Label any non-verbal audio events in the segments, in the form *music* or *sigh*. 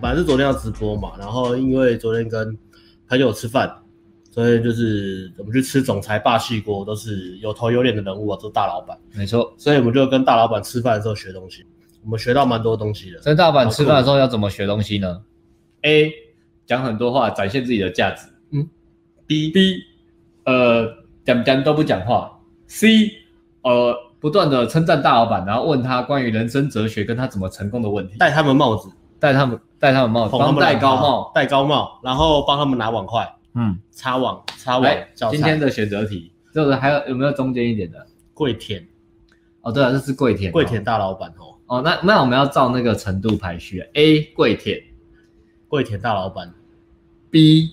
本来是昨天要直播嘛，然后因为昨天跟朋友吃饭，所以就是我们去吃总裁霸气锅，都是有头有脸的人物啊，都是大老板，没错。所以我们就跟大老板吃饭的时候学东西，我们学到蛮多东西的。在大阪吃饭的时候要怎么学东西呢？A. 讲很多话，展现自己的价值。嗯。 B B，呃，讲讲都不讲话。C，呃，不断的称赞大老板，然后问他关于人生哲学跟他怎么成功的问题。戴他们帽子，戴他们戴他们帽子，捧他哦帮们戴蓝高帽。戴高帽，然后帮他们拿碗筷、嗯，擦碗、擦来碗、叫，哎今天菜、的选择题，就是还有有没有中间一点的？跪舔、哦，对了，这是跪舔哦。跪舔大老板哦，哦，那那我们要照那个程度排序，A 跪舔跪舔大老板， ，B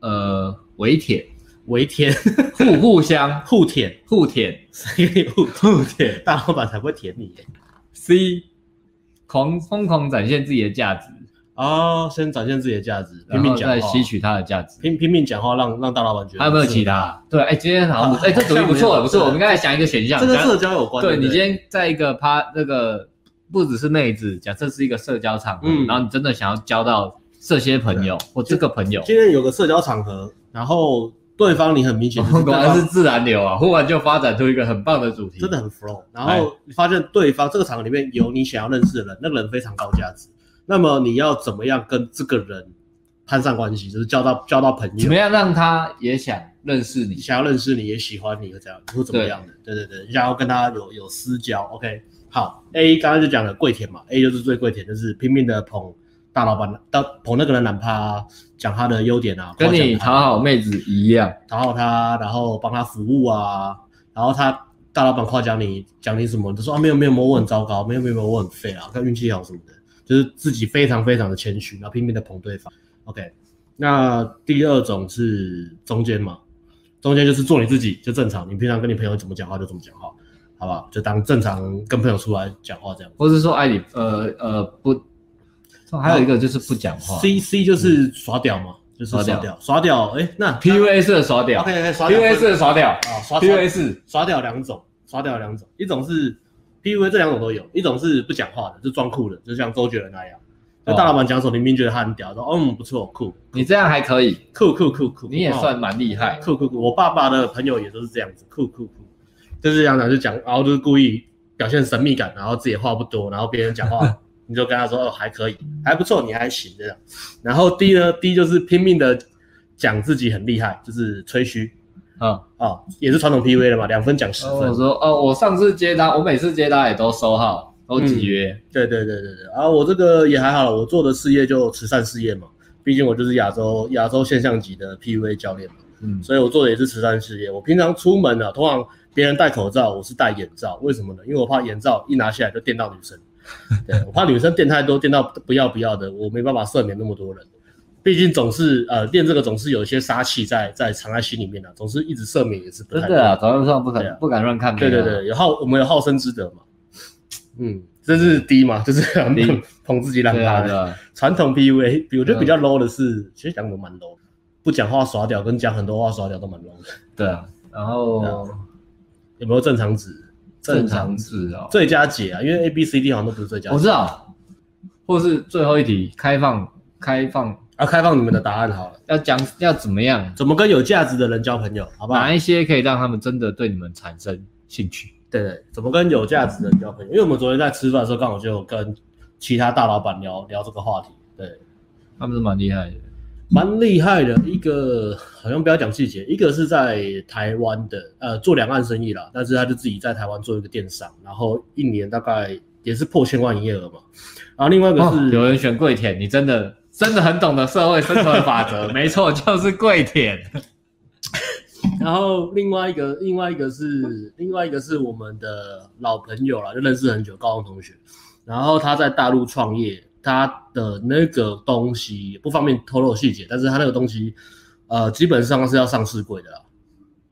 呃围舔，围舔、互互相互舔，互舔谁给你互互舔？大老板才不会舔你耶，C 狂疯狂展现自己的价值，哦，先展现自己的价值，拼然命后讲话，再吸取他的价值。拼拼命讲话，让让大老板觉得还有没有其他？对，哎，今天好像不，哎，这主意不错，不错。我们刚才想一个选项，这跟假社交有关？对你不今天在一个趴那个不只是妹子，假设是一个社交场合，嗯然后你真的想要交到这些朋友或这个朋友，今天有个社交场合，然后对方你很明显就是对果然方是自然流啊，忽然就发展出一个很棒的主题，真的很 flow，然哎后你发现对方这个场合里面有你想要认识的人，那个人非常高价值，那么你要怎么样跟这个人攀上关系，就是交到交到朋怎么友，样让他也想认识你？想要认识你也喜欢你，或这样或怎么样的，对对对，你想要跟他有有私交，OK，好，A 刚刚就讲了跪舔嘛，A 就是最跪舔，就是拼命的捧大老板，到捧那个人哪怕、讲他的优点啊，跟夸你奖他讨好妹子一样，讨好他，然后帮他服务啊，然后他大老板夸奖你，讲你什么，你就说啊没有没有，我很糟糕，没有没有没有，我很废啊，看运气好什么的，就是自己非常非常的谦虚，然后拼命的捧对方。OK，那第二种是中间嘛，中间就是做你自己，就正常，你平常跟你朋友怎么讲话就怎么讲话，好不好？就当正常跟朋友出来讲话这样。或是说哎你呃呃不，哦还有一个就是不讲话 C C 就是耍屌嘛，就是嗯耍耍屌，耍屌，哎，那 PUA 式的耍屌 OK OK，耍屌，PUA 式的耍屌啊，耍屌，PUA 式刷掉两种，刷掉两种，一种是 PUA 这两种都有，一种是不讲话的，就装酷的，就像周杰伦那哦样，就大老板讲什么，你明明觉得他很屌，说嗯不错，酷你这样还可以，酷酷酷酷，你也哦算蛮厉害。酷酷酷，我爸爸的朋友也都是这样子，酷酷酷，就是这样讲就讲，然后就是故意表现神秘感，然后自己话不多，然后别人讲 *laughs* 话你就跟他说哦还可以，还不错，你还行这样。然后 D 呢，D 就是拼命的讲自己很厉害，就是吹嘘嗯，啊、哦，也是传统 PUA 的嘛，两分讲十分。我说哦，我上次接单，我每次接单也都收号，都集约，对对对对对，啊，我这个也还好了，我做的事业就慈善事业嘛，毕竟我就是亚洲亚洲现象级的 PUA 教练嘛，嗯，所以我做的也是慈善事业。我平常出门啊，通常别人戴口罩，我是戴眼罩，为什么呢？因为我怕眼罩一拿下来就电到女生， *laughs* 对我怕女生电太多，电到不要不要的，我没办法赦免那么多人。毕竟总是呃练这个总是有一些杀气在在藏在心里面的、啊总是一直赦免也是不真太的啊，对。早上上不对啊敢不敢乱看，对对，对，有好我们有好生之德嘛，嗯，这是低嘛，就是 *laughs* 低捧自己让对他啊对的。啊，传统 PUA，比我觉得嗯比较 low 的是，其实讲的蛮 low，的不讲话耍屌跟讲很多话耍屌都蛮 low 的。对啊，然对后啊有没有正常值？正常值哦，最佳解啊，因为 A B C D 好像都不是最佳我解。知道，或是最后一题，开放开放啊，开放你们的答案好了，要讲要怎么样，怎么跟有价值的人交朋友，好不好哪？一些可以让他们真的对你们产生兴趣？对对，怎么跟有价值的人交朋友？因为我们昨天在吃饭的时候，刚好就有跟其他大老板聊聊这个话题，对，他们是蛮厉害的，蛮厉害的一个，好像不要讲细节，一个是在台湾的，呃，做两岸生意啦，但是他就自己在台湾做一个电商，然后一年大概也是破千万营业额嘛。然后另外一个哦是，有人选跪舔，你真的真的很懂得社会生存法 *laughs* 则，没错，就是跪舔。然后另外一个，另外一个是，另外一个是我们的老朋友啦，就认识很久，高中同学。然后他在大陆创业，他的那个东西不方便透露细节，但是他那个东西，呃，基本上是要上市柜的啦。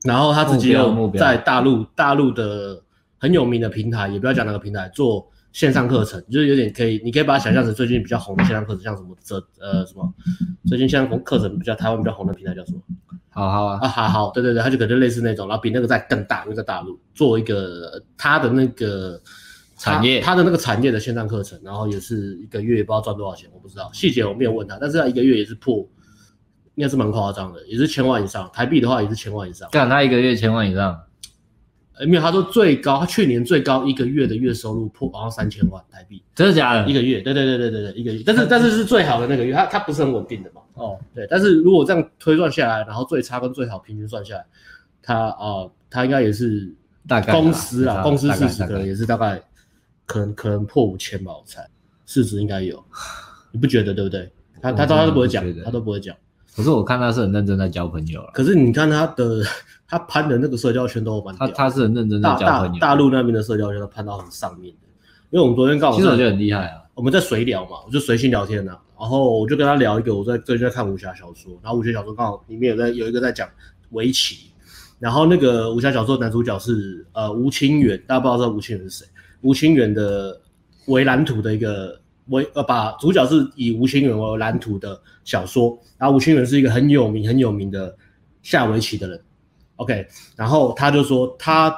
然后他自己目有标在大陆大陆的很有名的平台，也不要讲哪个平台，做线上课程，就是有点可以，你可以把它想象成最近比较红的线上课程，像什么这呃什么，最近线上课程比较台湾比较红的平台叫什么？好好啊，啊，好好，对对对，他就可能就类似那种，然后比那个再更大，因为在大陆做一个他的那个产业他的那个产业的线上课程，然后也是一个月也不知道赚多少钱，我不知道细节我没有问他，但是他一个月也是破，应该是蛮夸张的，也是千万以上，台币的话也是千万以上。干他一个月千万以上，呃，没有，他说最高，他去年最高一个月的月收入破好像三千万台币真的假的？一个月，对对对对对对，一个月，但是但是是最好的那个月，他他不是很稳定的嘛，哦，对，但是如果这样推算下来，然后最差跟最好平均算下来，他啊、呃他应该也是大概啦公司大啦，概公司大概市值大可概能也是大概，可能可能破五千吧，我猜市值应该 *laughs* 有，你不觉得对不对？他他我他真的都不会不讲觉得，他都不会讲。可是我看他是很认真在交朋友了，可是你看他的他攀的那个社交圈都蛮他屌他是很认真在大交大朋友，大陆那边的社交圈都攀到很上面的，因为我们昨天刚好其实我觉在得很厉害啊，我们在随聊嘛，我就随性聊天呐、然后我就跟他聊一个我在最近在看武侠小说，然后武侠小说刚好里面有在有一个在讲围棋，然后那个武侠小说的男主角是呃吴清源，大家不知道知道吴清源是谁？吴清源的为蓝图的一个为呃，把主角是以吴清源为蓝图的小说，然后吴清源是一个很有名很有名的下围棋的人，OK，然后他就说他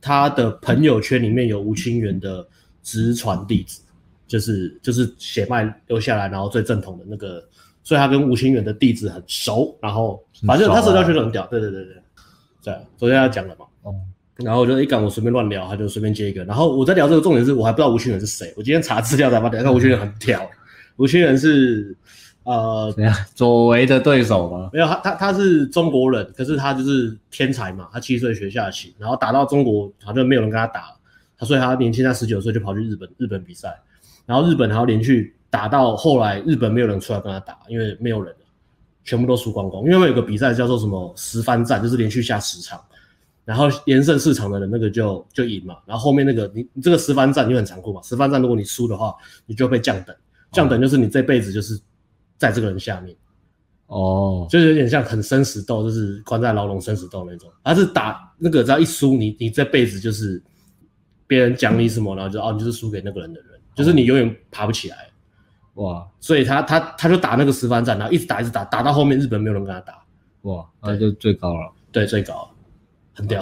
他的朋友圈里面有吴清源的直传弟子，就是就是血脉留下来，然后最正统的那个，所以他跟吴清源的弟子很熟，然后反正他很熟社啊交圈都很屌，对对对对，对，啊昨天他讲了嘛。哦，然后我就一敢我随便乱聊，他就随便接一个。然后我在聊这个重点是我还不知道吴清源是谁，我今天查资料才发现，看吴清源很屌。吴清源是呃怎样？左为的对手吗？没有他他他是中国人，可是他就是天才嘛，他七岁学下棋，然后打到中国好像没有人跟他打，他所以他年轻他十九岁就跑去日本日本比赛，然后日本还要连续打到后来日本没有人出来跟他打，因为没有人了，全部都输光光。因为他们有个比赛叫做什么十番战，就是连续下十场，然后连胜四场的人那个就就赢嘛，然后后面那个你你这个十番战就很残酷嘛，十番战如果你输的话，你就被降等，降等就是你这辈子就是在这个人下面。哦，就是有点像很生死斗，就是关在牢笼生死斗那种。他是打那个，只要一输，你你这辈子就是别人讲你什么，然后就哦，你就是输给那个人的人，就是你永远爬不起来。哇所以他他他就打那个十番战，然后一直打一直打，打到后面日本没有人跟他打，哇，那就最高了，对，最高，很屌，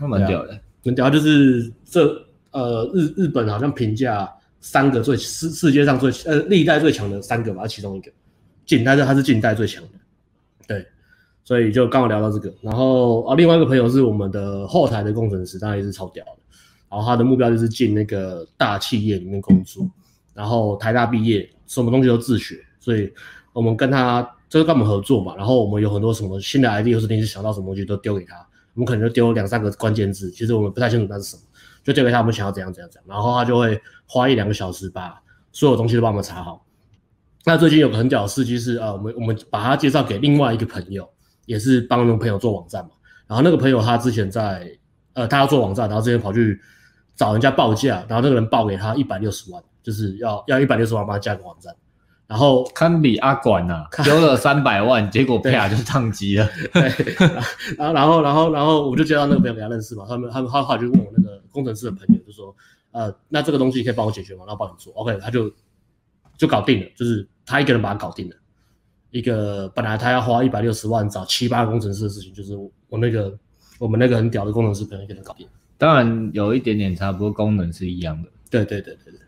那蛮啊屌的，很屌。就是这呃日日本好像评价三个最世世界上最呃历代最强的三个吧，其中一个近，但是他是近代最强的。对，所以就刚好聊到这个。然后啊，另外一个朋友是我们的后台的工程师，当然也是超屌的。然后他的目标就是进那个大企业里面工作，然后台大毕业，什么东西都自学，所以我们跟他就是跟我们合作嘛。然后我们有很多什么新的 idea 或是临时想到什么东西都丢给他，我们可能就丢两三个关键字，其实我们不太清楚那是什么，就丢给他我们想要怎样怎样怎样，然后他就会花一两个小时把所有东西都帮我们查好。那最近有个很屌的事迹是，呃，我们我们把他介绍给另外一个朋友，也是帮那个朋友做网站嘛。然后那个朋友他之前在，呃，他要做网站，然后之前跑去找人家报价，然后那个人报给他一百六十万，就是要要一百六十万帮他加个网站。然后堪比阿管呐、丢了三百万，结果啪就宕机了，对，然啊后然后然后然后我就介绍那个朋友给他认识嘛，他们他们他后来就问我那个工程师的朋友，就说，呃，那这个东西可以帮我解决吗？然后帮你做，OK，他就就搞定了，就是他一个人把它搞定了。一个本来他要花一百六十万找七八个工程师的事情，就是我我那个我们那个很屌的工程师朋友一个人搞定。当然有一点点差，不过功能是一样的。 *laughs* 对对对对对。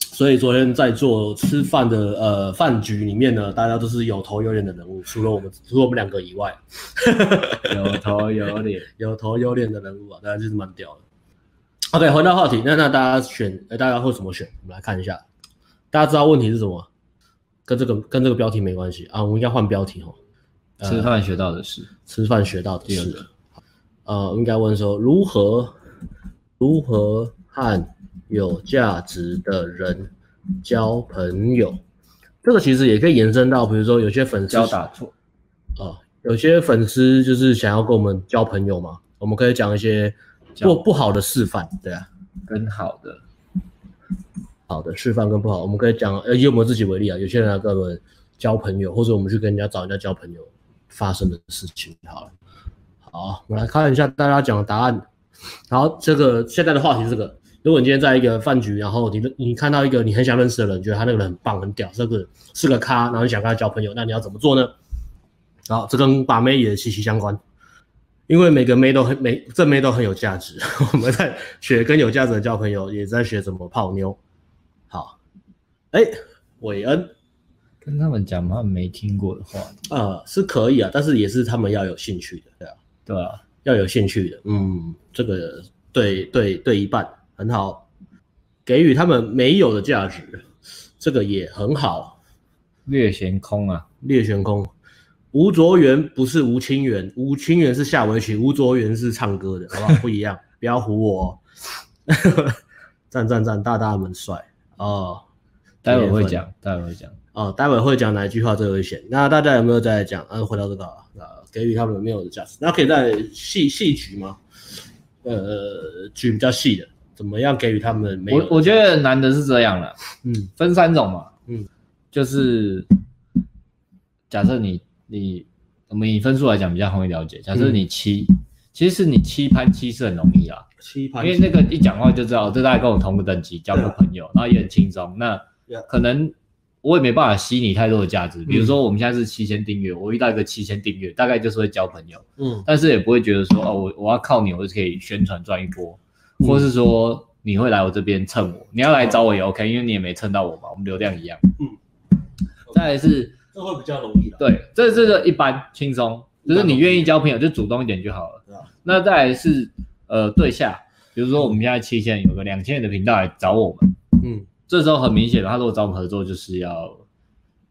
所以昨天在做吃饭的呃饭局里面呢，大家都是有头有脸的人物，除了我们除了我们两个以外，有头有脸，有头有脸的人物啊，大家就是蛮屌的。OK，回到话题，那那大家选，呃，大家会怎么选？我们来看一下，大家知道问题是什么？跟这个跟这个标题没关系啊，我们应该换标题哦。呃吃饭学到的事，吃饭学到的第二事，呃，应该问说如何如何和有价值的人交朋友？这个其实也可以延伸到，比如说有些粉丝教打错。哦，有些粉丝就是想要跟我们交朋友嘛，我们可以讲一些交不不好的示范，对啊，跟好的，好的示范跟不好，我们可以讲，呃，以我们自己为例啊，有些人来跟我们交朋友，或者我们去跟人家找人家交朋友发生的事情，好了，好，我们来看一下大家讲的答案。然后这个现在的话题是这个，如果你今天在一个饭局，然后你你看到一个你很想认识的人，觉得他那个人很棒很屌，这个是个咖，然后你想跟他交朋友，那你要怎么做呢？然后这跟把妹也息息相关。因为每个妹都很每正妹都很有价值，我们在学跟有价值的交朋友，也在学怎么泡妞。好，哎、韦恩，跟他们讲他们没听过的话，呃，是可以啊，但是也是他们要有兴趣的，对啊，对啊，要有兴趣的，嗯，这个对对对一半很好，给予他们没有的价值，这个也很好，略嫌空啊，猎玄空。吴卓源不是吴清源，吴清源是下围棋，吴卓源是唱歌的，好不好？不一样，不要唬我、哦。 *laughs* 赞赞赞，大大们帅哦待会会讲，待会会讲。哦，待会会讲哪一句话最危险？那大家有没有在讲？啊，回到这个，呃，给予他们没有的价值，那可以在细细局吗？呃，局比较细的，怎么样给予他们没有的我我觉得难的是这样了，嗯分三种嘛，嗯，就是假设你你我们以分数来讲比较容易了解，假设你七，嗯其实你七盘七是很容易啦，七啊因盘棋，为那个一讲话就知道，哦这大概跟我同个等级，交个朋友，然后也很轻松。那啊 Yeah 可能我也没办法吸你太多的价值，比如说我们现在是七千订阅，我遇到一个七千订阅，大概就是会交朋友，嗯但是也不会觉得说哦，我我要靠你，我就可以宣传赚一波，嗯或是说你会来我这边蹭我，你要来找我也 OK，因为你也没蹭到我嘛，我们流量一样。嗯，再来是这会比较容易了。对，这这个一般轻松，就是你愿意交朋友就主动一点就好了对啊。那再来是呃对下，比如说我们现在期限有个两千人的频道来找我们，嗯这时候很明显的，他如果找我们合作就是要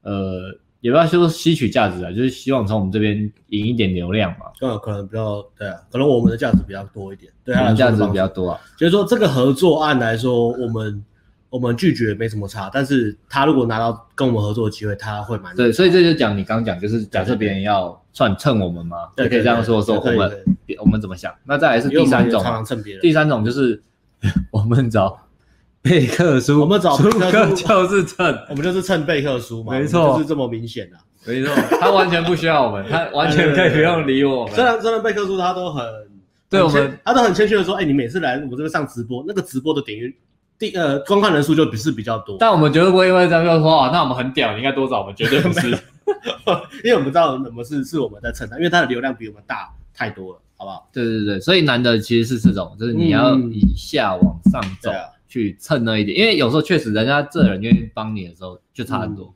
呃也不要说吸取价值啊，就是希望从我们这边赢一点流量嘛，更有可能比较对啊，可能我们的价值比较多一点，对我他来们说价值帮比助嗯较多啊。就是说这个合作案来说，我们我们拒绝没什么差，但是他如果拿到跟我们合作的机会，他会蛮对，所以这就讲你刚讲，就是假设别人要算蹭我们嘛，就对可以这样说对说对我对们我们怎么想？那再来因是为第我们三也种常嘛常，蹭别人，第三种就是 *laughs* 我们找贝克书，我们找舒贝 *laughs* 克克书就是蹭，我们就是蹭备课书嘛，没错我们就是这么明显啊。没错，他完全不需要我们，他 *laughs* 完全可以不用理我虽们。然虽然备课书他都很对很我们谦他都很谦虚的说，哎、你每次来我们这边上直播，那个直播的点阅第呃观看人数就比是比较多，但我们绝对不会因为这样就说啊，那我们很屌，你应该多找我们，绝对不是。因为我们知道我们是是我们在蹭他，因为他的流量比我们大太多了，好不好？对对对，所以难的其实是这种，就是你要嗯以下往上走对啊去蹭那一点，因为有时候确实人家这人愿意帮你的时候就差很嗯多。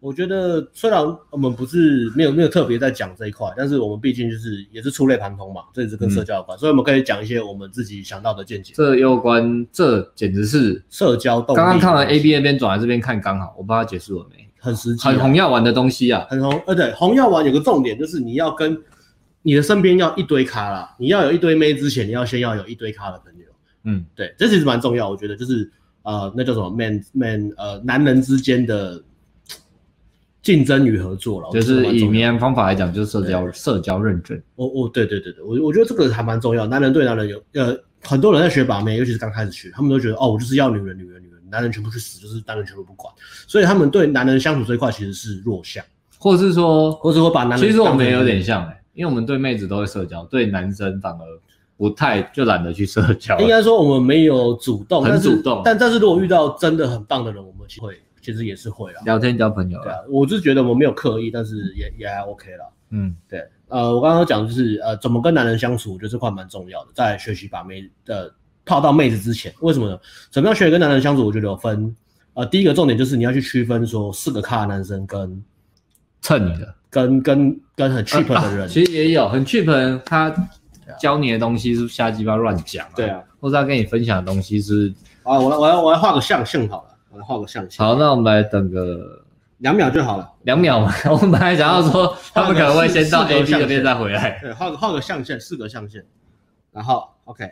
我觉得虽然我们不是没有没有特别在讲这一块，但是我们毕竟就是也是触类旁通嘛，这也是跟社交有关，所以我们可以讲一些我们自己想到的见解。这攸关，这简直是社交动力刚刚看完 A B 那边转来这边看刚好，我不知道解释了没，很实际、很啊，红药丸的东西啊，很红。呃，对，红药丸有个重点就是你要跟你的身边要一堆咖啦，你要有一堆妹之前，你要先要有一堆咖的朋友。嗯，对，这其实蛮重要，我觉得就是呃，那叫什么 man man 呃，男人之间的嘖竞争与合作了，我就觉得是哦蛮以重要的绵阳方法来讲，就是社交社交认证。我我对对对对，我我觉得这个还蛮重要。男人对男人有呃，很多人在学把妹，尤其是刚开始学，他们都觉得哦，我就是要女人，女人，女人，男人全部去死，就是男人全部不管。所以他们对男人相处这一块其实是弱项，或是说，或者说把男人其实我当成们也有女人点像哎、因为我们对妹子都会社交，对男生反而不太就懒得去社交了。应该说我们没有主动，很但是主动但但是如果遇到真的很棒的人，我们会其实也是会啦。聊天交朋友对了。啊，我是觉得我没有刻意，但是也也还 OK 啦。嗯，对，呃，我刚刚讲就是呃，怎么跟男人相处，我觉得这块蛮重要的，在学习把妹呃泡到妹子之前，为什么呢？怎么样学跟男人相处，我觉得有分，呃，第一个重点就是你要去区分说四个咖的男生跟蹭你的跟跟跟很 cheap 的人，啊其实也有很 cheap 的人，他教你的东西是不是瞎鸡巴乱讲、啊，对，啊，或者他跟你分享的东西是不是。啊，我来我来我来画个象限好了，我来画个象限，好，那我们来等个两秒就好了，两 *laughs* 秒嘛。我们本来想要说他们可能会先到四 A 个 B 象限这边再回来。对，呃画个画个象限，四个象限，然后 OK。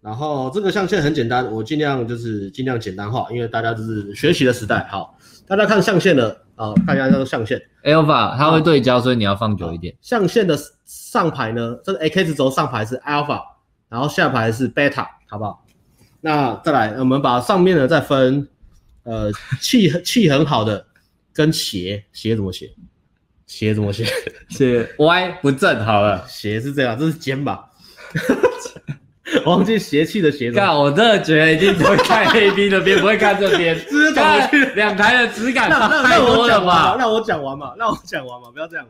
然后这个象限很简单，我尽量就是尽量简单化，因为大家就是学习的时代。好，大家看象限了啊、看一下这个象限， Alpha 他会对焦，所以你要放久一点。象限的上排呢，这个 X 轴上排是 alpha，然后下排是 beta，好不好？那再来，我们把上面的再分，呃，气气很好的跟斜斜怎么写？斜怎么写？是 Y 不正好了。斜是这样，这是肩膀。 *laughs* 我忘记邪气的邪怎么看，我真的觉得已经不会 *laughs* 看 A B 那边，不会看这边，是走过去看两台的质感那那太那我多了讲完嘛，吧？ *laughs* 让我讲完嘛，让我讲完嘛，不要这样，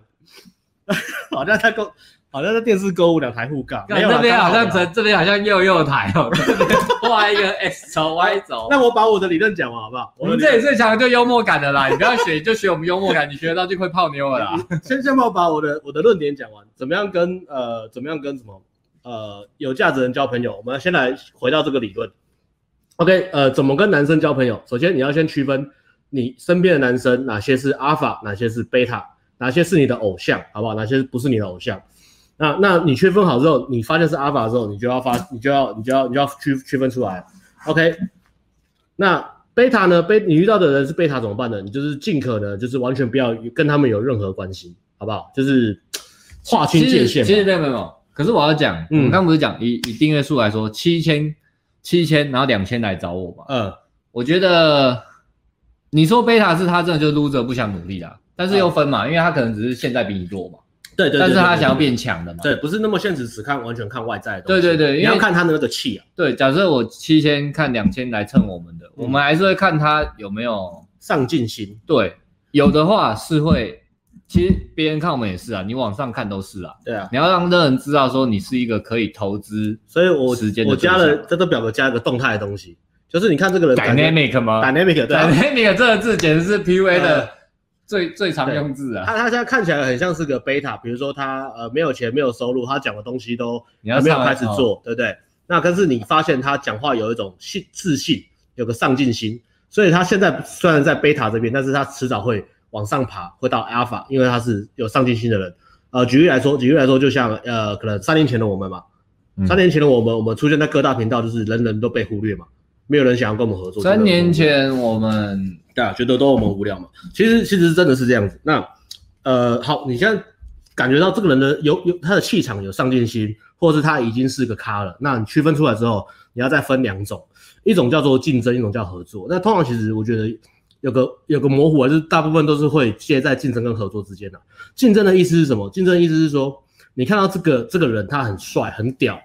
好像在跟好像在电视购物两台互杠，没干有啦这边好刚像聊这这边好像右右台哦，这边画一个 X 轴 Y 轴。那我把我的理论讲完好不好？我我的们理这论里最强的就幽默感的啦，你不要学，就学我们幽默感，你学得到就会泡妞了 *laughs* 啦。先先帮我把我的我的论点讲完，怎么样跟呃怎么样跟什么呃有价值的人交朋友？我们先来回到这个理论。OK，呃，怎么跟男生交朋友？首先你要先区分你身边的男生哪些是阿法，哪些是贝塔，哪些是你的偶像，好不好？哪些不是你的偶像？那那你区分好之后，你发现是阿法之后，你就要发，你就要你就要你就要区区分出来。OK，那贝塔呢？贝你遇到的人是贝塔怎么办呢？你就是尽可能就是完全不要跟他们有任何关系，好不好？就是划清其界实限其实嘛。没有没有没有，可是我要讲，嗯我刚不是讲以以订阅数来说，七千七千，然后两千来找我嘛。嗯，我觉得你说贝塔是他真的就是 loser 不想努力啦，但是又分嘛，因为他可能只是现在比你弱嘛，对对对但是他对想要对变强的嘛。对，不是那么现实，只看完全看外在的东西。对对对因为你要看他的那个气啊，对，假设我七千看两千来蹭我们的，我嗯们还是会看他有没有上进心。对，有的话是会，其实别人看我们也是啊，你往上看都是啊，对啊，你要让任何人知道说你是一个可以投资所以我时间的我加对了象这个表格加了个动态的东西，就是你看这个人感觉 dynamic 吗 dynamic 对啊、 ？dynamic 这个字简直是呃 PUA 的最最常用字啊，他他现在看起来很像是个贝塔，比如说他呃没有钱没有收入，他讲的东西都你要还没有上来开始，哦做，对不对？那可是你发现他讲话有一种信自信，有个上进心，所以他现在虽然在贝塔这边，但是他迟早会往上爬，会到阿尔法，因为他是有上进心的人。呃，举例来说，举例来说，就像呃，可能三年前的我们嘛，嗯三年前的我们，我们出现在各大频道，就是人人都被忽略嘛，没有人想要跟我们合作。三就没有人跟我们合作年前我们对啊，觉得都我们无聊嘛。其实其实真的是这样子。那呃，好，你现在感觉到这个人的有有他的气场有上进心，或者是他已经是个咖了，那你区分出来之后，你要再分两种，一种叫做竞争，一种叫合作。那通常其实我觉得有个有个模糊啊，就是大部分都是会介在竞争跟合作之间的、啊竞争的意思是什么？竞争的意思是说，你看到这个这个人他很帅很屌，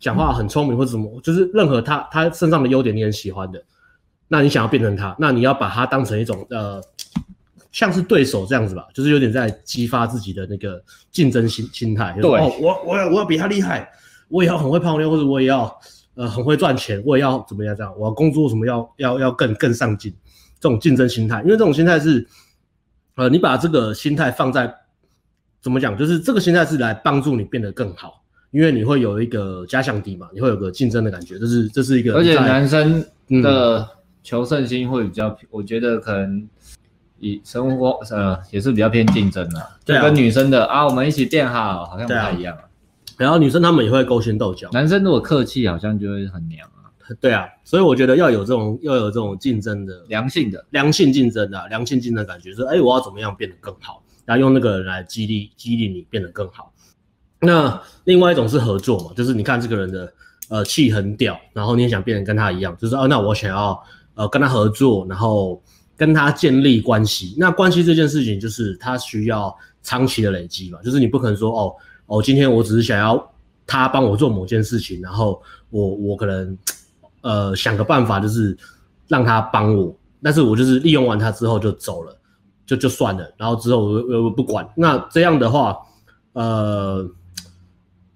讲话很聪明或者什么，就是任何他他身上的优点你很喜欢的，那你想要变成他，那你要把他当成一种呃，像是对手这样子吧，就是有点在激发自己的那个竞争心心态。就是对哦，我我要我要比他厉害，我也要很会泡妞，或者我也要呃很会赚钱，我也要怎么样这样，我要工作什么要要要更更上进，这种竞争心态，因为这种心态是呃你把这个心态放在怎么讲，就是这个心态是来帮助你变得更好。因为你会有一个假想敌嘛，你会有个竞争的感觉，这是这是一个而且在嗯男生的求胜心会比较，我觉得可能以生活呃也是比较偏竞争啊，就对啊跟女生的啊，我们一起变好，好像不对啊太一样啊。然后女生她们也会勾心斗角，男生如果客气，好像就会很娘啊，对啊，所以我觉得要有这种要有这种竞争的良性的。良性竞争的、良性竞争的感觉，就是哎，我要怎么样变得更好，然后用那个人来激励激励你变得更好。那另外一种是合作嘛，就是你看这个人的呃气很屌，然后你也想变得跟他一样，就是哦，那我想要呃跟他合作，然后跟他建立关系。那关系这件事情，就是他需要长期的累积嘛，就是你不可能说哦哦，今天我只是想要他帮我做某件事情，然后我我可能呃想个办法，就是让他帮我，但是我就是利用完他之后就走了，就就算了，然后之后我我我不管。那这样的话，呃，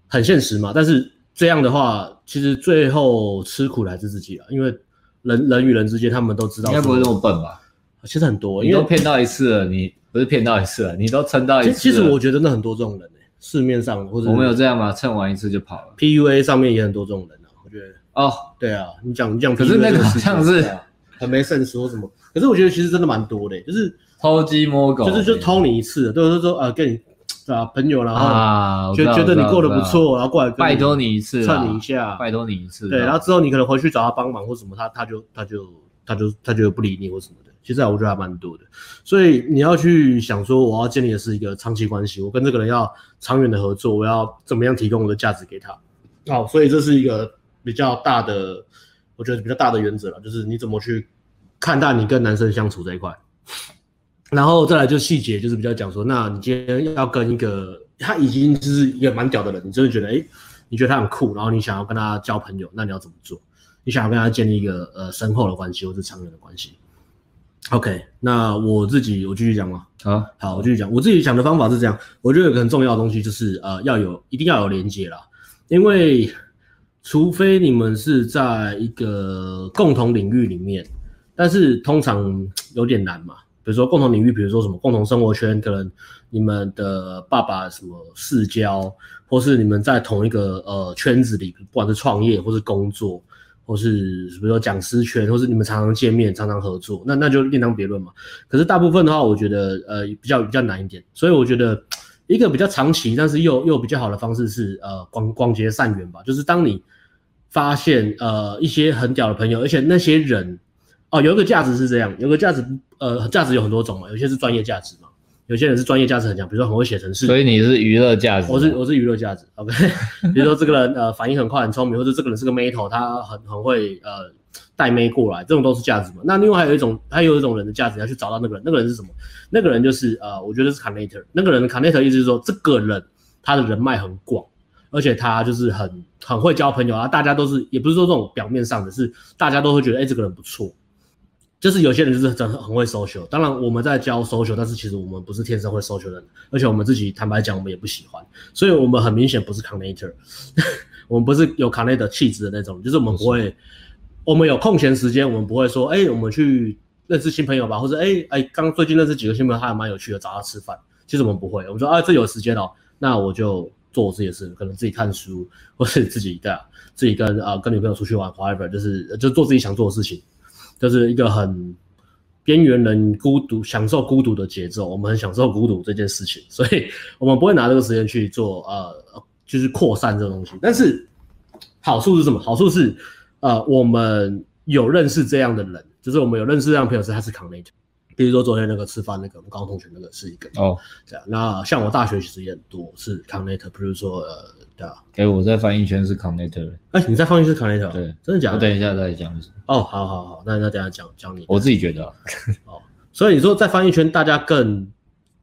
很现实嘛。但是这样的话，其实最后吃苦的还是自己啊，因为人人与人之间，他们都知道说，应该不会那么笨吧？其实很多，哦你因都为骗到一次了，你不是骗到一次了，你都蹭到一其次实其实了我觉得那很多这种人、欸，市面上或者我们有这样吗？蹭完一次就跑了 PUA 上面也很多这种人啊，我觉得。哦，对啊，你讲你讲 PUA 可这是事情，那个好像是对啊很没 sense 说什么。可是我觉得其实真的蛮多的、欸就是偷鸡摸狗，就是就偷你一次的，就是说呃跟你啊朋友，然后啊，我啊觉知道觉得你过得不，我知道错，然后过来我知道拜托你你一次啦，蹭你一下，啊拜托你一次，啊对，然后之后你可能回去找他帮忙或什么，他他就他就他就他就不理你或什么的。其实啊我觉得还蛮多的，所以你要去想说，我要建立的是一个长期关系，我跟这个人要长远的合作，我要怎么样提供我的价值给他。好，所以这是一个比较大的，我觉得比较大的原则了，就是你怎么去看待你跟男生相处这一块。然后再来就细节，就是比较讲说，那你今天要跟一个他已经就是一个蛮屌的人，你真的觉得哎，诶你觉得他很酷，然后你想要跟他交朋友，那你要怎么做？你想要跟他建立一个呃深厚的关系，或是长远的关系？ OK，那我自己我继续讲嘛。啊，好，我继续讲，我自己想的方法是这样，我觉得有个很重要的东西就是呃，要有一定要有连接啦，因为除非你们是在一个共同领域里面，但是通常嗯有点难嘛。比如说共同领域，比如说什么共同生活圈，可能你们的爸爸什么世交，或是你们在同一个呃圈子里，不管是创业或是工作，或是比如说讲师圈，或是你们常常见面、常常合作，那那就另当别论嘛。可是大部分的话，我觉得呃比较比较难一点，所以我觉得一个比较长期，但是又又比较好的方式是呃广广结善缘吧，就是当你发现呃一些很屌的朋友，而且那些人哦有一个价值是这样，有个价值呃价值有很多种嘛，有些是专业价值嘛，有些人是专业价值很强，比如说很会写程式，所以你是娱乐价值，我是我是娱乐价值，OK。比如 *laughs* 说这个人呃反应很快很聪明，或者这个人是个 metal，他很很会呃带妹过来，这种都是价值嘛。那另外还有一种，还有一种人的价值要去找到那个人，那个人是什么？那个人就是呃，我觉得是 connector。那个人的 connector 意思是说，这个人他的人脉很广，而且他就是很很会交朋友啊。大家都是也不是说这种表面上的，是大家都会觉得哎、这个人不错。就是有些人就是真的很会 social，当然我们在教 social，但是其实我们不是天生会 social 的人，而且我们自己坦白讲，我们也不喜欢，所以我们很明显不是 connector，我们不是有 connector 气质的那种，就是我们不会，我们有空闲时间，我们不会说，哎、我们去认识新朋友吧，或者哎哎，刚、最近认识几个新朋友，他还蛮有趣的，找他吃饭。其实我们不会，我们说啊，这有时间哦，那我就做我自己的事，可能自己看书， *laughs* 或是自己对啊，自己跟啊、跟女朋友出去玩，whatever，就是就做自己想做的事情，就是一个很边缘人孤独享受孤独的节奏。我们很享受孤独这件事情，所以我们不会拿这个时间去做呃，就是扩散这个东西。但是好处是什么？好处是呃，我们有认识这样的人，就是我们有认识这样的朋友是他是 connect。比如说昨天那个吃饭那个，我们高中同学那个是一个，哦，对啊，那像我大学其实也很多是 connect，比如说呃，对啊，哎、我在翻译圈是 connector，哎、你在放一是 connect，对，真的假我的？等一下再讲，哦，好好好，那那等一下讲讲你。我自己觉得啊、所以你说在翻译圈，大家更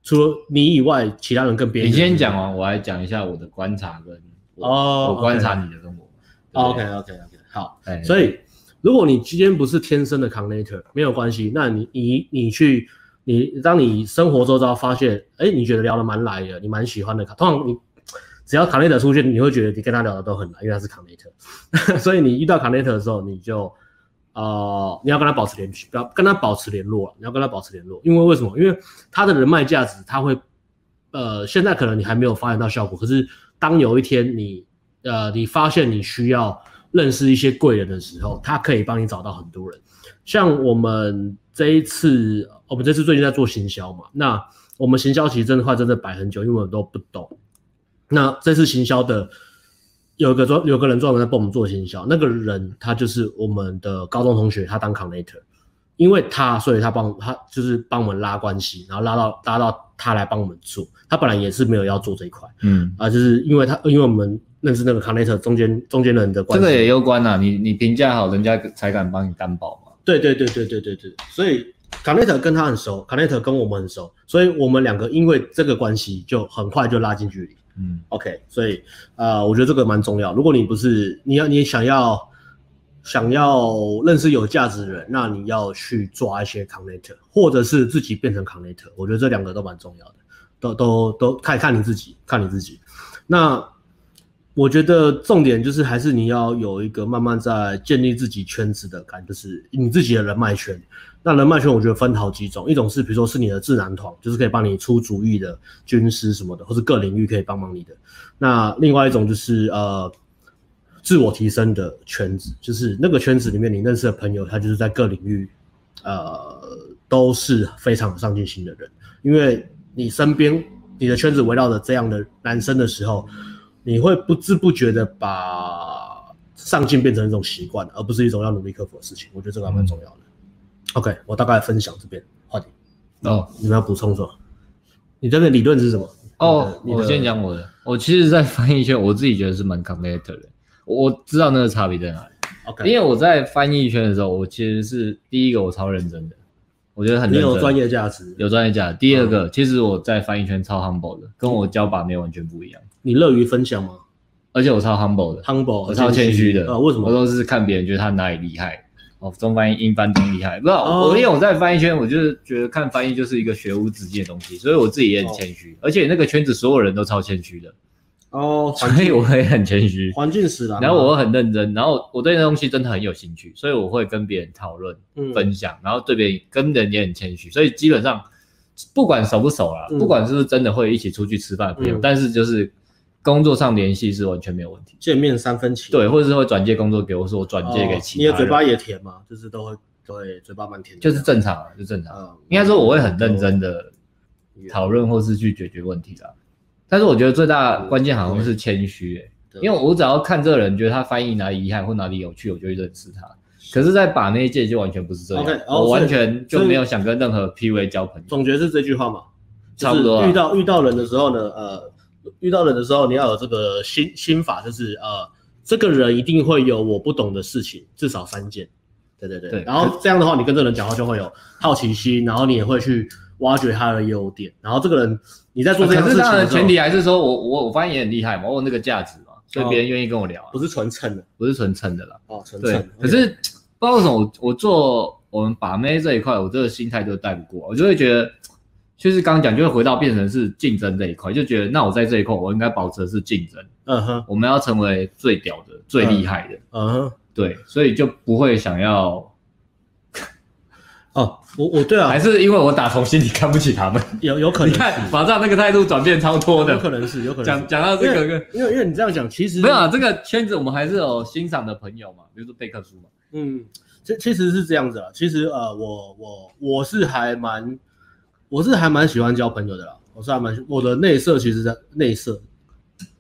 除了你以外，其他人更边你缘。先讲哦完，我来讲一下我的观察跟我、哦我观察你的生活。哦，OK OK OK，好。哎，所以如果你今天不是天生的 connector，没有关系，那你你你去你当你生活周遭发现，哎、你觉得聊得蛮来的，你蛮喜欢的，通常你只要 connector 出现，你会觉得你跟他聊的都很来，因为他是 connector，所以 *laughs* 你遇到 connector 的时候，你就。呃，你要跟他保持联系，不要跟他保持联络了。啊你要跟他保持联络，因为为什么？因为他的人脉价值，他会，呃，现在可能你还没有发展到效果，可是当有一天你，呃，你发现你需要认识一些贵人的时候，他可以帮你找到很多人。像我们这一次，我们这次最近在做行销嘛，那我们行销其实真的话真的摆很久，因为我们都不懂。那这次行销的有一个专有个人专门在帮我们做行销，那个人他就是我们的高中同学，他当 connector，因为他所以他帮他就是帮我们拉关系，然后拉到拉到他来帮我们做，他本来也是没有要做这一块嗯，啊，就是因为他因为我们认识那个 connector 中间中间人的关这系，个也攸关啊，你你评价好，人家才敢帮你担保嘛。对对对对对对对，所以 Connect 跟他很熟，Connect 跟我们很熟，所以我们两个因为这个关系就很快就拉近距离。嗯， OK，所以呃，我觉得这个蛮重要。如果你不是你要你想要想要认识有价值的人，那你要去抓一些 Connect，或者是自己变成 Connect，我觉得这两个都蛮重要的，都都都看看你自己，看你自己。那我觉得重点就是还是你要有一个慢慢在建立自己圈子的感，就是你自己的人脉圈。那人脉圈我觉得分好几种，一种是比如说是你的智囊团，就是可以帮你出主意的军师什么的，或是各领域可以帮忙你的。那另外一种就是呃自我提升的圈子，就是那个圈子里面你认识的朋友，他就是在各领域呃都是非常有上进心的人，因为你身边你的圈子围绕着这样的男生的时候，你会不知不觉的把上进变成一种习惯，而不是一种要努力克服的事情。我觉得这个还蛮重要的。OK，我嗯大概分享这边话题，哦你们要补充什么？你这边理论是什么？哦，你的我先，讲我的，我其实，在翻译圈，我自己觉得是蛮 connector 的，我我知道那个差别在哪里。你因的 OK，为我在翻译圈的时候，我其实是第一个我超认真的，我觉得很你认真有专业价值，有专业价值。第二嗯个，其实我在翻译圈超 humble 的，跟我教把妹完全不一样，你乐于分享吗而且我超 humble 的， ？Humble，我超谦虚的。啊？为什我么？都是看别人觉得他哪里厉害，哦，中翻译、英翻中厉害。不知道，哦我因为我在翻译圈，我就是觉得看翻译就是一个学无止境的东西，所以我自己也很谦虚，而且那个圈子所有人都超谦虚的，哦，所环以境我也很谦虚。环境使然嘛。啊然后我会很认真，然后我对那东西真的很有兴趣，所以我会跟别人讨论、嗯分享，然后对别人跟人也很谦虚，所以基本上不管熟不熟啦，嗯不管是不是真的会一起出去吃饭的朋友，嗯但是就是工作上联系是完全没有问题。见面三分情，对，或者是会转借工作给我，说我转哦，借给其他你人，的嘴巴也甜嘛，就是都会对嘴巴蛮甜的这就样，是正常啊，就正常。嗯，应该说我会很认真的讨论或是去解决问题啦。但是我觉得最大关键好像是谦虚、欸，对，因为我只要看这个人，觉得他翻译哪里厉害或哪里有趣，我就会认识他。可是，在把那一届就完全不是这样 OK，哦我所完以全就没有想跟任何 P V 交朋友。总结是这句话嘛，就差不多啊是遇到遇到人的时候呢，呃，遇到人的时候你要有这个心心法，就是呃，这个人一定会有我不懂的事情，至少三件。对对对，对然后这样的话，你跟这个人讲话就会有好奇心，然后你也会去挖掘他的优点，然后这个人你在做这件啊可事是情当然的时候前提还是说我我我翻译也很厉害嘛，我有那个价值嘛，所以哦别人愿意跟我聊啊，不是纯蹭的不是纯蹭的啦。哦，纯蹭对，。可是不知道为什么我我做我们把妹这一块，我这个心态就带不过，啊我就会觉得，就是刚刚讲，就会回到变成是竞争这一块，就觉得那我在这一块，我应该保持的是竞争，嗯哼，我们要成为最屌的、最厉害的，嗯哼，对，所以就不会想要，哦，我我对啊还，是因为我打从心里看不起他们。有有可你能看，是，马上那个态度转变超多有可的。能是，有可能讲是讲到这个，因为因为你这样讲，其实没有啊，这个圈子我们还是有欣赏的朋友嘛，比如说贝克书嘛，嗯，其其实是这样子啦。其实呃，我我我是还蛮，我是还蛮喜欢交朋友的啦。我是还蛮喜我的内射，其实在内射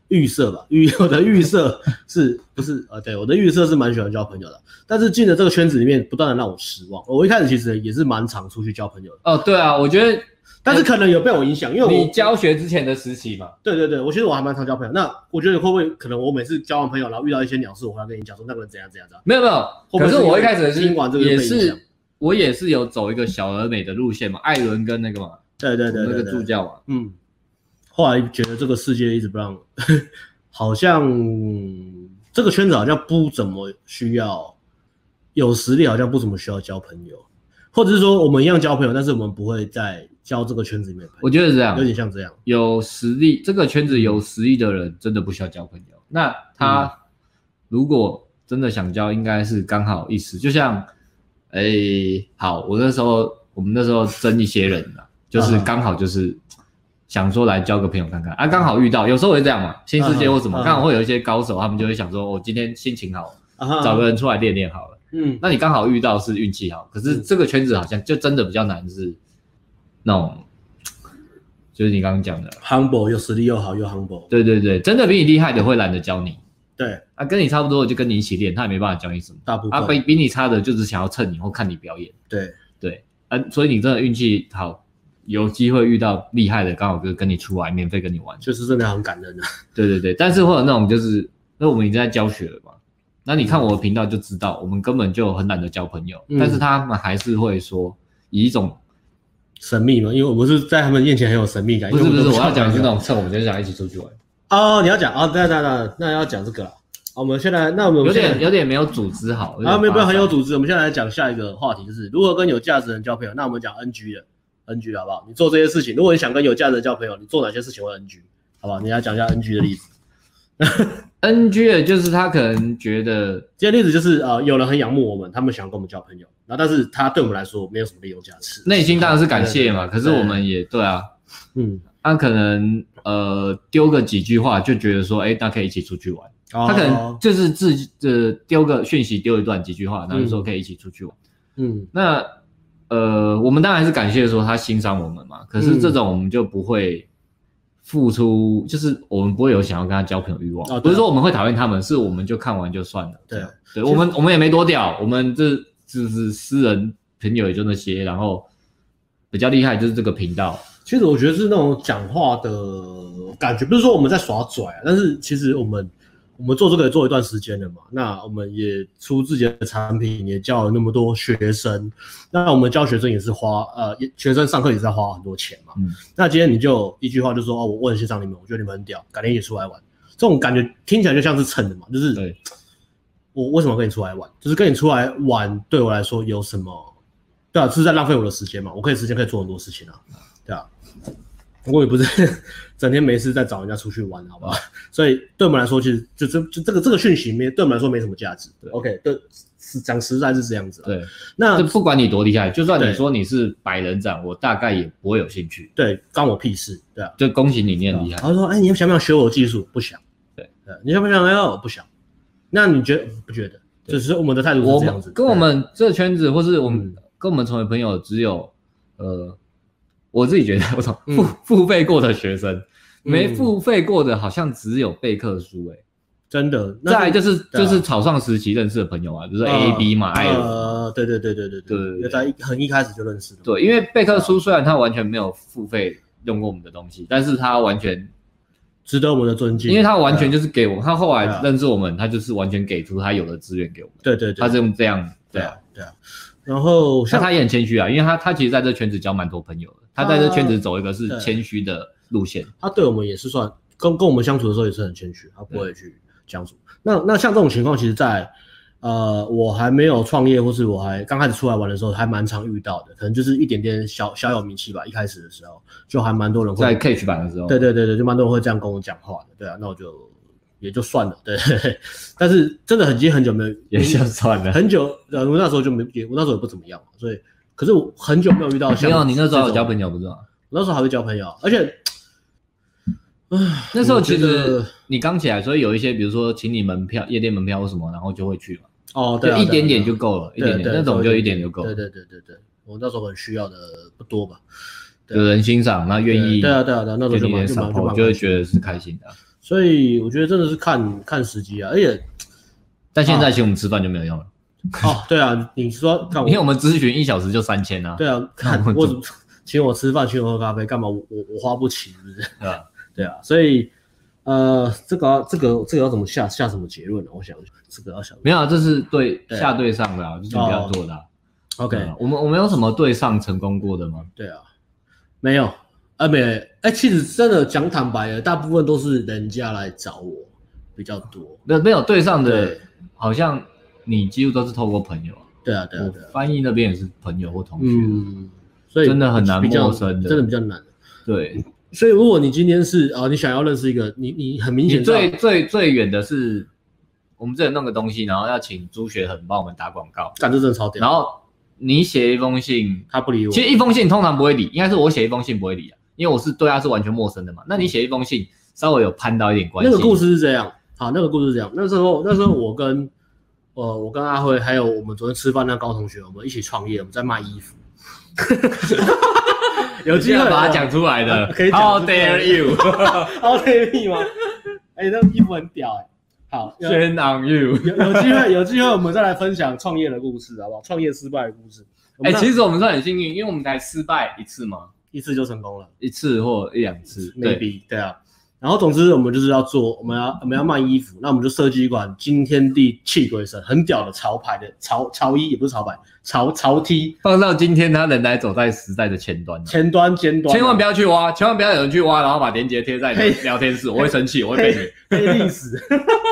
预设吧，预我的预设是不是呃？对，我的预设是蛮喜欢交朋友的，但是进了这个圈子里面，不断的让我失望。我一开始其实也是蛮常出去交朋友的，哦，对啊，我觉得但是可能有被我影响，因为我你教学之前的时期嘛，对对对，我其实我还蛮常交朋友。那我觉得会不会可能我每次交完朋友，然后遇到一些鸟事，我回来跟你讲说那个人怎样怎样怎样？没有没有，会不可会是是因为我一开始是听完这个就也被影响是我也是有走一个小而美的路线嘛，艾伦跟那个嘛，对对对那对对个助教嘛，嗯，后来觉得这个世界一直不让， *laughs* 好像这个圈子好像不怎么需要有实力，好像不怎么需要交朋友，或者是说我们一样交朋友，但是我们不会再交这个圈子里面的我朋友，觉得是这有样，点像这样。有实力这个圈子有实力的人真的不需要交朋友，那嗯他如果真的想交，应该是刚好意思，就像，哎、好，我那时候我们那时候争一些人嘛，就是嗯刚好就是。想说来交个朋友看看啊，刚好遇到，有时候会这样嘛，新世界或什么，嗯嗯刚好会有一些高手，他们就会想说，我、今天心情好，啊哈找个人出来练练好了。嗯那你刚好遇到是运气好，可是这个圈子好像就真的比较难，是那种，就是你刚刚讲的， ，humble 又实力又好又 humble，对对对，真的比你厉害的会懒得教你，对，啊，跟你差不多的就跟你一起练，他也没办法教你什么，大部分、啊，比比你差的就只想要蹭你或看你表演，对对，啊，所以你真的运气好，有机会遇到厉害的，刚好就跟你出来免费跟你玩，就是真的很感人的、啊。对对对，但是会有那种就是，那我们已经在教学了嘛，那你看我的频道就知道，我们根本就很懒得交朋友，嗯但是他们还是会说以一种神秘嘛，因为我不是在他们面前很有神秘感。不是因不为是，哎都我要讲的是知那道种趁我们就想一起出去玩，哦，你要讲啊，对对对，那要讲这个了。啊我们现在，那我们有现在点有点没有组织好，啊，没有办没有法很有，组织。我们现在来讲下一个话题，就是如何跟有价值的人交朋友。那我们讲 NG 的 NG 的好不好？你做这些事情，如果你想跟有价值的人交朋友，你做哪些事情会 NG？好不好？你来讲一下 NG 的例子。 NG 的就是他可能觉得这些例子就是呃，有人很仰慕我们，他们想跟我们交朋友，然后但是他对我们来说没有什么利用价值。内心当然是感谢嘛，可是对我们也对啊，嗯，他可能呃丢个几句话就觉得说，哎、那可以一起出去玩。他他可哦能就是自呃丢个讯息，丢一段几句话，然后就说嗯可以一起出去玩。嗯那呃，我们当然还是感谢说他欣赏我们嗯嘛，可是这种我们就不会付出，就是我们不会有想要跟他交朋友欲望。哦对啊不是说我们会讨厌他们，是我们就看完就算了。对这啊样，对我们我们也没多屌，我们这就是私人朋友也就那些，然后比较厉害就是这个频道。其实我觉得是那种讲话的感觉，不是说我们在耍拽啊，但是其实我们我们做这个也做一段时间了嘛，那我们也出自己的产品，也教了那么多学生，那我们教学生也是花呃，也学生上课也是要花很多钱嘛，嗯那今天你就一句话就说哦，我问欣赏你们，我觉得你们很屌，改天一起出来玩，这种感觉听起来就像是蹭的嘛，就是对我为什么跟你出来玩？就是跟你出来玩对我来说有什么？对啊，就是在浪费我的时间嘛。我可以时间可以做很多事情啊，对啊。我也不是 *laughs* 整天没事在找人家出去玩，好不嗯好？所以对我们来说，其实就这就这个这个讯息没对我们来说没什么价值。对，OK，对，是讲实在是这样子啊。对，那这不管你多厉害，就算对你说你是百人斩，我大概也不会有兴趣。对关我屁事，对啊。就恭喜你，你很厉然害。后说，哎，你想不想学我技术？不想。对呃，你想不想要？不想。那你觉得不觉得？对就是我们的态度我是这样子，们跟我们这圈子，或是我们嗯跟我们成为朋友，只有呃，我自己觉得，我操，嗯付付费过的学生，没嗯付费过的，好像只有备课书哎。真的。那再来就是对啊就是草上时期认识的朋友啊，就是 A A B 嘛，艾伦。呃，对对对对对对对对就在一很一开始就认识的。对，因为备课书虽然他完全没有付费用过我们的东西，但是他完全值得我们的尊敬，因为他完全就就是给我们，他后对啊来认识我们，他就是完全给出他有的资源给我们，对对对，他是用这样，对对啊，啊对啊。然后像像他也很谦虚啊，因为他他其实在这圈子交蛮多朋友的，他在这圈子走一个对是谦虚的路线，他啊对我们也是算跟跟我们相处的时候也是很谦虚，他不嗯会去讲什么。那那像这种情况，其实在呃我还没有创业或是我还刚开始出来玩的时候，还蛮常遇到的，可能就是一点点小小有名气吧。一开始的时候就还蛮多人会在 catch 版的时嗯候，对对对对，就蛮多人会这样跟我讲话的，对啊，那我就也就算了，对。 *laughs* 但是真的很已经很久没有也就算了。很久，呃，我那时候就没，也我那时候也不怎么样嘛，所以，可是我很久没有遇到没像有，啊你那时候有这种交朋友不是吗？我那时候还会交朋友，而且，唉，那时候我觉其实得你刚起来，所以有一些比如说请你门票、夜店门票或什么，然后就会去嘛，哦，对就啊，一对啊点点对就啊够了，一对点点对那种对就一点就够对了，对对对对，我那时候很需要的不多吧，对有人欣赏，那愿意对啊对啊对啊，那时候给就你蛮点就蛮赏就后，蛮就会觉得是开心的啊。所以我觉得真的是看看时机啊，而 *laughs* 且，但现在请我们吃饭就没有用了，哦，对啊，你说看我因为我们咨询一小时就三千啊，对啊，看那我我怎怎么请我吃饭，请我喝咖啡，干嘛？我我我花不起，是不是？对吧？ *laughs* 对啊，所以呃，这个要这个这个要怎么下下什么结论呢？我想这个要想没有啊，这是对对哦下对上的啊，就是你不要做的啊。 OK，、嗯我们我们有什么对上成功过的吗？对啊，没有啊，没哎、其实真的讲坦白的，大部分都是人家来找我比较多。那没有对上的对，好像你几乎都是透过朋友啊。对啊，对啊，我对啊，翻译那边也是朋友或同学。嗯，所以真的很难比较陌生的真的比较难。对，所以如果你今天是啊、你想要认识一个你你很明你显知道最最最远的是，我们之前弄个东西，然后要请朱学恒帮我们打广告，干这真的超屌，然后你写一封信，他不理我，其实一封信通常不会理，应该是我写一封信不会理啊，因为我是对他是完全陌生的嘛。那你写一封信，稍微有攀到一点关系，那个故事是这样，好，那个故事是这样。那时候，那时候我跟呃，我跟阿辉还有我们昨天吃饭那高同学，我们一起创业，我们在卖衣服。有是机会要把它讲出来的啊可以。讲 How 出来 dare you？ *laughs* 好甜蜜吗？哎、那个衣服很屌哎、好，有 Shame on you！有有机会，有机会我们再来分享创业的故事，好不好？创业失败的故事。哎、实其实我们算很幸运，因为我们才失败一次嘛，一次就成功了一次或一两次。对， ，maybe 对啊。然后，总之，我们就是要做，我们要我们要卖衣服，那我们就设计一款惊天地泣鬼神很屌的潮牌的潮潮衣，也不是潮牌，潮潮 T，放到今天，它仍然走在时代的前 *laughs* 端啊、前端尖端，千万不要要去挖，千万不要有人去挖，然后把链接 *laughs* 贴在你的聊天室，我会生气，我会被你。黑历史。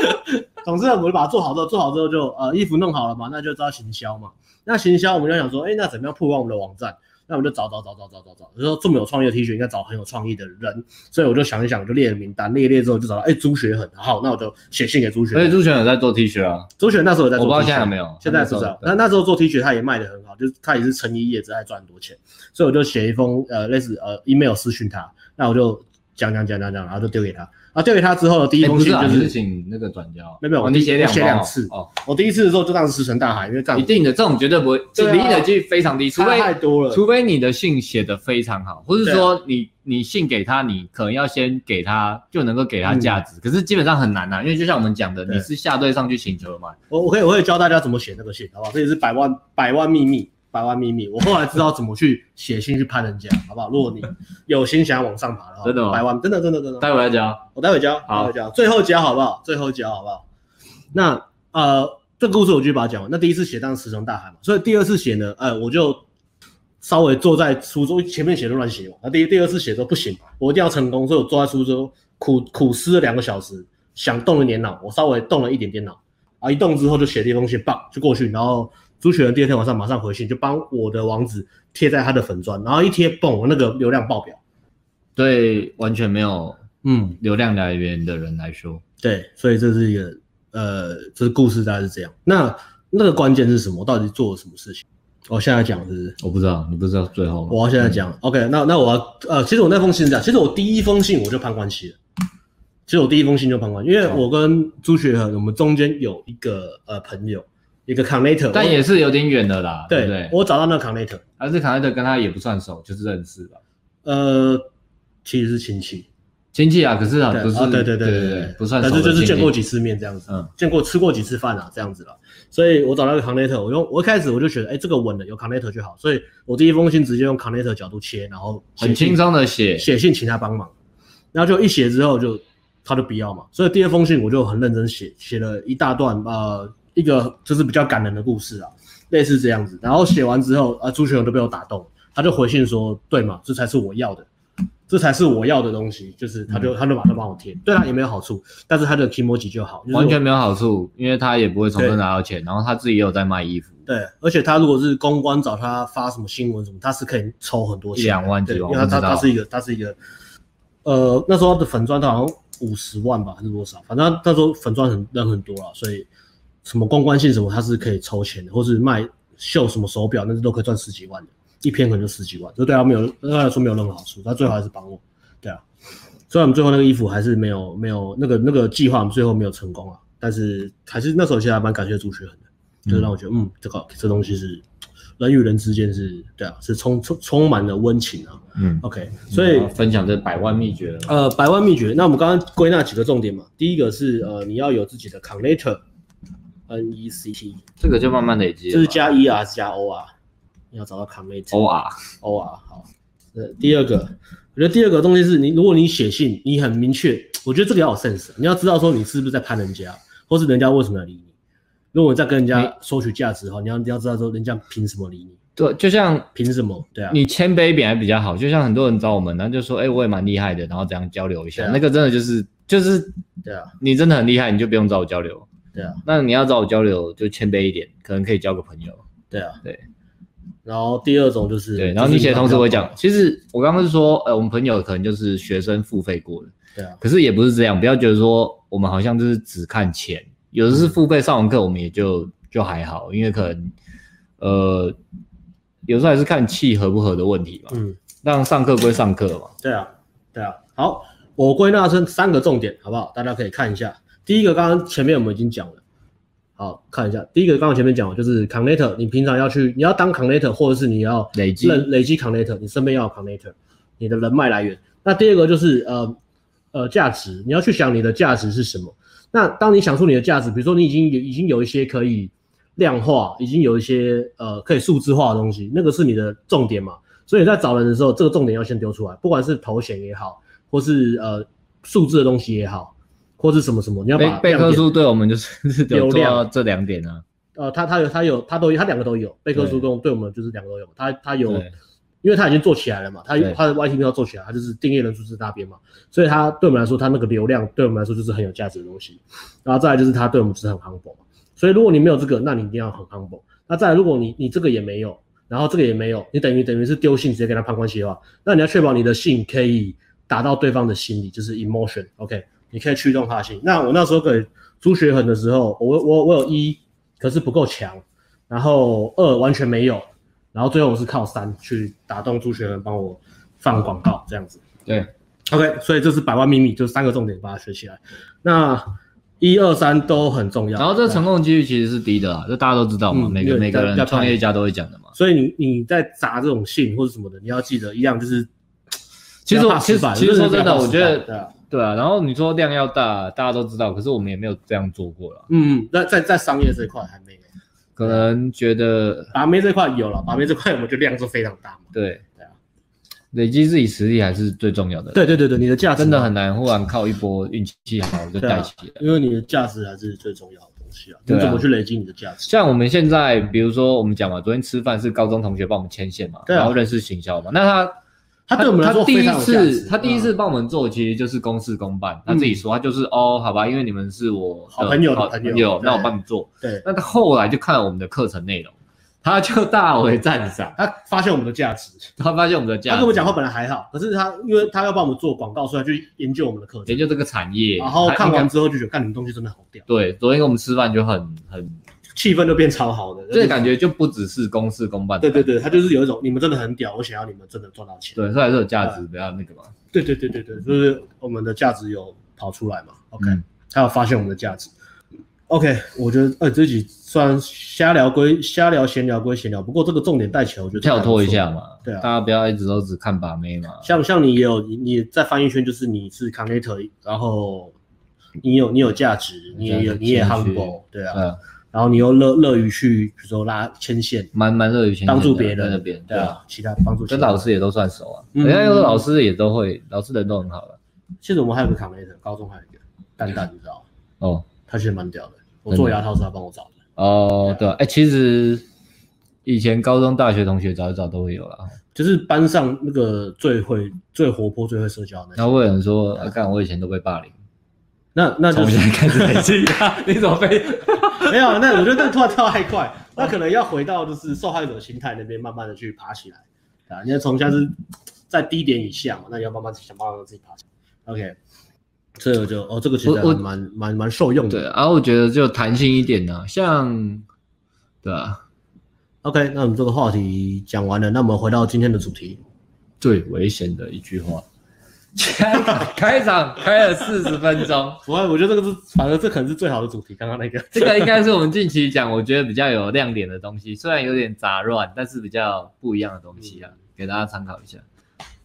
*laughs* 总之，我们把它做好之后，做好之后就呃衣服弄好了嘛，那就知道行销嘛。那行销我们就想说，哎、那怎么样曝光我们的网站？那我们就找找找找找找找，就说这么有创意的 T 恤应该找很有创意的人，所以我就想一想，我就列了名单，列一列之后就找到，哎、朱学恒，好，那我就写信给朱学而且恒。朱璇有在做 T 恤啊，朱学恒那时候有在我做，不知道现在有没有。现在不知道。那那时候做 T 恤，他也卖的很好，就是他也是成衣业者，还赚很多钱。所以我就写一封呃类似呃 email 私讯他，那我就讲讲讲讲讲，然后就丢给他。啊，丢给他之后的第一哎封不是信啊就你是，是请那个转交，没有没有哦我你写两我写包两哦次哦，我第一次的时候就当时石沉大海，因为干一定的，这种绝对不会，对啊离你的几率非常低，除非差太多了。啊除非你的信写得非常好，或是说你、你信给他，你可能要先给他就能够给他价值，可是基本上很难啊呐、因为就像我们讲的，嗯对你是下对上去请求嘛，我我可以我会教大家怎么写那个信，好不好？这也是百万百万秘密，百万秘密。我后来知道怎么去写信去攀人家，好不好？如果你有心想要往上爬的话，真的吗百万真的真的真的。待会来教。我待会教，好待会教，最后教好不好？最后教好不好？那呃，这个故事我继续把它讲完。那第一次写当然石沉大海嘛，所以第二次写呢，呃，我就稍微坐在书桌前面写就乱写嘛。那第一第二次写说不行，我一定要成功，所以我坐在书桌苦苦思了两个小时，想动了点脑，我稍微动了一点点脑。啊，一动之后就写了一封信，棒就过去，然后朱雪人第二天晚上马上回信，就帮我的网址贴在他的粉砖，然后一贴，嘣，我那个流量爆表。对完全没有嗯，流量来源的人来说，对，所以这是一个呃，这故事大概是这样。那那个关键是什么？我到底做了什么事情？我现在讲是不是？我不知道，你不知道最后吗？我要现在嗯讲、o k 那那我要呃，其实我那封信是这样，其实我第一封信我就攀关系了。其实我第一封信就攀关系，因为我跟朱学恒，我们中间有一个呃朋友，一个 connector，但我也是有点远的啦，对对不对？我找到那个 connector，还是卡内特跟他也不算熟，就是认识吧，呃，其实是亲戚，亲戚啊，可是啊，不是，啊对对对对对，不算熟反的正就亲戚，是见过几次面这样子，嗯见过吃过几次饭啊这样子了。所以我找到一个 connector，我用我一开始我就觉得，哎、这个稳的有 connector 就好，所以我第一封信直接用 connector 角度切，然后写很信轻松的写，写信请他帮忙，然后就一写之后就他就不要嘛，所以第二封信我就很认真写，写了一大段呃一个就是比较感人的故事啊，类似这样子。然后写完之后啊，朱学友都被我打动，他就回信说：“对嘛，这才是我要的，这才是我要的东西。”就是他嗯就、他就马上帮我贴，对他也没有好处，但是他的 i m o j i 就好，就是我完全没有好处，因为他也不会从中拿到钱，然后他自己也有在卖衣服，对。而且他如果是公关找他发什么新闻什么，他是可以抽很多钱一两万对，几因万，为我他不知他他道。是一个他是一个，呃，那时候的粉砖他好像五十万吧，还是多少？反正那时候粉砖很人很多啦，所以什么公关性什么他是可以抽钱的，或是卖秀什么手表，那是都可以赚十几万的，一篇可能就十几万，这对他没有对他来说没有任何好处，他最后还是帮我，对啊。虽然我们最后那个衣服还是没有没有那个那个计划，我们最后没有成功啊，但是还是那时候其实还蛮感谢朱学恒的，就是让我觉得嗯这个这东西是人与人之间是对啊，是充充充满了温情啊。嗯， OK，所以然后分享这百万秘诀了呃，百万秘诀，那我们刚刚归纳几个重点嘛。第一个是呃，你要有自己的 connector，N E C T，这个就慢慢累积了吧，就是加 E R 加 O R，你要找到 connector OR， O R 好。呃，第二个，我觉得第二个东西是你，如果你写信，你很明确，我觉得这个要有 sense，你要知道说你是不是在攀人家，或是人家为什么要理你。如果你在跟人家索取价值的话，你要你要知道说人家凭什么理你，对，就像凭什么？对啊，你谦卑一点还比较好，就像很多人找我们，然后就说，哎、我也蛮厉害的，然后怎样交流一下，对啊那个真的就是就是对啊，你真的很厉害，你就不用找我交流。对啊，那你要找我交流就谦卑一点，可能可以交个朋友。对啊，对。然后第二种就是，对，然后你写的同时时我会讲，，其实我刚刚是说，呃，我们朋友可能就是学生付费过的，对啊，可是也不是这样，不要觉得说我们好像就是只看钱，有嗯的是付费上完课，我们也就就还好，因为可能呃，有时候还是看气合不合的问题嘛。嗯。让上课归上课嘛，对啊，对啊。好，我归纳成三个重点，好不好？大家可以看一下。第一个，刚刚前面我们已经讲了，好看一下。第一个，刚刚前面讲了，就是 connector，你平常要去，你要当 connector，或者是你要累积累累积 connector，你身边要有 connector，你的人脉来源。那第二个就是呃呃价值，你要去想你的价值是什么。那当你想出你的价值，比如说你已经有已经有一些可以量化，已经有一些呃可以数字化的东西，那个是你的重点嘛。所以你在找人的时候，这个重点要先丢出来，不管是头衔也好，或是呃数字的东西也好，或是什么什么，你要贝把贝亮点克书对我们就是有流做量到这两点啊，呃，他他有他有他都有他两个都有，贝克对书跟我对我们就是两个都有，他他有对，因为他已经做起来了嘛，他对他的 YT 要做起来，他就是订阅人数是那边嘛，所以他对我们来说，他那个流量对我们来说就是很有价值的东西。然后再来就是他对我们就是很 humble 嘛，所以如果你没有这个，那你一定要很 humble。那再来，如果你你这个也没有，然后这个也没有，你等于等于是丢信直接跟他攀关系的话，那你要确保你的信可以打到对方的心里，就是 emotion，OK，、你可以驱动他的心。那我那时候给朱学恒的时候，我我我有一，可是不够强，然后二完全没有，然后最后我是靠三去打动朱学恒帮我放广告这样子。对，OK，所以这是百万秘密，就是三个重点，把它学起来。那一二三都很重要。然后这成功几率其实是低的啊，这大家都知道嘛，嗯每个对每个要人要创业家都会讲的嘛。所以你你在砸这种信或者什么的，你要记得一样就是，其实不我要怕其失实败其实说不要真的，怕我失败觉对得啊对啊。然后你说量要大，大家都知道，可是我们也没有这样做过了，嗯，嗯那在在商业这一块还没有，可能觉得把妹这块有了，把妹这块我们就量是非常大嘛。对对啊累积自己实力还是最重要的。，对对对对，你的价值真的很难忽然靠一波运气好就对啊带起来。因为你的价值还是最重要的东西啊，你对啊怎么去累积你的价值？像我们现在，比如说我们讲嘛，昨天吃饭是高中同学帮我们牵线嘛，对啊然后认识行销嘛，那他他对我们来说他第非一常有价值次，他第一次嗯帮我们做，其实就是公事公办。他自己说，他就是哦，好吧，因为你们是我好朋友的好朋朋友友，对那我帮你做。对，那他后来就看了我们的课程内容，他就大为赞赏，他发现我们的价值。他发现我们的价值。他跟我讲话本来还好，可是他因为他要帮我们做广告，所以他去研究我们的课程研，究这个产业，然后他看哦应完该之后就觉得，干你们东西真的好屌，对，昨天跟我们吃饭就很很，气氛就变超好的，这感觉就不只是公事公办。对对，对，他就是有一种你们真的很屌，我想要你们真的赚到钱。对，这啊还是有价值，不要那个嘛。对对对对对，就是我们的价值有跑出来嘛，OK，、嗯他有发现我们的价值。OK，我觉得呃这集虽然瞎聊归瞎聊，闲聊归闲聊，不过这个重点带起来，我觉得跳脱一还下不错。嘛，对啊大家不要一直都只看把妹嘛。像像你也有你你在翻译圈，就是你是 connector，然后你有你有价嗯值，你也有你也谦虚 humble，对啊，对啊，然后你又乐乐于去比如说拉牵线，蛮蛮乐于先帮助别在人那边，对啊。啊，其他帮助其跟他老师也都算熟啊，嗯人家有老师也都会，老师人都很好啊了。其实我们还有个 connector，高中还有一个蛋蛋，你知道吗？哦他其实蛮屌的，我真做的牙套是他帮我找的。哦，对啊，哎、其实以前高中、大学同学找一找都会有啦。就是班上那个最会、最活泼、最会社交的那然后些。会有人说，啊，干，我以前都被霸 *laughs* 凌，那那就从现是在开始累积啊，你怎么被？ *laughs* 没有，啊那我觉得那突然跳太快，那可能要回到就是受害者心态那边，慢慢的去爬起来啊。你要从下是在低点以下嘛，那你要慢慢想办法让自己爬起来。OK，这个就哦，这个其实我我还蛮蛮蛮受用的。 *laughs* 对，啊然、后我觉得就弹性一点呢、像，对啊， OK，那我们这个话题讲完了，那我们回到今天的主题。最危险的一句话。 *laughs* 开开场开了四十分 *laughs* 钟，我我觉得这个是，反正这可能是最好的主题。刚刚那个，这个应该是我们近期讲，我觉得比较有亮点的东西，虽然有点杂乱，但是比较不一样的东西嗯啊，给大家参考一下。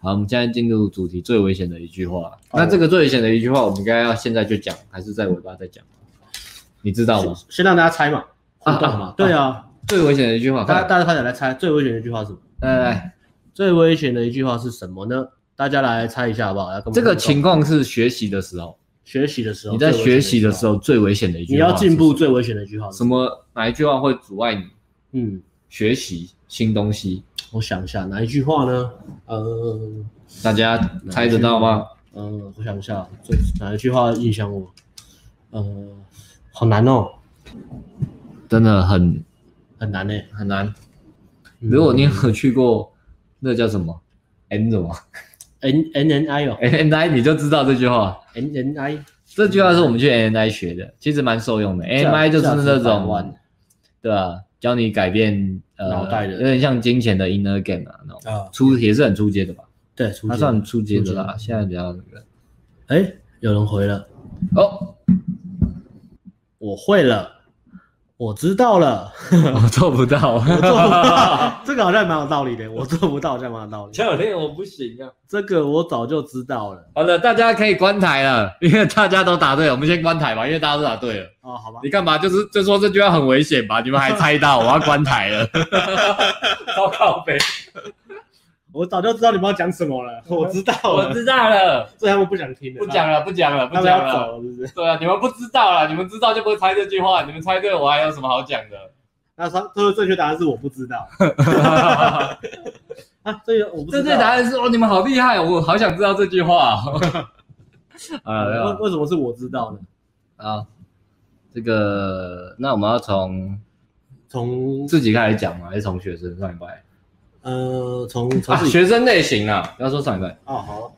好，我们现在进入主题，最危险的一句话。那这个最危险的一句话，我们应该要现在就讲，还是在尾巴再讲？你知道吗？先先让大家猜嘛，互动嘛。啊啊对啊，最危险的一句话，大家嗯快大家快点来猜，最危险的一句话是什么？来来来，最危险的一句话是什么呢？大家来猜一下好不好？来跟我们这个互动情况是学习的时候，学习的时候，你在学习的时候，候最危险的一句你话，要进步，最危险的一句话是什？么哪一句话会阻碍你嗯，学习新东西？我想一下哪一句话呢？呃大家猜得到吗？呃，我想一下，最哪一句话影响我？呃，好难哦，真的很很难呢、欸很难。嗯如果你有去过那叫什么 N 什么 *laughs* N N N I 哦 N I，你就知道这句话。 ，N N I 这句话是我们去 N I 学的，其实蛮受用的。N I 就是那种，对啊，教你改变呃脑袋的有点像金钱的 inner game 啊那种。啊，初也是很初阶的吧，对，出它现算初阶的啦，初阶现在比较那个。哎，有人回了，哦， *laughs* 我会了，我知道了。我做不到，我 *laughs* 我做不到，这个好像蛮有道理的。我做不到，好像蛮有道理。 *laughs* 教练我不行啊。这个我早就知道了。好了，大家可以关台了， *laughs* 因为大家都答对了，我们先关台吧，因为大家都答对了。哦，好吧，你干嘛？就是就说这句话很危险吧？你们还猜到，我要关台 *laughs* 了。超靠北，我早就知道你们要讲什么 *laughs* 了。我知道了，道了，这他们不想听的。不讲了，不讲了，他不们讲要了。走了，是不是？对啊，你们不知道了，你们知道就不会猜这句话，你们猜对我还有什么好讲 *laughs* 的？那他最后正确答案是我不知道啊，这个我不知道。正确答案是哦，你们好厉害，我好想知道这句话 *laughs* 哦。啊没有为为什么是我知道呢？啊，这个那我们要从从自己开始讲吗？还是从学生上礼拜呃从从啊？自己学生类型啊，不要说上礼拜。哦好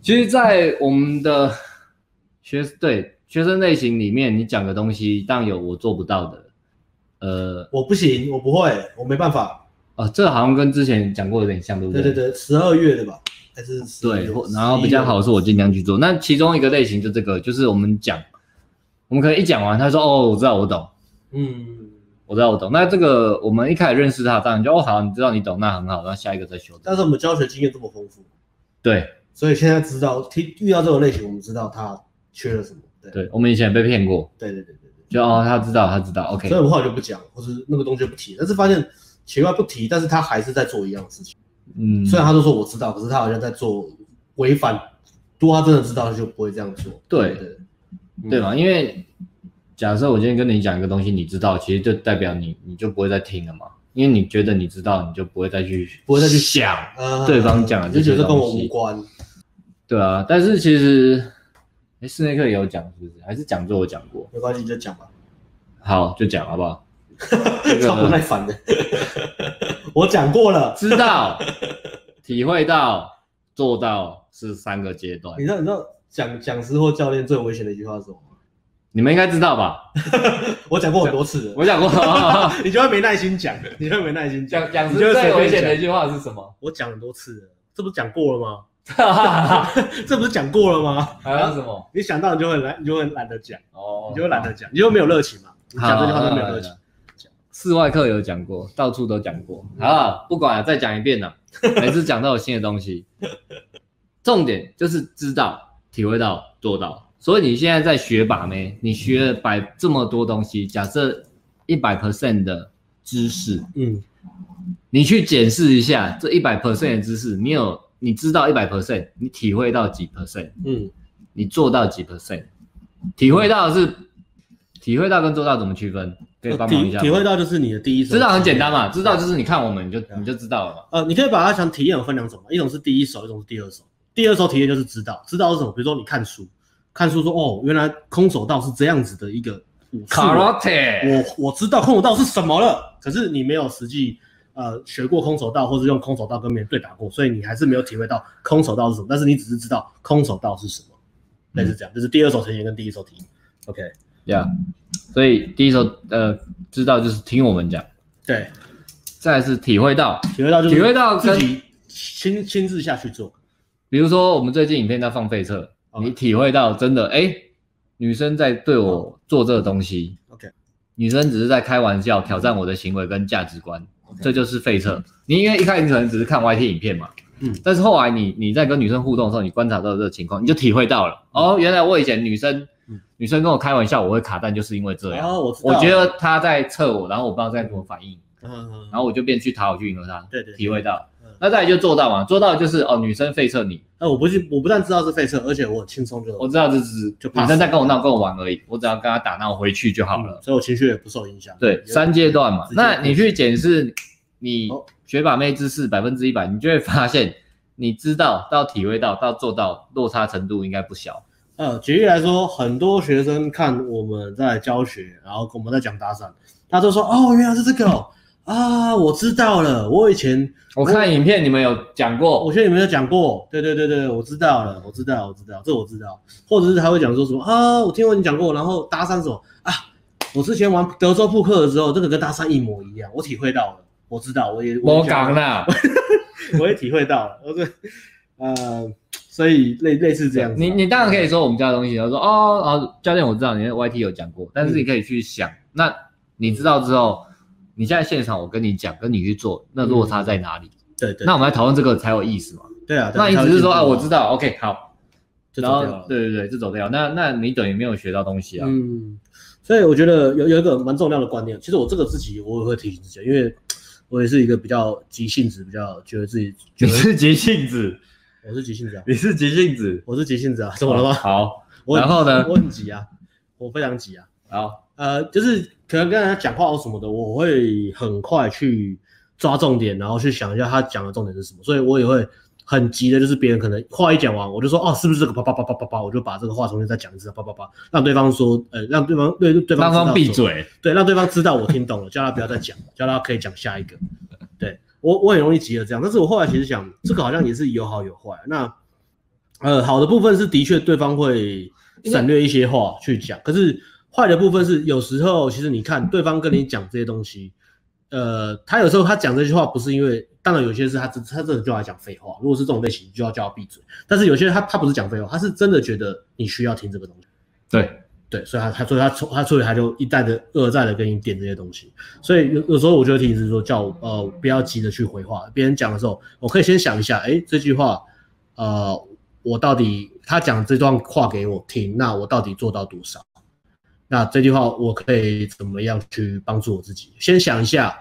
其实，在我们的学对学生类型里面，你讲的东西，当然有我做不到的。呃，我不行，我不会，我没办法。啊，这好像跟之前讲过有点像，对不对对对对，十二月的吧，还是11对月或然后比较好，是我尽量去做。那其中一个类型就这个，就是我们讲，我们可能一讲完，他说：“哦，我知道，我懂，嗯。我知道，我懂。”那这个我们一开始认识他，当然就哦好，你知道你懂，那很好，然后下一个再修正。但是我们教学经验这么丰富，对所以现在知道听遇到这种类型，我们知道他缺了什么。对对，我们以前也被骗过，对对对对对，就哦他知道，他知道，OK，所以我们后来就不讲，或是那个东西就不提。但是发现奇怪不提，但是他还是在做一样的事情。嗯，虽然他都说我知道，可是他好像在做违反。如果他真的知道，他就不会这样做。对对对嘛？因为假设我今天跟你讲一个东西，你知道，其实就代表你你就不会再听了嘛。因为你觉得你知道，你就不会再去不会再去想，啊对方讲的就觉这得些跟东我西无关。对啊。但是其实，哎，室内课也有讲是不是？还是讲座我讲过？没关系，你就讲吧，好，就讲好不好？个 *laughs* 超不耐烦的。我讲过了，知 *laughs* 道、体会到、做到是三个阶段你，知道你知道讲讲师或教练最危险的一句话是什么吗？你们应该知道吧？我讲过很多次了，我讲过，你就会没耐心讲，你就会没耐心讲讲你师就会随最便危险的讲一句话是什 *laughs* 么？我讲很多次了，这不是讲过了吗？还这不是讲过了吗？有什么？你想到你就很懒，你就很懒得讲，哦，你就会懒得讲，你就没有热情嘛。你讲这句话都没有热情好。。室外课有讲过，到处都讲过。好了，不管了，再讲一遍了。每次讲到有新的东西， *laughs* 重点就是知道、体会到、做到。所以你现在在学把妹，你学了百这么多东西，假设一百 percent 的知识，嗯，你去检视一下这一百 percent 的知识，你有你知道一百 percent，你体会到几 percent，嗯，你做到几 percent，体会到是体会到跟做到怎么区分？可以帮忙一体下吗。体会到就是你的第一手，知道很简单嘛，知道就是你看我们你就你就知道了嘛。呃，你可以把它想体验有分两种嘛，一种是第一手，一种是第二手。第二手体验就是知道，知道是什么？比如说你看书，看书说哦，原来空手道是这样子的一个武术啊， Karate，我我知道空手道是什么了，可是你没有实际呃学过空手道，或是用空手道跟别人对打过，所以你还是没有体会到空手道是什么。但是你只是知道空手道是什么，嗯类似这样，这是第二手体验跟第一手体验。OK，呀，所以第一首呃知道就是听我们讲，对，再来是体会到，体会到就是体会到跟自己亲亲自下去做，比如说我们最近影片在放废测， OK 你体会到真的哎、诶女生在对我做这个东西 OK 女生只是在开玩笑挑战我的行为跟价值观这就是废测。你因为一开始你可能只是看 YT 影片嘛，嗯但是后来你你在跟女生互动的时候，你观察到这个情况，你就体会到了、哦，原来我以前女生。嗯女生跟我开玩笑，我会卡蛋，就是因为这样。哦我知道啊我觉得她在测我，然后我不知道该怎么反应，嗯，然后我就变去讨好，去迎合她。对对对体会到嗯。那再来就做到嘛，做到就是哦，女生废测你，哎，我不是我不但知道是废车，而且我很轻松就我知道这只就 pass 女生在跟我闹，跟我玩而已，我只要跟她打闹回去就好了。嗯所以我情绪也不受影响。对，三阶段嘛直。接那你去检视你哦学把妹知识百分之一百，你就会发现，你知道到体会到到做到落差程度应该不小。呃，举例来说，很多学生看我们在教学，然后跟我们在讲搭讪，他就说：“哦，原来是这个哦啊，我知道了。我以前我看影片你们有讲我过，觉得你们有讲过，对对对对，我知道了，我知道，我知道，这我知道。或者是他会讲说什么啊，我听过你讲过，然后搭讪什么啊，我之前玩德州扑克的时候，这个跟搭讪一模一样，我体会到了，我知道，我也我也觉得讲啦，我也体会到了，我是呃，所以类类似这样子啊、你你当然可以说我们家的东西，然后说哦，哦，教练我知道你的 YT 有讲过，嗯但是你可以去想，那你知道之后，你现在现场我跟你讲，跟你去做，那落差在哪里？对嗯对那我们来讨论这个才有意思嘛。对啊，对那啊你只是说啊，我知就道，OK，好，走然掉后了对对对，就走掉。那那你等于没有学到东西啊。嗯，所以我觉得有有一个蛮重要的观念，其实我这个自己我也会提醒自己，因为我也是一个比较急性子，比较觉得自己觉 *laughs* 你得是急性子，我是急性子啊，你是急性子，我是急 *laughs* 性子啊，怎么了吗？好，我很哦然后呢我很急啊，我非常急啊，好，呃，就是可能跟人家讲话或什么的，我会很快去抓重点，然后去想一下他讲的重点是什么，所以我也会很急的，就是别人可能话一讲完，我就说哦，是不是这个叭叭叭叭叭叭，我就把这个话重新再讲一次，叭叭叭，让对方说，呃，让对方对对方让知道方闭说，嘴。对，让对方知道我听懂了，叫他不要再讲，叫他可以讲下一个。对我我很容易急的这样，但是我后来其实想，这个好像也是有好有坏。啊那呃，好的部分是的确对方会省略一些话去讲，可是坏的部分是有时候其实你看对方跟你讲这些东西，呃，他有时候他讲这句话不是因为，当然有些是他真他真的就来讲废话，如果是这种类型，你就要叫他闭嘴。但是有些他他不是讲废话，他是真的觉得你需要听这个东西。 *laughs* 对，对，所以他他所以他从他所以他就一再的二再的跟你点这些东西，所以有有时候我就会提示说叫我呃不要急着去回话，别人讲的时候，我可以先想一下，诶，这句话，呃，我到底他讲这段话给我听，那我到底做到多少？那这句话我可以怎么样去帮助我自己？先想一下，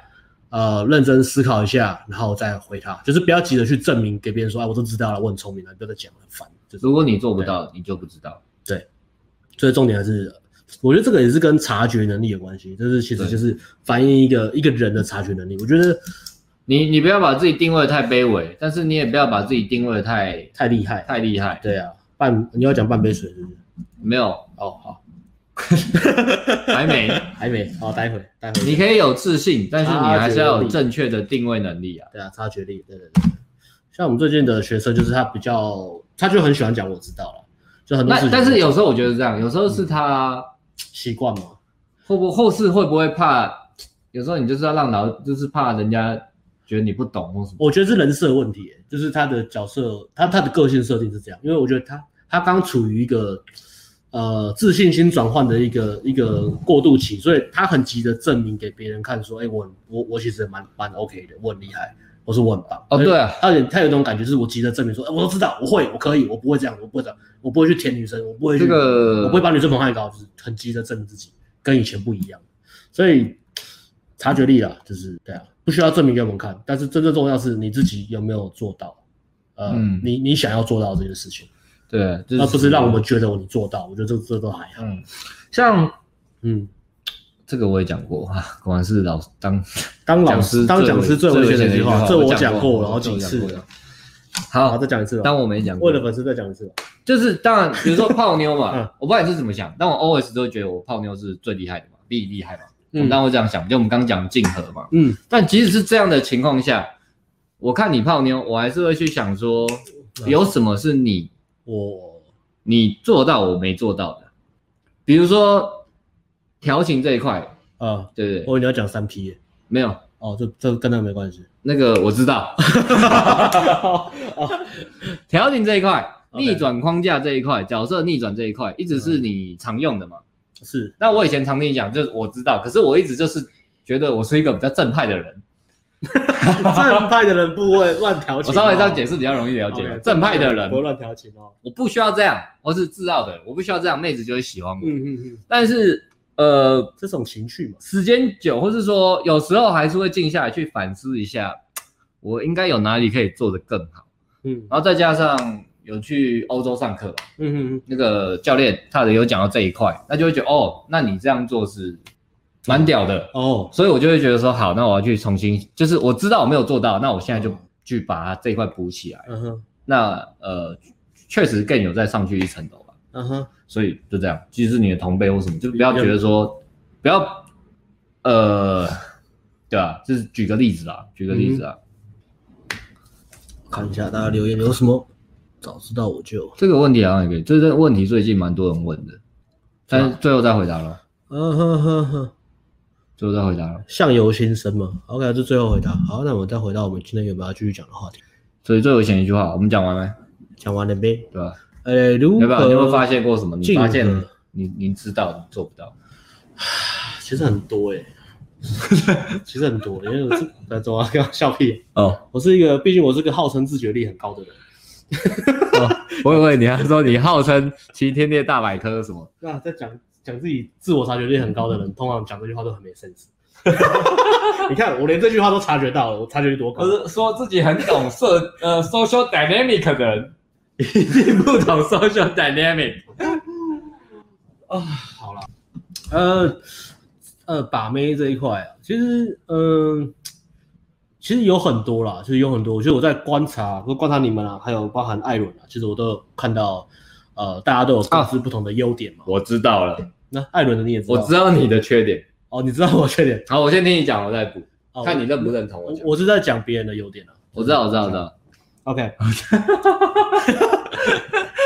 呃，认真思考一下，然后再回他，就是不要急着去证明给别人说，哎，我都知道了，我很聪明了，你不要再讲了，很烦。就是如果你做不到，你就不知道。所以重点还是我觉得这个也是跟察觉能力有关系，就是其实对就是反映一个一个人的察觉能力。我觉得你你不要把自己定位得太卑微，但是你也不要把自己定位得太太厉害，太厉害。对啊，半你要讲半杯水是不是？没有，哦，好，*laughs* 还没。还没，好，待会待会。你可以有自信，但是你还是要察觉能有力正确的定位能力啊。对啊，察觉力，对对对。像我们最近的学生，就是他比较，他就很喜欢讲我知道了，就很多事情。那嗯但是有时候我觉得是这样，有时候是他习惯嘛，会不后世会不会怕？有时候你就是要让老，就是怕人家觉得你不懂或什么。我觉得是人设问题，欸就是他的角色，他他的个性设定是这样，因为我觉得他他刚处于一个呃自信心转换的一个一个过渡期，所以他很急着证明给别人看，说，哎、我很我我其实蛮蛮 OK 的，我很厉害，我说我很棒。哦对啊他有点他有一种感觉，是我急着证明说，哎、我都知道，我会，我可以，我不会这样，我不会这样，我不会去舔女生，我不会去这个我不会把女生捧太高，就是很急着证明自己跟以前不一样，所以察觉力啦，就是对啊，不需要证明给我们看，但是真正重要是你自己有没有做到，呃，嗯你你想要做到这件事情，对，就是而不是让我们觉得你做到，我觉得这这都还好，嗯，像嗯，这个我也讲过啊，果然是老当当老讲师师当讲师最危险的一句话，这我我讲过过然后几次我讲了过，好，好再，讲一次吧，当我没讲过为了粉丝再讲一次吧，就是当然，比如说泡妞嘛，嗯我不管你是怎么想，但我 always 都会觉得我泡妞是最厉害的嘛，比你厉害嘛。嗯嗯，但我这样想，就我们刚讲竞合嘛。嗯，但即使是这样的情况下，我看你泡妞，我还是会去想说，嗯有什么是你我你做到我没做到的？比如说调情这一块，啊，对不对？我以为你要讲三 P 耶没有哦，这这跟那个没关系，那个我知道， *laughs* 哦调情这一块。 OK 嗯逆转框架这一块，角色逆转这一块，一直是你常用的嘛？是 *laughs* 那我以前常跟你讲，就是我知道，可是我一直就是觉得我是一个比较正派的人。正派的人不会乱调情我哦，稍微这样解释比较容易了 OK，解。正派的人不，会乱调情哦。我不需要这样，我是自傲的人，我不需要这样，妹子就会喜欢我。嗯嗯嗯，但是，呃，这种情绪嘛，时间久，或是说有时候还是会静下来去反思一下，我应该有哪里可以做得更好。嗯然后再加上有去欧洲上课，嗯嗯那个教练他有讲到这一块，那就会觉得哦，那你这样做是蛮屌的。哦，所以我就会觉得说，好，那我要去重新，就是我知道我没有做到，那我现在就去把它这一块补起来。嗯哼那呃，确实更有再上去一层楼吧。嗯哼，所以就这样，即使你的同辈或什么，就不要觉得说，不要，呃，对啊，就是举个例子啦，举个例子啊，看一下大家留言有什么，早知道我就这个问题好像也可以，这个问题最近蛮多人问的，但是啊最后再回答咯，嗯哼哼哼，最后再回答咯。相由心生嘛。OK，这最后回答。好，那我们再回到我们今天原本要继续讲的话题，所以最危险一句话，我们讲完没？讲完了呗。对吧？呃，如有没有？你有没有发何？现过什么？你竞合发现你你知道你做不到，其实很多哎， *laughs* 其实很多，因为我是来走啊，跟我笑屁。哦。我是一个，毕竟我是个号称自觉力很高的人。我以为你要说你号称齐天烈大百科什么？那啊在讲讲自己自我察觉力很高的人，通常讲这句话都很没 sense。你看，我连这句话都察觉到了，我察觉力多高？是说自己很懂社呃 social dynamic 的人， *laughs* 一定不懂 social dynamic。呃呃，把妹这一块啊，其实嗯、其实有很多啦，其实有很多。我觉得我在观察，我观察你们啊，还有包含艾伦啊，其实我都有看到，呃，大家都有各自不同的优点嘛。我知道了，那艾伦的你也知道，啊我知道你的缺点。哦，你知道我缺点，好，我先听你讲，我再补，哦、看你认不认同我我讲。我是在讲别人的优点啊。我知道，我啊知道，我知道。 OK，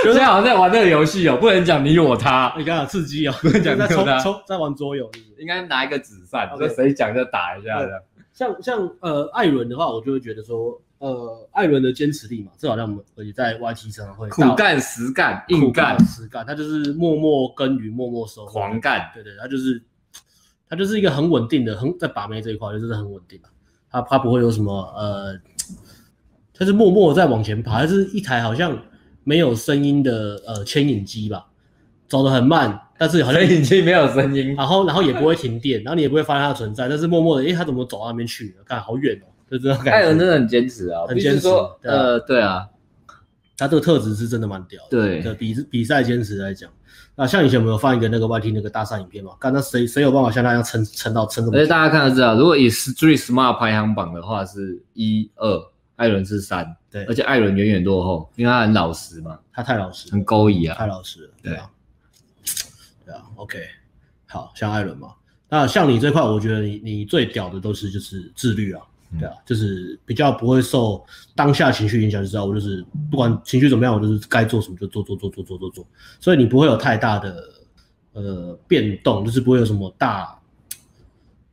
现在好像在玩这个游戏哦，不能讲你我他，你刚刚刺激哦， *laughs* 讲在没抽有的啊抽在玩桌游，是不是应该拿一个纸扇， OK 嗯就谁讲就打一下这样。像像呃艾伦的话，我就会觉得说，呃艾伦的坚持力嘛，这好像我们而且在 YT 上会苦干、实干、苦硬干、实干，他就是默默耕耘，默默收获，狂干，对对，他就是他就是一个很稳定的，很在把妹这一块就是很稳定的，他他不会有什么呃，他是默默地在往前爬，他是一台好像没有声音的呃牵引机吧，走得很慢，但是好所像以已经没有声音。然后然后也不会停电，然后你也不会发现它的存在，但是默默的，诶，它怎么走到那边去了？看好远哦，就这种感觉。艾伦真的很坚持啊，很必须坚持说，对啊呃，对啊，他这个特质是真的蛮屌的，对比比赛坚持来讲，那像以前我们有放一个那个 YT 那个大赛影片嘛，干那谁谁有办法像他一样撑撑到撑这么而且久？大家看得知道，如果以 Street Smart 排行榜的话，是一二，艾伦是三，对而且艾伦远远落后，因为他很老实嘛，哎他太老实了，很勾引啊太。老实了，对啊，对啊，OK，好，像艾伦嘛，那像你这块，我觉得你你最屌的都是就是自律啊，嗯对啊，就是比较不会受当下情绪影响，就知道我就是不管情绪怎么样，我就是该做什么就做做做做做做做，所以你不会有太大的呃变动，就是不会有什么大。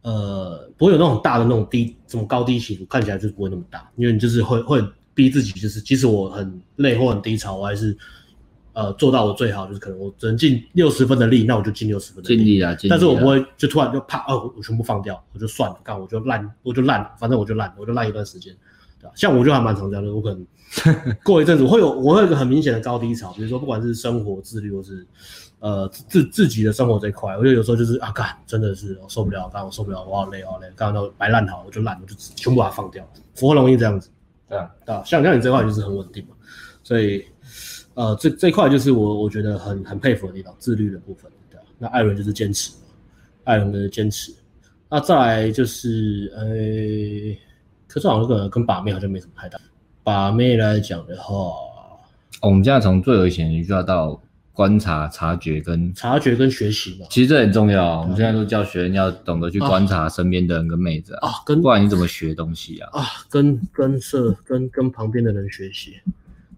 呃，不会有那种大的那种低，什么高低起伏，看起来就是不会那么大，因为你就是会会逼自己，就是即使我很累或很低潮，我还是呃做到我最好，就是可能我只能尽六十分的力，那我就尽六十分的尽力啊，尽力啊但是我不会就突然就啪哦，我全部放掉，我就算了，干我就烂，我就烂，反正我就烂，我就烂一段时间，对吧？像我就还蛮常这样的，我可能过一阵子我会有我会有一个很明显的高低潮，比如说不管是生活自律或是呃自自己的生活这一块，我就有时候就是啊干真的是我受不了，干我受不了，我好累好累，干到白烂好，我就烂，我就全部把它放掉，我会容易这样子，对啊，对吧？像像你这块就是很稳定嘛，所以呃这这块就是我我觉得很很佩服的地方，自律的部分，对吧？啊那艾伦就是坚持嘛。艾伦的坚持。那再来就是呃，可是好像跟跟把妹好像没什么太大。把妹来讲的话，哦我们现在从最有显就要到观察、察觉跟，察觉跟学习嘛，其实这很重要啊。我们现在都叫学生要懂得去观察身边的人跟妹子啊，啊，跟不然你怎么学东西啊？啊，跟跟社跟跟旁边的人学习，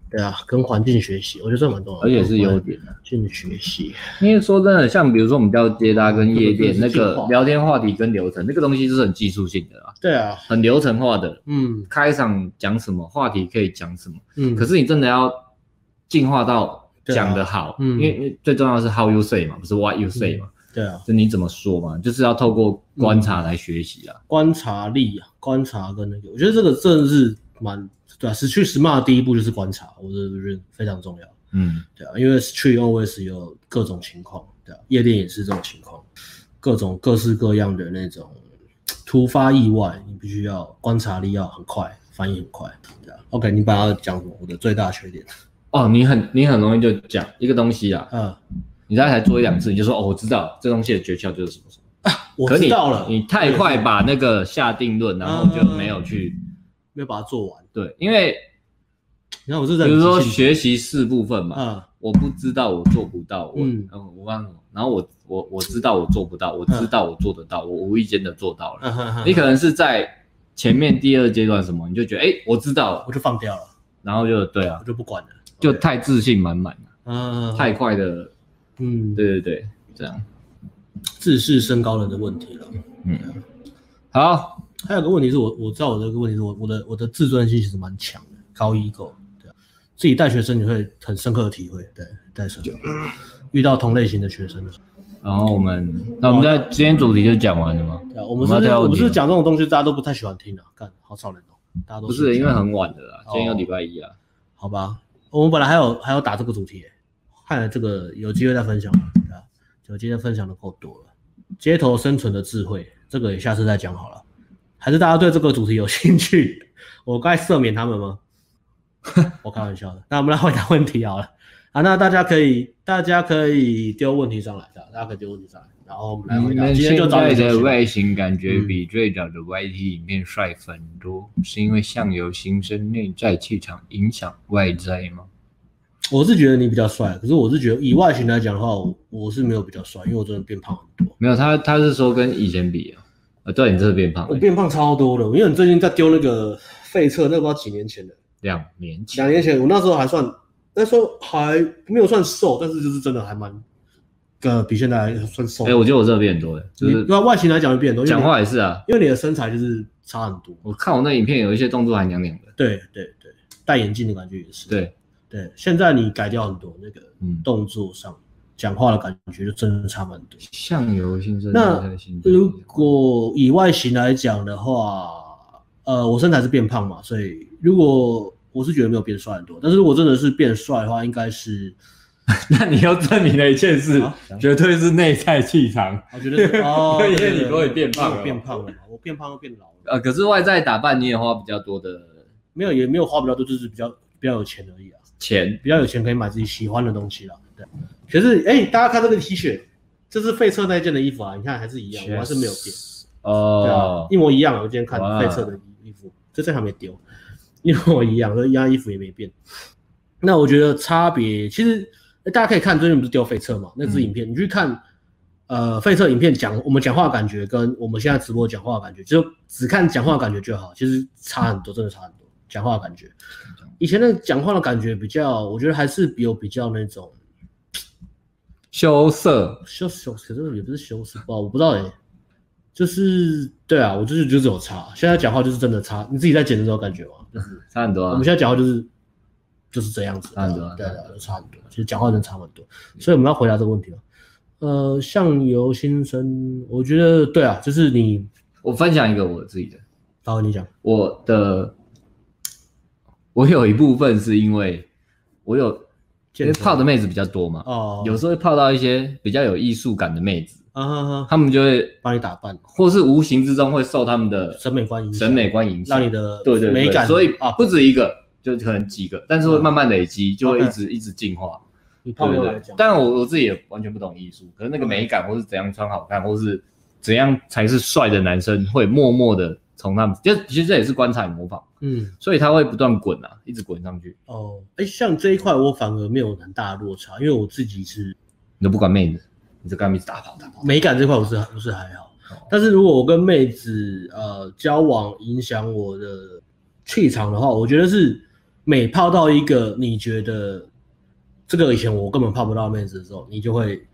对啊，跟环境学习，我觉得这蛮重要的，而且是优点啊环境学习，因为说真的，像比如说我们叫接搭跟夜店嗯那这个是进个化聊天话题跟流程，那个东西就是很技术性的啊，对啊，很流程化的。嗯开场讲什么话题可以讲什么，嗯，可是是你真的要进化到讲得对啊好，嗯因为因为最重要的是 how you say 嘛，不是 what you say 嘛，对啊，就你怎么说嘛，就是要透过观察来学习啊。观察力啊，观察跟那个，我觉得这个真的是蛮对啊，识趣识骂的第一步就是观察，我觉得是非常重要。嗯，对啊，因为 Street OS 有各种情况，对啊，夜店也是这种情况，各种各式各样的那种突发意外，你必须要观察力要很快，反应很快，对啊。OK，你把它讲什么？我的最大缺点，哦，你很你很容易就讲一个东西啊，嗯，你大概才做一两次，你就说哦，我知道这东西的诀窍就是什么什么。我可知你道了，你太快把那个下定论，然后就没有去、没有把它做完。对，因为你看我这比人，如说学习四部分嘛，嗯，我不知道，我做不到，我嗯嗯我忘了，然后我我我知道我做不到，我知道我做得到，我无意间的做到了。嗯哼哼你可能是在前面第二阶段什么，你就觉得哎、诶我知道了，我就放掉了，然后就对我啊，就不管了，就 OK 太自信满满了，嗯，哦太快的，嗯，对对对，这样自视身高人的问题了。嗯好，还有个问题是我我知道我的一个问题是我我的我的自尊心其实蛮强的，高 ego，对啊，自己带学生你会很深刻的体会，对，带学生嗯遇到同类型的学生的时候，然后我们那我们在今天主题就讲完了吗？对啊，我们是不我们要是挑我们是不你是了讲这种东西大家都不太喜欢听啊，干好少人哦，大家都不是，因为很很晚了哦啦，今天又礼拜一嗯啊，好吧，我们本来还有还要打这个主题耶，看来这个有机会再分享吧，对啊，就今天分享的够多了，街头生存的智慧这个也下次再讲好了，还是大家对这个主题有兴趣？ *laughs* 我该赦免他们 *laughs* 吗？我开玩笑的。那我们来回答问题好了。啊，那大家可以，大家可以丢问题上来的，大家可以丢问题上来，然后我们来你回答。们今天就现找在你的就行外形感觉嗯比最早的 YT 影片帅很多，是因为相由心生内在气场影响外在吗？我是觉得你比较帅，可是我是觉得以外形来讲的话，我我是没有比较帅，因为我真的变胖很多。没有，他他是说跟以前比啊，啊，对你这是变胖我了，变胖超多了，因为你最近在丢那个废测，那不知道几年前的，两年前两年前我那时候还算，那时候还没有算瘦，但是就是真的还蛮，呃，比现在还算瘦。哎、我觉得我这变多了，就你是对啊外形来讲会变多，因为讲你话也是啊，因为你的身材就是差很多。我看我那影片有一些动作还娘娘的，对对对，戴眼镜的感觉也是。对，对，现在你改掉很多，那个嗯，动作上、讲话的感觉就真的差蛮多。相由心生内那在心生如果以外形来讲的话，呃，我身材是变胖嘛，所以如果我是觉得没有变帅很多，但是如果真的是变帅的话，应该是 *laughs* 那你要证明的一件事啊，绝对是内在气场。我觉得是 *laughs* 哦，因为对对你对不会变胖了因为我变胖了嘛，我变胖又变老了，呃，可是外在打扮你也花比较多的没有也没有花比较多，就是比较比较有钱而已啊，钱，比较有钱可以买自己喜欢的东西啦。对，可是哎、大家看这个 T 恤，这是费彻那件的衣服啊，你看还是一样，我还是没有变，对啊哦，，一模一样啊。我今天看哇费彻的衣服，就这还没丢，一模一样，这一样衣服也没变。那我觉得差别其实呃大家可以看最近不是丢费彻嘛，那支嗯影片、你去看，呃，费彻影片讲我们讲话的感觉跟我们现在直播讲话的感觉，就只看讲话的感觉就好，其实差很多，真的差很多，讲话的感觉。以前的讲话的感觉比较，我觉得还是比有比较那种羞涩，羞羞，可是也不是羞耻吧，我不知道哎、就是对啊，我就是就是有差，现在讲话就是真的差，你自己在剪的时候感觉吗？就是差很多我啊们。现在讲话就是就是这样子，差很多啊对啊对啊，就差很多，其实讲话真的差很多，所以我们要回答这个问题了。呃，相由心生，我觉得对啊，就是你，我分享一个我自己的，好，你讲，我的，我有一部分是因为我有，因健为身泡的妹子比较多嘛，哦，有时候会泡到一些比较有艺术感的妹子，啊哈哈，她们就会，帮你打扮，或是无形之中会受她们的审美观影响审美观影响，让你的对对对美感，所以啊，不止一个，就可能几个，但是会慢慢累积，就会 OK 一直一直进化。你泡对妞对来对讲，，嗯当然我我自己也完全不懂艺术，可是那个美感，或是怎样穿好看，或是怎样才是帅的男生，会默默的从他们，就其实这也是观察与模仿，嗯。所以他会不断滚啊，一直滚上去。哦，哎，像这一块我反而没有很大的落差，因为我自己是你都不管妹子，你就跟他们一直打跑打跑。美感这块我是我是还好哦，但是如果我跟妹子呃交往影响我的气场的话，我觉得是每泡到一个你觉得这个以前我根本泡不到的妹子的时候，你就会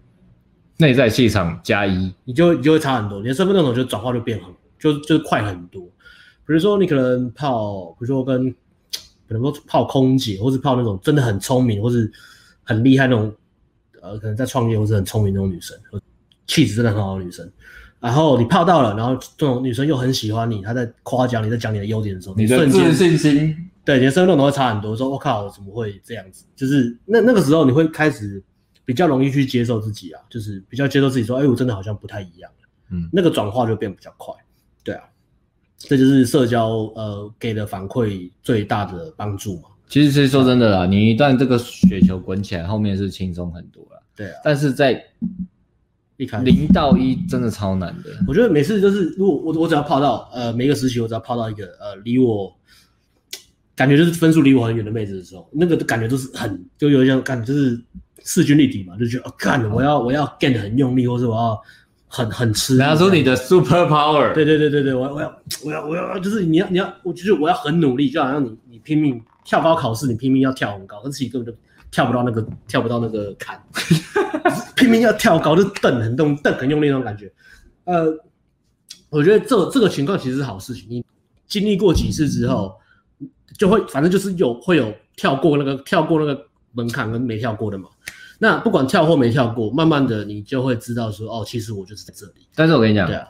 内在气场加一，你就你就会差很多，你的身份认同就转化就变很就就快很多。比如说你可能泡，比如说跟可能说泡空姐，或是泡那种真的很聪明，或是很厉害那种，呃，可能在创业或是很聪明那种女生，或气质真的很好的女生。然后你泡到了，然后这种女生又很喜欢你，她在夸奖你，在讲你的优点的时候，你的瞬间自信心对，你的身份认同会差很多。说我、靠，我怎么会这样子？就是那那个时候你会开始比较容易去接受自己啊，就是比较接受自己说，哎、我真的好像不太一样。嗯那个转化就变比较快。对啊，这就是社交呃给的反馈最大的帮助嘛。其实，其实说真的啦，你一旦这个雪球滚起来，后面是轻松很多啦。对啊，但是在一开始零到一真的超难的。我觉得每次就是如果我我只要泡到呃每一个时期我只要泡到一个呃离我。感觉就是分数离我很远的妹子的时候，那个感觉都是很就有一种感觉就是势均力敌嘛，就觉得哦干、我要我要 get 得很用力，或者我要很很吃力这拿样。出你的 super power，对对对对对，我要我要我要我要就是你要你要我就是我要很努力，就好像你你拼命跳高考试，你拼命要跳很高，可是自己根本就跳不到那个跳不到那个坎， *laughs* 拼命要跳高就蹬很动蹬很用力那种感觉。呃，我觉得这这个情况其实是好事情，你经历过几次之后，就会反正就是有会有跳过那个跳过那个门槛跟没跳过的嘛。那不管跳或没跳过，慢慢的你就会知道说，哦，其实我就是在这里。但是我跟你讲对，啊，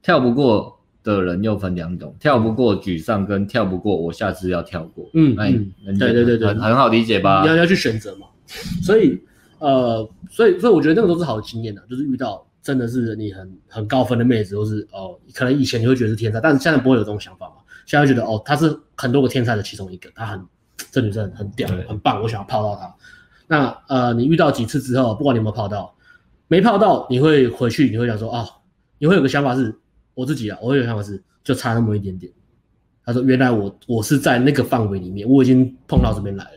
跳不过的人又分两种，跳不过沮丧跟跳不过我下次要跳过。嗯那你嗯那你对对对对很很好理解吧你？要要去选择嘛。所以呃，所以所以我觉得那个都是好经验的、就是遇到真的是你很很高分的妹子，或是哦，可能以前你会觉得是天才，但是现在不会有这种想法嘛。现在会觉得哦，她是很多个天才的其中一个，她很这女生很很屌对，很棒，我想要泡到她。那呃，你遇到几次之后，不管你有没有泡到，没泡到，你会回去，你会想说啊、你会有个想法是，我自己啊，我会有个想法是，就差那么一点点。他说，原来我我是在那个范围里面，我已经碰到这边来了。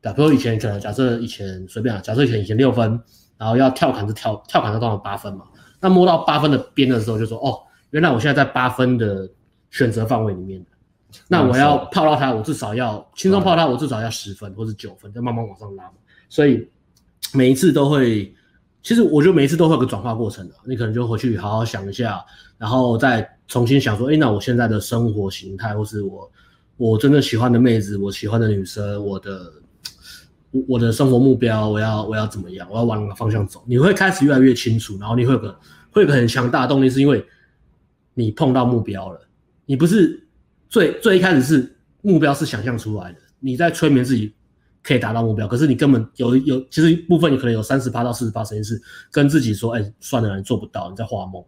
对、啊，比如以前可能假设以前随便啊，假设以前以前六分，然后要跳坎是跳跳坎是通常八分嘛，那摸到八分的边的时候就说，哦，原来我现在在八分的选择范围里面那我要泡到它，我至少要轻松泡它，我至少要十分或者九分，再慢慢往上拉嘛。所以每一次都会，其实我觉得每一次都会有个转化过程的、啊你可能就回去好好想一下，然后再重新想说，哎，那我现在的生活形态，或是我我真正喜欢的妹子，我喜欢的女生，我的我我的生活目标，我要我要怎么样，我要往哪个方向走，你会开始越来越清楚，然后你会有个会有个很强大的动力，是因为你碰到目标了。你不是最最一开始是目标是想象出来的，你在催眠自己可以达到目标，可是你根本有有其实部分你可能有三十趴到四十趴时间是跟自己说，哎、算了，你做不到，你在画梦。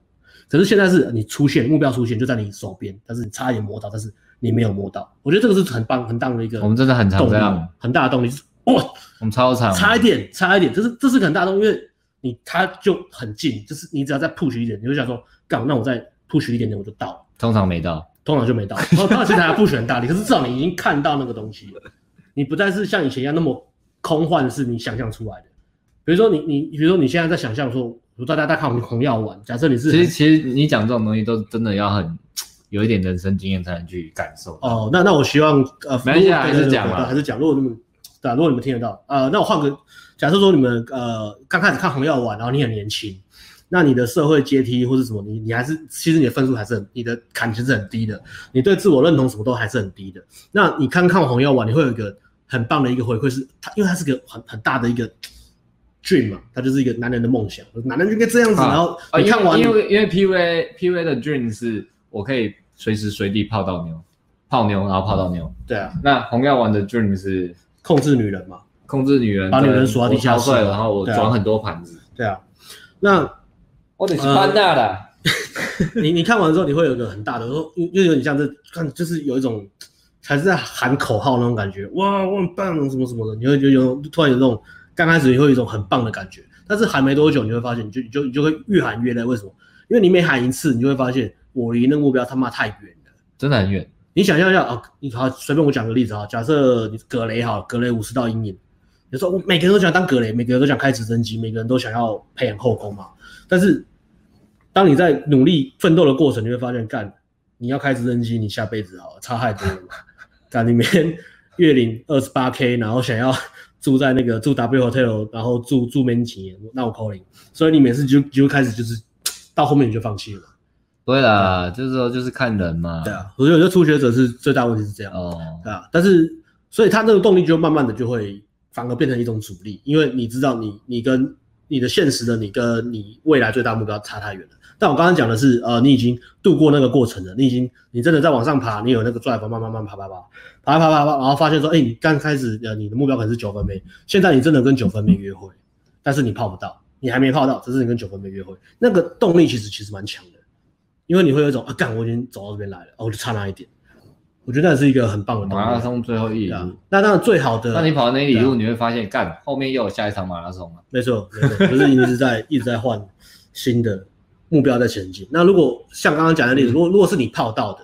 可是现在是你出现目标出现就在你手边，但是你差一点摸到，但是你没有摸到。我觉得这个是很棒很棒的一个，我们真的很常这样很大的动力，就是哇，我们超长，差一点，差一点，这是这是个很大的动作，因为你他就很近，就是你只要再 push 一点，你就想说，干，那我再 push 一点点我就到了，通常没到。通常就没到。然后他现在还 push 很大力，可是至少你已经看到那个东西了，你不再是像以前一样那么空幻，是你想象出来的。比如说你你，比如说你现在在想象说，比如大家在看我们红药丸，假设你是其实其实你讲这种东西都真的要很有一点人生经验才能去感受。哦，哦，那那我希望呃，没关系啊对还是对对讲对嘛还是讲。如果你们对啊，如果你们听得到，呃，那我换个假设说你们呃刚开始看红药丸，然后你很年轻，那你的社会阶梯或是什么，你你还是其实你的分数还是很，你的坎其实很低的，你对自我认同什么都还是很低的。那你看看红药丸，你会有一个很棒的一个回馈是，它因为它是个很很大的一个 dream 嘛，它就是一个男人的梦想，男人就应该这样子。啊然后因哦你为看完，因为因为 PV PV 的 dream 是我可以随时随地泡到妞，泡妞然后泡到妞。对啊，那红药丸的 dream 是控制女人嘛，控制女人，把女人锁到地下室我超帅了然后我对啊转很多盘子。对啊，那。我得哦是班啊纳啦，你你看完之后，你会有一个很大的，说又又有点像这看，就是有一种还是在喊口号那种感觉，哇，我很棒，什么什么的，你会就有突然有那种刚开始你会有一种很棒的感觉，但是喊没多久，你会发现，你就你就你就会越喊越累，为什么？因为你每喊一次，你就会发现我离那个目标他妈太远了。真的很远。你想象一下啊，你好，随便我讲个例子啊，假设你葛雷好了，葛雷五十道阴影，你说我哦每个人都想当葛雷，每个人都想开直升机，每个人都想要培养后宫嘛。但是当你在努力奋斗的过程，你会发现，干你要开直升机，你下辈子好了，差太多了嘛。 *laughs* 干你每天月领二十八 k，然后想要住在那个住 W hotel，然后住住面几年，那我扣零。所以你每次就就开始就是到后面你就放弃了嘛。对啦，就是说就是看人嘛。啊对。啊，我觉得有些初学者是最大问题是这样。哦，对啊，但是所以他那个动力就慢慢的就会反而变成一种阻力，因为你知道你你跟你的现实的你跟你未来最大目标差太远了。但我刚刚讲的是，呃，你已经度过那个过程了，你已经你真的在往上爬，你有那个 drive，慢慢慢慢爬爬爬爬爬爬爬，然后发现说，哎、你刚开始呃你的目标可能是九分妹，现在你真的跟九分妹约会，但是你泡不到，你还没泡到，只是你跟九分妹约会，那个动力其实其实蛮强的，因为你会有一种啊，干我已经走到这边来了，哦，我就差那一点，我觉得那是一个很棒的动力。啊马拉松最后一里对啊路，，那当然最好的，那你跑到那一里路，对啊你会发现，干后面又有下一场马拉松了。没错，没错，就是一直在一直在换新的目标在前进。那如果像刚刚讲的例子，如果如果是你泡到的，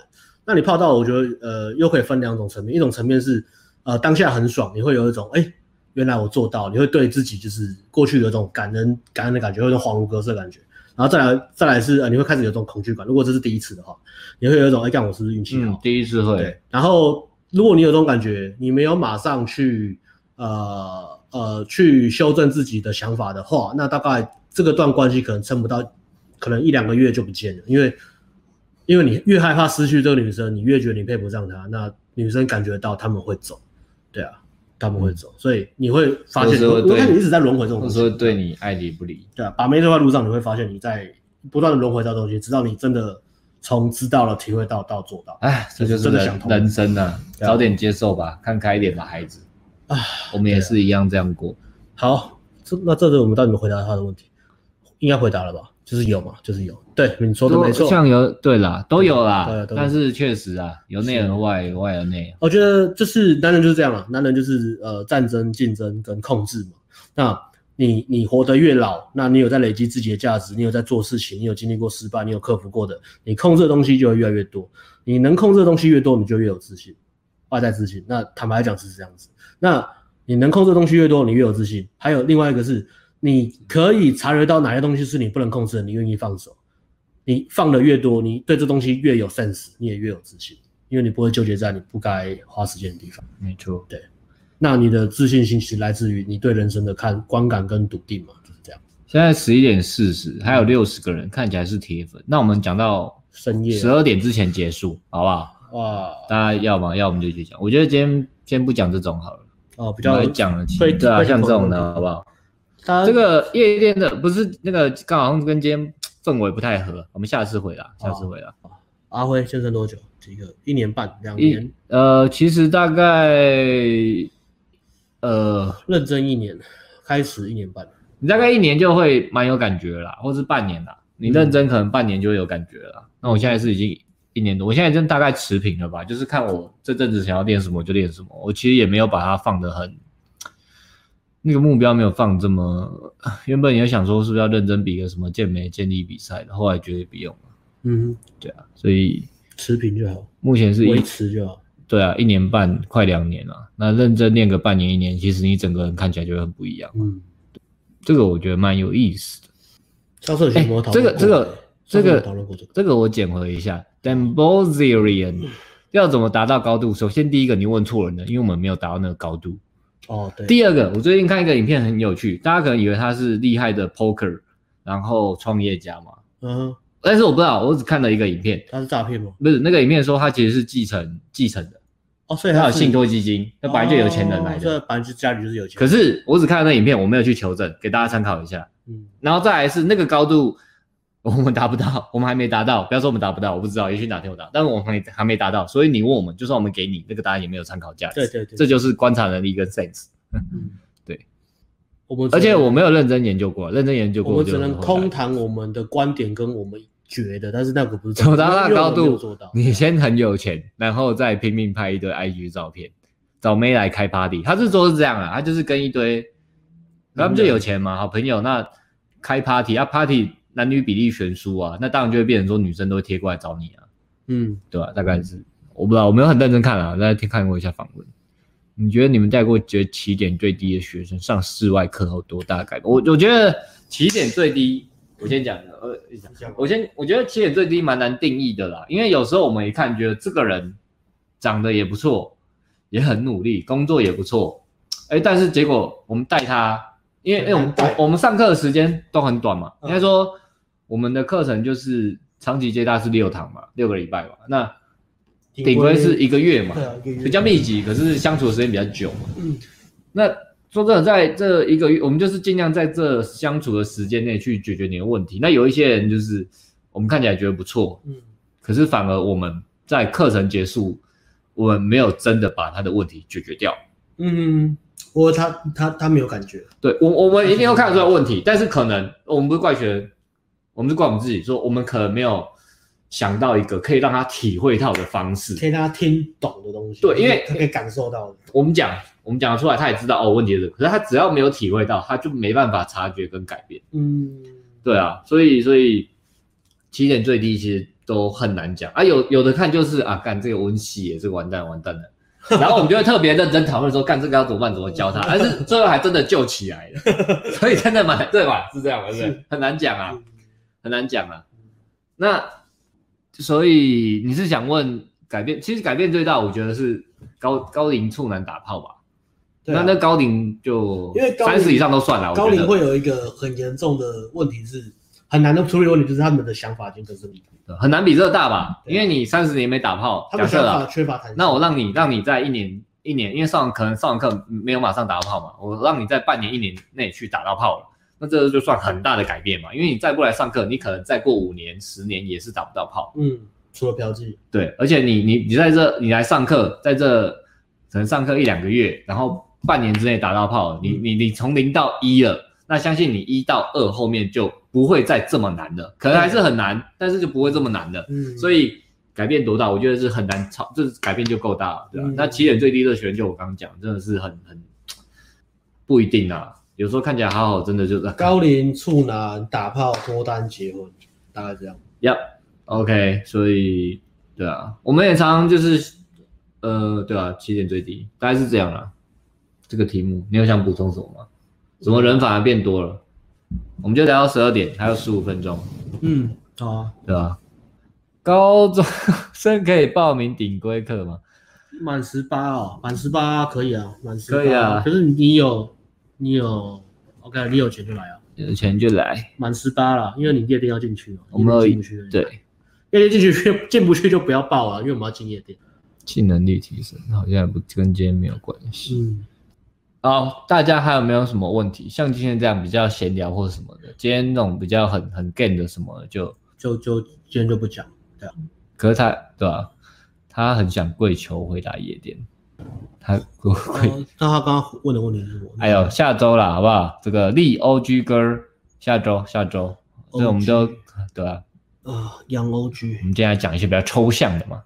那你泡到，我觉得呃又可以分两种层面，一种层面是呃当下很爽，你会有一种哎、诶原来我做到了，你会对自己就是过去有一种感恩感恩的感觉，有一种恍如隔世的感觉。然后再来再来是呃你会开始有一种恐惧感，如果这是第一次的话，你会有一种哎干、我是不是运气好？嗯，第一次会。对，然后如果你有这种感觉，你没有马上去呃呃去修正自己的想法的话，那大概这个段关系可能撑不到，可能一两个月就不见了，因为因为你越害怕失去这个女生，你越觉得你配不上她，那女生感觉到他们会走，对啊，他们会嗯走，所以你会发或者现，是会我对我看你一直在轮回这种或东者西，说对你爱理不理，对啊，把妹这块路上，你会发现你在不断的轮回这东西，直到你真的从知道了、体会到到做到。哎，这就是真的想人通人生啊，对啊早点接受吧，看开一点吧，孩子。啊，我们也是一样这样过。好，这那这是我们到底有没有回答他的问题，应该回答了吧？就是有嘛，就是有。对，你说的都没错。像有对啦，都有对啊啦都，有但是确实啊，由内而外，由外而内。啊我觉得哦就是男人就是这样啊，男人就是呃战争、竞争跟控制嘛。那你你活得越老，那你有在累积自己的价值，你有在做事情，你有经历过失败，你有克服过的，你控制的东西就会越来越多。你能控制的东西越多，你就越有自信，外在自信。那坦白讲是这样子。那你能控制的东西越多，你越有自信。还有另外一个是，你可以察觉到哪些东西是你不能控制的，你愿意放手。你放的越多，你对这东西越有 sense，你也越有自信，因为你不会纠结在你不该花时间的地方。没错，那你的自信心其实来自于你对人生的看观感跟笃定嘛，就是这样。现在十一点四十，还有六十个人，嗯看起来是铁粉。那我们讲到深夜啊十二点之前结束，好不好？哇大家要吗？要我们就去讲。我觉得今天先不讲这种好了，哦，比我较们来讲了其会对啊，会像这种讨论的的好不好？他这个夜店的不是那个，刚好像跟今天氛围不太合，我们下次回答，下次哦回答。阿辉先生多久？几个一年半两一年，呃，其实大概呃，认真一年，开始一年半。你大概一年就会蛮有感觉了啦，或是半年啦。你认真可能半年就会有感觉了嗯啦。那我现在是已经一年多，我现在真大概持平了吧，就是看我这阵子想要练什么我就练什么，我其实也没有把它放得很那个目标没有放这么，原本也想说是不是要认真比个什么健美健力比赛的，后来觉得不用了，嗯，对啊，所以持平就好，目前是维一持就好。对啊，一年半快两年了、那认真练个半年一年，其实你整个人看起来就会很不一样，嗯，这个我觉得蛮有意思的。上次有哎没有讨论过？这个这个上次有这个讨论过这个，这个我捡回一下 d a m b o z i r i a n 要怎么达到高度？首先第一个你问错人了，因为我们没有达到那个高度。哦，对，第二个，我最近看一个影片很有趣，大家可能以为他是厉害的 poker，然后创业家嘛，嗯，但是我不知道，我只看了一个影片，他是诈骗吗？不是那个影片说他其实是继承继承的，哦，所以他有是信托基金，那本来就有钱人哦来的。这本来就家里就是有钱可人。是我只看了那影片，我没有去求证，给大家参考一下。嗯，然后再来是那个高度，我们达不到，我们还没达到。不要说我们达不到，我不知道，也许哪天我达，但是我们还没还没达到。所以你问我们，就算我们给你那个答案，也没有参考价值。对对对这就是观察能力跟 sense。嗯对，我们只而且能我没有认真研究过，认真研究过我们只就很能后悔空谈我们的观点跟我们觉得，但是那个不是走到因为那我高们没有度做到，你先很有钱，然后再拼命拍一堆 IG 照片，找妹来开 party。他是说是这样啊，他就是跟一堆，他们就有钱嘛，好朋友那开 party 啊，party 男女比例悬殊啊，那当然就会变成说女生都会贴过来找你啊，嗯，对吧、大概是我不知道，我没有很认真看啊，大家看过一下访问。你觉得你们带过觉得起点最低的学生上室外课后多大改变？我我觉得起点最低，我先讲，呃，我先，我觉得起点最低蛮难定义的啦，因为有时候我们一看觉得这个人长得也不错，也很努力，工作也不错，哎、但是结果我们带他，因为因为我们带我我们上课的时间都很短嘛，嗯应该说我们的课程就是长期接大是六堂嘛，六个礼拜嘛，那顶规是一个月嘛，对啊，一个月比较密集，可是相处的时间比较久嘛。嗯那说真的，在这一个月，我们就是尽量在这相处的时间内去解决你的问题。那有一些人就是我们看起来觉得不错，嗯可是反而我们在课程结束，我们没有真的把他的问题解决掉。嗯，我他他他没有感觉，对我，我们一定要看得出来问题，但是可能我们不是怪学生，我们是怪我们自己，说我们可能没有想到一个可以让他体会到的方式。可以让他听懂的东西，对因为他可以感受到的，我们讲，我们讲得出来，他也知道哦，问题是什么，可是他只要没有体会到，他就没办法察觉跟改变。嗯，对啊，所以所以起点最低其实都很难讲啊，有有的看就是啊，干这个温系也是完蛋完蛋了。然后我们就会特别认真讨论说，干这个要怎么办，怎么教他，但是最后还真的救起来了，所以真的蛮对吧？是这样吧，对不对是？很难讲啊，嗯很难讲啊。那所以你是想问改变？其实改变最大，我觉得是高高龄处男打炮吧。对啊那那高龄就因为高龄三十以上都算了，我觉高得龄会有一个很严重的问题是很难的处理问题，就是他们的想法已经根深蒂固，很难比这个大吧？嗯对因为你三十年没打炮，他假们设想啦法，缺乏弹性。那我让你让你在一年一年，因为上可能上完课没有马上打炮嘛，我让你在半年一年内去打到炮了，那这就算很大的改变嘛。因为你再不来上课，你可能再过五年十年也是打不到炮。嗯，除了嫖妓，对，而且你你你在这你来上课，在这可能上课一两个月，然后半年之内达到炮，你嗯你你从零到一了，那相信你一到二后面就不会再这么难了，可能还是很难，但是就不会这么难了。嗯，所以以改变多大，我觉得是很难超，就是改变就够大了，对吧、啊嗯那起点最低的学员，就我刚刚讲，真的是很很不一定啊，有时候看起来好好，真的就是高龄处男打炮脱单结婚，大概这样。 Yep. OK，所以对啊，我们也常常就是，呃，对啊，起点最低，大概是这样啦。这个题目，你有想补充什么吗？怎么人反而变多了？我们就聊到十二点，还有十五分钟，嗯，好啊，对吧、高中生可以报名顶规课吗？满十八哦，满十八可以啊，满十可以啊可是你有你有 OK，你有钱就来啊，有钱就来，满十八了，因为你夜店要进去哦，我们有夜店进不去而已，对，夜店进去进不去就不要报啊，因为我们要进夜店。技能力提升好像也不跟今天没有关系。嗯，好，大家还有没有什么问题？像今天这样比较闲聊或什么的，今天那种比较很很 gay 的什么的就。就就今天就不讲，可是他对吧、他很想跪求回答夜店，他跪跪。哦那他刚刚问的问题是什么？哎呦，下周啦，好不好？这个立 OG 歌儿，下周下周，这我们都 OG 对啊，啊，养 OG，我们今天来讲一些比较抽象的嘛，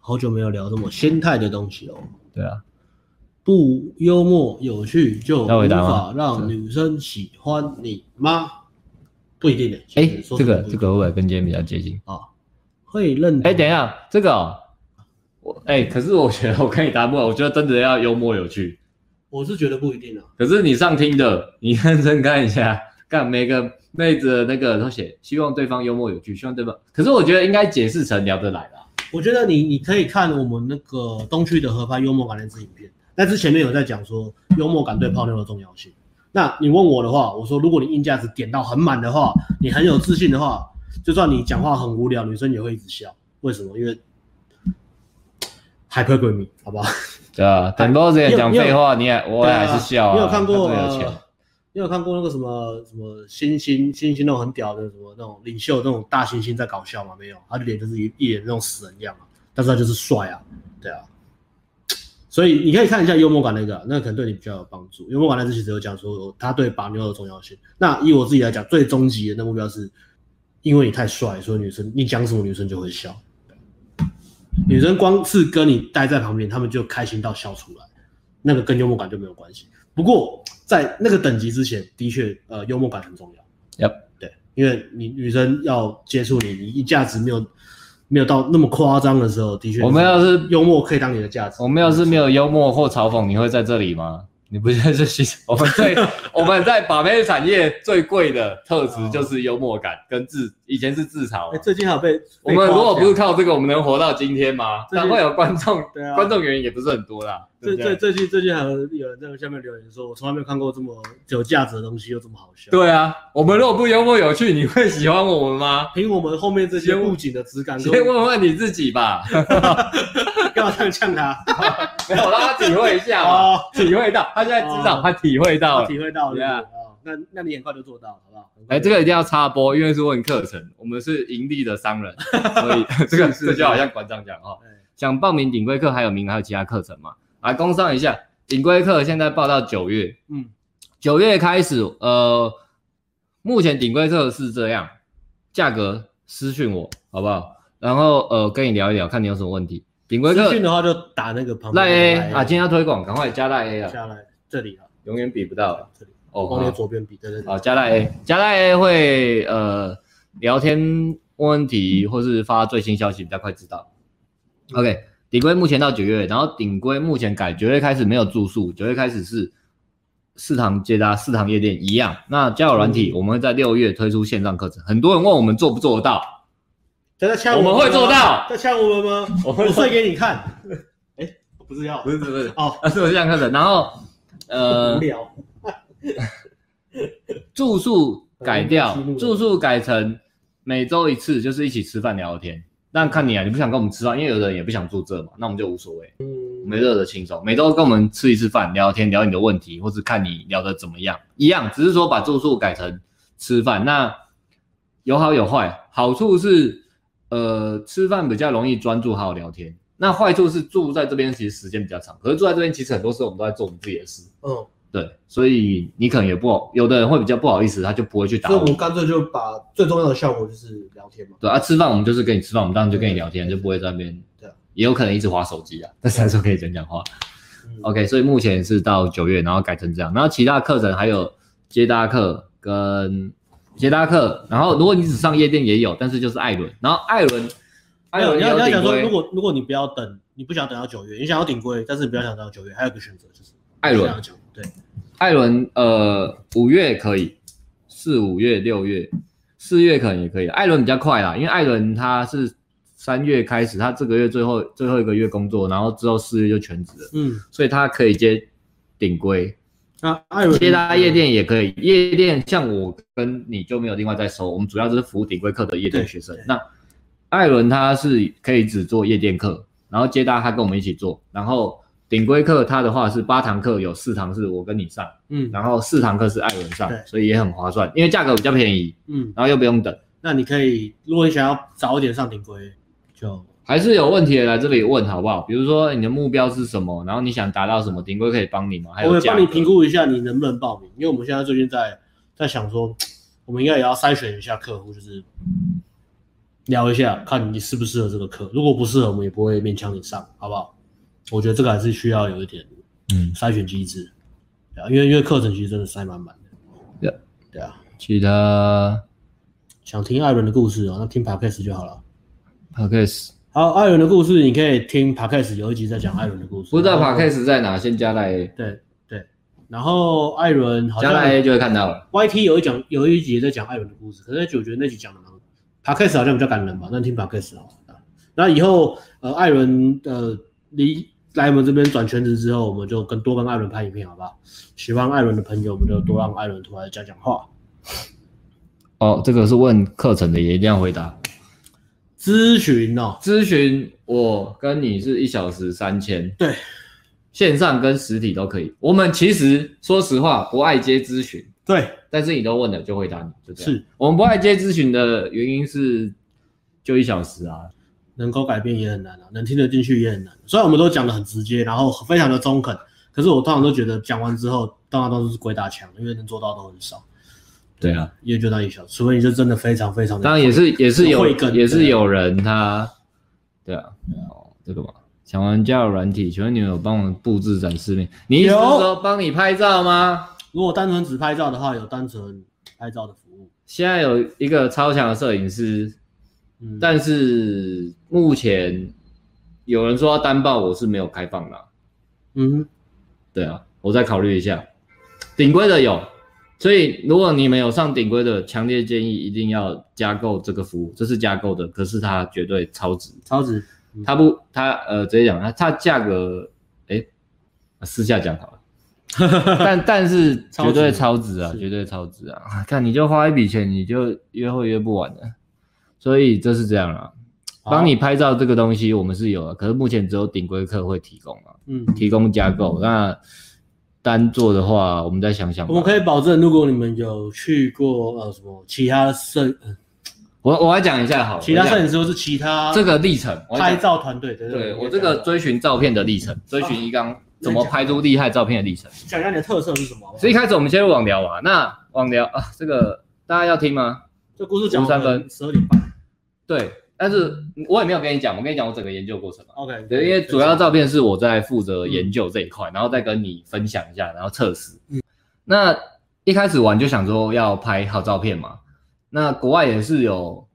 好久没有聊这么心态的东西哦。对啊。不幽默有趣就无要回答吗法让女生喜欢你吗？不一定的。哎、说这真个的这个会不会跟今天比较接近？会认同哎、等一下，这个、哦，我哎、可是我觉得我 *laughs* 跟你答不完，我觉得真的要幽默有趣。我是觉得不一定啊。可是你上听的，你认真看一下，看每个妹子的那个都写，希望对方幽默有趣，希望对方。可是我觉得应该解释成聊得来啦。我觉得你你可以看我们那个东区的合拍幽默感那支影片，那之前面有在讲说幽默感对泡妞的重要性。那你问我的话，我说如果你硬价值点到很满的话，你很有自信的话，就算你讲话很无聊，女生也会一直笑。为什么？因为 hypergamy，好不好？对啊，等波子也讲废话，你也我也还是笑、啊。你有看过？他最有钱呃你有看过那个什么什么星星星星那种很屌的什么那种领袖那种大猩猩在搞笑吗？没有，他的脸就是一一脸那种死人样啊，但是他就是帅啊，对啊。所以你可以看一下幽默感那个啊，那个可能对你比较有帮助。幽默感那次其实有讲说他对把妞的重要性。那以我自己来讲，最终极的目标是，因为你太帅，所以女生你讲什么女生就会笑。女生光是跟你待在旁边，她们就开心到笑出来，那个跟幽默感就没有关系。不过在那个等级之前，的确，呃，幽默感很重要。 Yep 对，因为你女生要接触你，你一价值没有没有到那么夸张的时候，的确，我们要是幽默可以当你的价值，我们要是没有幽默或嘲讽，你会在这里吗？你不在这欣赏我们最 *laughs* 我们在把妹产业最贵的特质就是幽默感跟自以前是自嘲哦啊哎、。最近还有被我们如果不被是夸奖靠这个，我们能活到今天吗？这是但会有观众，对啊观众原因也不是很多啦。对最不最对？最近最近还有有人在下面留言说，我从来没有看过这么有价值的东西又这么好笑。，对啊，我们如果不幽默有趣，你会喜欢我们吗？凭我们后面这些先问布景的质感，先问问你自 *laughs* 己吧，干嘛这样呛他？没有让他体会一下嘛，哦，体会到他现在知道，哦他体会到我了。体会到了。对啊是不是哦那那你很快就做到了，好不好？很快哎，这个一定要插播，因为是问课程，我们是盈利的商 *laughs* 人，所以这个是这就好像馆长讲哦，哎想报名顶规课还有名额，还有其他课程嘛？来工商一下，顶规课现在报到九月，嗯，九月开始，呃，目前顶规课是这样，价格私讯我好不好？然后呃，跟你聊一聊，看你有什么问题。顶规资课讯的话就打那个旁边赖的 A 赖 A 啊，今天要推广，赶快加赖 A 啊，下来这里啊，永远比不到了这里哦。往你好的左边比，对对对好，。加赖 A，加赖 A 会呃聊天问问题，或是发最新消息比较快知道。OK，顶规目前到九月，然后顶规目前改九月开始没有住宿，九月开始是四堂接搭四堂夜店一样。那交友软体我们会在六月推出线上课程，很多人问我们做不做得到，他在呛我们吗会做到在呛我们吗？我我会睡给你 *laughs* 看。哎，不是要不是不是不是，哦，啊，是有线上课程，然后呃无聊。住宿改掉嗯，住宿改成每周一次，就是一起吃饭聊天。那看你啊，你不想跟我们吃饭，因为有的人也不想住这嘛，那我们就无所谓，我嗯，们乐得轻松。每周跟我们吃一次饭，聊天聊你的问题，或是看你聊得怎么样，一样，只是说把住宿改成吃饭。那有好有坏，好处是呃吃饭比较容易专注，好好聊天。那坏处是住在这边其实时间比较长，可是住在这边其实很多时候我们都在做我们自己的事。嗯，对，所以你可能也不好，有的人会比较不好意思，他就不会去打所以我我们。干脆就把最重要的效果就是聊天嘛。对啊，吃饭我们就是跟你吃饭，我们当然就跟你聊天，就不会在那边。对啊也有可能一直划手机啊，但是还是可以讲讲话。嗯 OK，所以目前是到九月，然后改成这样。然后其他课程还有接搭课跟接搭课，然后如果你只上夜店也有，但是就是艾伦，然后艾伦，艾没有，伦你也要你要顶想说，如规，果如果你不要等，你不想等到九月，你想要顶规，但是你不要想等到九月，还有一个选择就是艾伦不想要九月对，艾伦呃五月可以，四五月六月，四月可能也可以。艾伦比较快啦，因为艾伦他是三月开始，他这个月最后最后一个月工作，然后之后四月就全职了，嗯，所以他可以接顶规，那艾伦接搭夜店也可以。夜店像我跟你就没有另外再收，我们主要就是服务顶规课的夜店学生对。对那艾伦他是可以只做夜店课，然后接搭他跟我们一起做，然后顶规课他的话是八堂课，有四堂是我跟你上。嗯然后四堂课是艾伦上对，所以也很划算，因为价格比较便宜，嗯，然后又不用等。那你可以，如果你想要早一点上顶规，就还是有问题的来这里问好不好？比如说你的目标是什么，然后你想达到什么，顶规可以帮你吗？还我有会价帮格你评估一下你能不能报名，因为我们现在最近在在想说，我们应该也要筛选一下客户，就是聊一下，看你适不适合这个课。如果不适合，我们也不会勉强你上，好不好？我觉得这个还是需要有一点嗯，筛选机制，对啊，因为因为课程其实真的塞满满的 Yeah，对啊，其他想听艾伦的故事哦，那听 podcast 就好了。 podcast 好，艾伦的故事你可以听 podcast 有一集在讲艾伦的故事，不知道然后 podcast 在哪，先加赖 A，对对，然后艾伦好加像赖 A 就会看到了。 YT 有一讲有一集在讲艾伦的故事，可是我觉得那集讲的蛮好 podcast 好像比较感人吧，那听 podcast 好。那以后呃，艾伦呃离来我们这边转全职之后，我们就跟多跟艾伦拍影片，好不好？喜欢艾伦的朋友，我们就多让艾伦出来讲讲话。哦，这个是问课程的，也一定要回答。咨询哦，咨询我跟你是一小时三千，对，线上跟实体都可以。我们其实说实话不爱接咨询，对，但是你都问了就回答你，就这样。是我们不爱接咨询的原因是，就一小时啊，能够改变也很难啊，能听得进去也很难。啊虽然我们都讲的很直接，然后非常的中肯，可是我通常都觉得讲完之后，当然都是鬼打墙，因为能做到都很少，对啊，也就那一小时，除非你就真的非常非常的。当然也是也是有会跟啊也是有人他，对啊，哦，这个嘛，讲完交友软体，请问你们有帮我们布置展示面？你意思是有说帮你拍照吗？如果单纯只拍照的话，有单纯拍照的服务。现在有一个超强的摄影师，嗯，但是目前有人说要单报，我是没有开放啊啦。嗯对啊，我再考虑一下。顶规的有，所以如果你们有上顶规的，强烈建议一定要加购这个服务，这是加购的，可是它绝对超值。超值它不，它呃直接讲，它它价格，哎、私下讲好了。 *laughs* 但但是超值绝对超值啊，是绝对超值啊！看你就花一笔钱，你就约会约不完的，所以这是这样啦。帮你，拍照这个东西我们是有的，可是目前只有顶规客会提供啊，好嗯，提供加购。那单做的话，我们再想想吧。我们可以保证，如果你们有去过呃什么其他摄呃我我来讲一下好了，其他摄影我师或是其他讲这个历程，我来拍讲照团队，对对对，我这个追寻照片的历哦程，追寻一刚怎么拍出厉害照片的历程。讲一下你的特色是什么好不好？所以一开始我们先入网聊啊，那网聊啊，这个大家要听吗？这故事讲完五三分十二点半对，但是我也没有跟你讲，我跟你讲我整个研究过程嘛。 ，OK，对，因为嗯主要照片是我在负责研究这一块，然后再跟你分享一下，然后测试。嗯那一开始玩就想说要拍好照片嘛，那国外也是有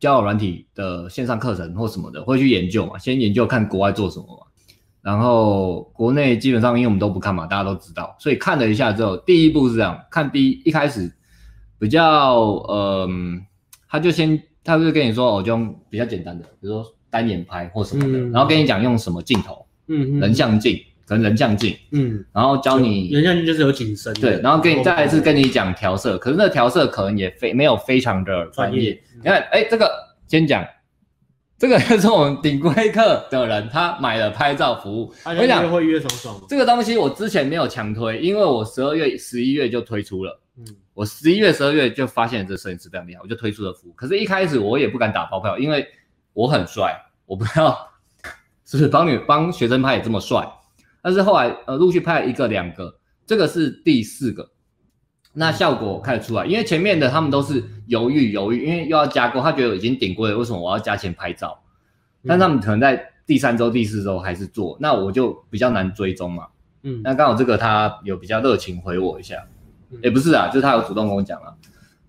交友软体的线上课程或什么的，会去研究嘛，先研究看国外做什么嘛。然后国内基本上因为我们都不看嘛，大家都知道，所以看了一下之后，第一步是这样，看第一一开始比较嗯、他就先他就跟你说哦，就用比较简单的，比如说单眼拍或什么的，嗯然后跟你讲用什么镜头，嗯嗯人像镜，可能人像镜，嗯，然后教你人像就是有景深的，哦嗯对，然后跟你再一次跟你讲调色，可是那调色可能也非没有非常的专专业业。你看，哎，这个先讲，这个 *laughs* 就是我们顶规客的人，他买了拍照服务。他我就跟你约讲，会约爽爽嘛，这个东西我之前没有强推，因为我十二月、十一月就推出了。嗯我十一月、十二月就发现这摄影师非常厉害，我就推出了服务。可是，一开始我也不敢打包票，因为我很帅，我不知道 *laughs* 是不是帮女帮学生拍也这么帅。但是后来呃，陆续拍了一个、两个，这个是第四个，那效果看得出来，因为前面的他们都是犹豫犹豫，因为又要加购，他觉得已经顶规了，为什么我要加钱拍照？但是他们可能在第三周、第四周还是做，那我就比较难追踪嘛。嗯那刚好这个他有比较热情回我一下，嗯也不是啊，就是他有主动跟我讲啊，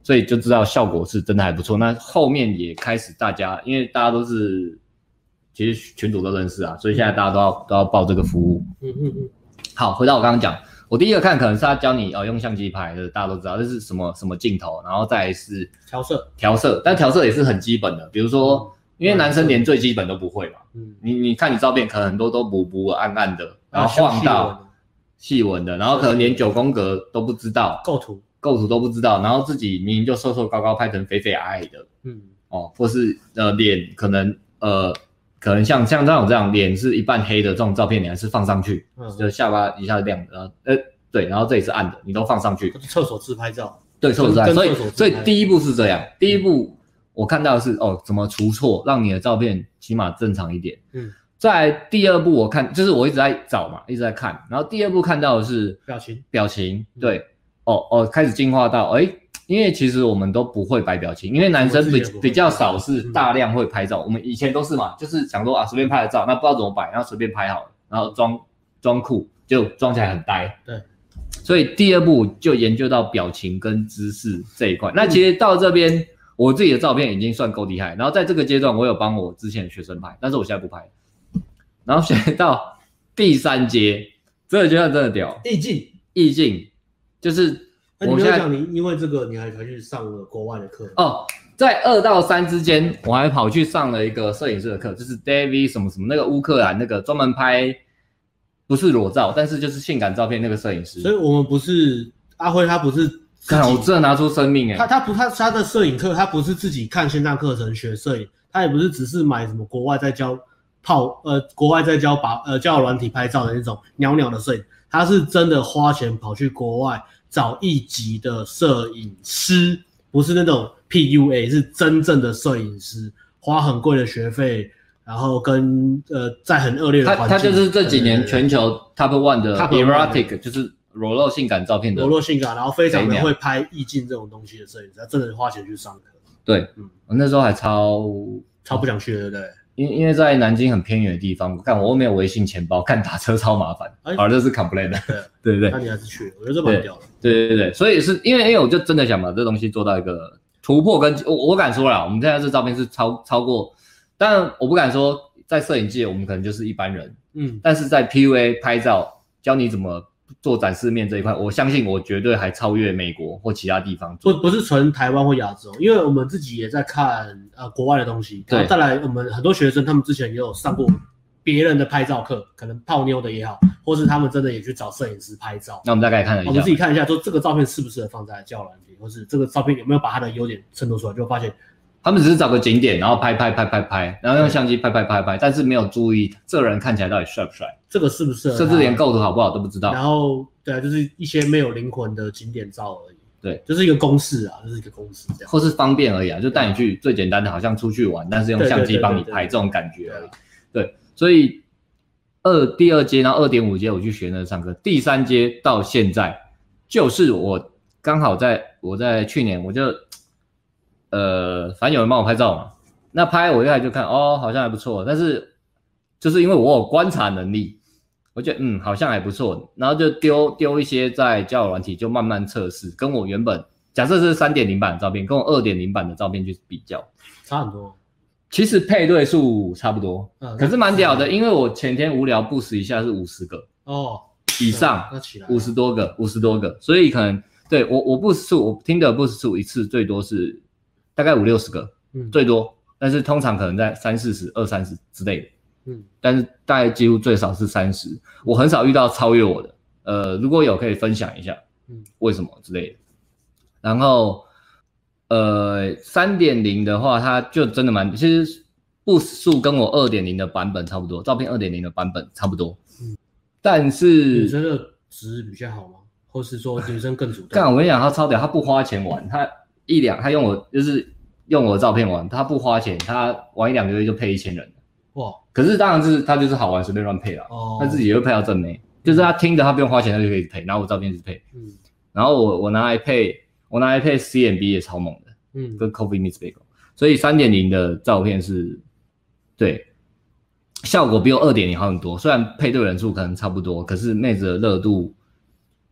所以就知道效果是真的还不错。那后面也开始大家，因为大家都是其实群主都认识啊，所以现在大家都要都要报这个服务。嗯嗯嗯，好，回到我刚刚讲，我第一个看可能是他教你哦用相机拍的，大家都知道这是什么什么镜头，然后再来是调色，调色，但调色也是很基本的，比如说因为男生连最基本都不会嘛，嗯，你你看你照片可能很多都模糊暗暗的，然后晃到。细纹的，然后可能连九宫格都不知道，构图，构图都不知道，然后自己明明就瘦瘦高高，拍成肥肥矮矮的嗯哦，或是呃脸可能呃可能像像这种这样脸是一半黑的这种照片，你还是放上去，嗯，就下巴一下亮的，然后呃对，然后这里是暗的，你都放上去，就是厕所自拍照，对，错在，跟所以厕所自拍嗯所以第一步是这样，第一步我看到的是哦，怎么除错，让你的照片起码正常一点。嗯，在第二步我看，就是我一直在找嘛，一直在看，然后第二步看到的是表情，表情，嗯对，哦哦，开始进化到哎。因为其实我们都不会摆表情，因为男我生自己比也不会嗯比较少是大量会拍照，我们以前都是嘛，就是想说啊随便拍个照，那不知道怎么摆，然后随便拍好了，然后装装酷，就装起来很呆。对，所以第二步就研究到表情跟姿势这一块。那嗯其实到这边，我自己的照片已经算够厉害。然后在这个阶段，我有帮我之前的学生拍，但是我现在不拍。然后现在到第三阶，这个阶段真的屌，意境。意境就是哎你我没现有在、讲你因为这个你还才去上了国外的课，哦，在二到三之间，我还跑去上了一个摄影师的课，就是 David 什么什么那个乌克兰那个专门拍不是裸照，但是就是性感照片那个摄影师。所以我们不是阿辉，他不是自看，我己，真的拿出生命哎、他他不他他的摄影课，他不是自己看线上课程学摄影，他也不是只是买什么国外在教泡呃国外在教把呃教软体拍照的那种鸟鸟的摄影，他是真的花钱跑去国外找一级的摄影师，不是那种 PUA，是真正的摄影师，花很贵的学费。然后跟呃，在很恶劣的他环境，他就是这几年对对对全球 top one 的 Top one erotic，就是裸露性感照片的裸。露性感，然后非常贼的鸟会拍意境这种东西的摄影师，他真的花钱去上课，对，嗯我那时候还超，超不想去的，对不对？因因为在南京很偏远的地方，看我又没有微信钱包，看打车超麻烦哎。好，这是 complain 的，对， *laughs* 对不对那？你还是去了，我觉得这蛮屌的。对对对，所以是因为因为我就真的想把这东西做到一个突破跟，我我敢说了，我们现在这照片是超超过，但我不敢说在摄影界我们可能就是一般人，嗯，但是在 PUA 拍照教你怎么做展示面这一块，我相信我绝对还超越美国或其他地方做。不不是纯台湾或亚洲，因为我们自己也在看呃国外的东西，然后对再来我们很多学生他们之前也有上过别人的拍照课，可能泡妞的也好，或是他们真的也去找摄影师拍照。哦那我们大概看了我一们下自，己看一下，说这个照片适不适合放在教软体，或是这个照片有没有把它的优点衬托出来，就发现他们只是找个景点，然后拍拍拍拍拍，然后用相机拍拍拍拍，但是没有注意这人看起来到底帅不帅，这个适不适合他，甚至连构图好不好都不知道。然后对啊，就是一些没有灵魂的景点照而已。对，就是一个公式啊，就是一个公式这样。或是方便而已啊，就带你去最简单的，好像出去玩，但是用相机帮你对对对对拍对这种感觉而已。对，所以二第二阶，然后二点五阶我去学那个唱歌，第三阶到现在就是我刚好在我在去年我就呃，反正有人帮我拍照嘛，那拍我一开始就看哦，好像还不错，但是就是因为我有观察能力，我觉得嗯好像还不错，然后就丢丢一些在交友软体就慢慢测试，跟我原本假设是三点零版的照片，跟我二点零版的照片去比较，差很多。其实配对数差不多，嗯可是蛮屌的，因为我前天无聊不死一下是五十个哦，以上，那起来五十多个，五十多个，所以可能对我我不数，我听的不数一次最多是大概五六十个，嗯最多，但是通常可能在三四十、二三十之类的，嗯但是大概几乎最少是三十，我很少遇到超越我的，呃，如果有可以分享一下，嗯为什么之类的。然后，呃，三点零的话，它就真的蛮，其实步数跟我二点零的版本差不多，照片二点零的版本差不多，嗯但女是生的值比较好吗？或是 *laughs* 说女生更主动？干，我跟你讲，他超屌，他不花钱玩，他一两，他用我就是用我的照片玩，他不花钱，他玩一两个月就配一千人。哇可是当然是他就是好玩，随便乱配啦，哦，他自己也会配到正妹，就是他听着他不用花钱，他就可以配，拿我照片去配。嗯然后我我拿来配，我拿来配 CMB 也超猛的，嗯跟 Coffee Miss Bagel，所以三点零的照片是，对，效果比我二点零好很多。虽然配对人数可能差不多，可是妹子的热度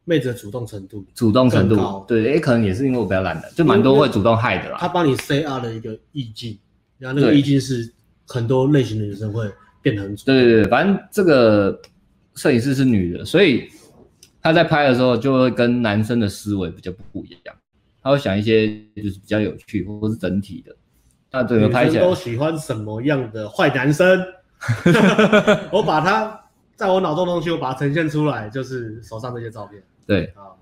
妹子的主动程度，主动程更高度，对，诶，可能也是因为我比较懒的，就蛮多会主动害的她啦。帮你 say R 的一个意境，然后那个对意境是很多类型的女生会变得很主动。对对对，反正这个摄影师是女的，所以她在拍的时候就会跟男生的思维比较不一样，她会想一些就是比较有趣或是整体的。那整个拍女起生来都，喜欢什么样的坏男 *laughs* 生？ *laughs* 我把他在我脑中的东西，我把它呈现出来，就是手上这些照片对，啊。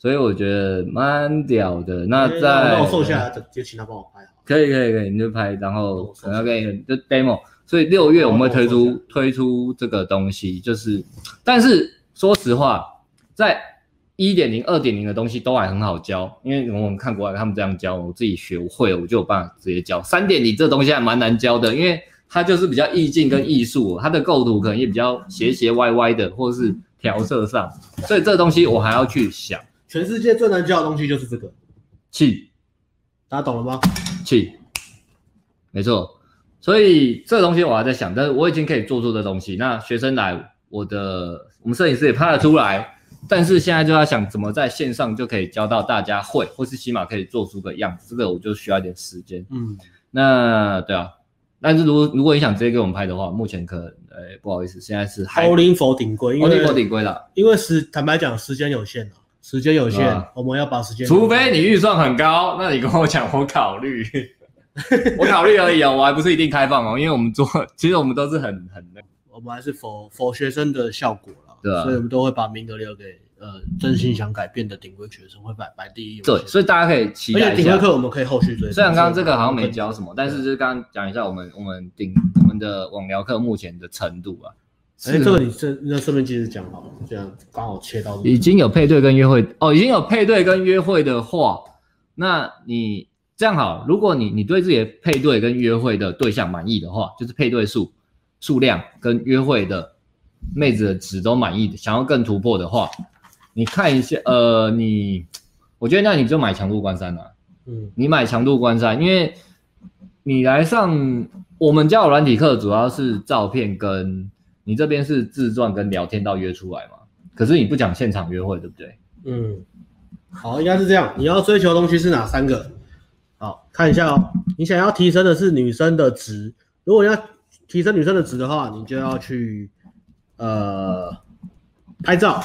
所以我觉得蛮屌的。那哎在那我瘦下来，就直接请他帮我拍好。可以可以可以，你就拍，然后那我可能要给你就 demo。所以六月我们会推那我出瘦推出这个东西，就是，但是说实话，在一点零、二点零的东西都还很好教，因为我们看国外他们这样教，我自己学会了，我就有办法直接教。三点零这东西还蛮难教的，因为它就是比较意境跟艺术，哦它的构图可能也比较斜斜歪歪的，或是调色上，所以这东西我还要去想全世界最难教的东西就是这个，去大家懂了吗？气，没错。所以这个东西我还在想，但是我已经可以做出的东西，那学生来我的我们摄影师也拍得出来，但是现在就要想怎么在线上就可以教到大家会，或是起码可以做出个样子，这个我就需要一点时间。嗯，那对啊，但是如果如果你想直接给我们拍的话，目前可能，呃、不好意思，现在是还奥林否顶规，因欧为力过顶规了，因为时坦白讲时间有限啊，时间有限，对啊我们要把时间，除非你预算很高，那你跟我讲，我考虑， *laughs* 我考虑而已啊、我还不是一定开放哦，因为我们做，其实我们都是很很那个我们还是否否学生的效果啦，对啊所以我们都会把名额留给呃真心想改变的顶规学生，会摆摆第一。对，所以大家可以期而待且一顶下规。课嗯我们可以后续追踪。虽然刚刚这个好像没教教什么，但是就是刚刚讲一下我们我们顶我们的网聊课目前的程度啊。哎、是这个你这那顺便接着讲好了，这样刚好切到已经有配对跟约会哦，已经有配对跟约会的话，那你这样好，如果你你对自己的配对跟约会的对象满意的话，就是配对数数量跟约会的妹子的值都满意，想要更突破的话，你看一下，呃，你我觉得那你就买强度关山啊了、嗯你买强度关山，因为你来上我们教软体课，主要是照片跟你这边是自传跟聊天到约出来嘛。可是你不讲现场约会，对不对？嗯，好，应该是这样。你要追求的东西是哪三个？好看一下哦，你想要提升的是女生的值，如果要提升女生的值的话，你就要去呃拍照，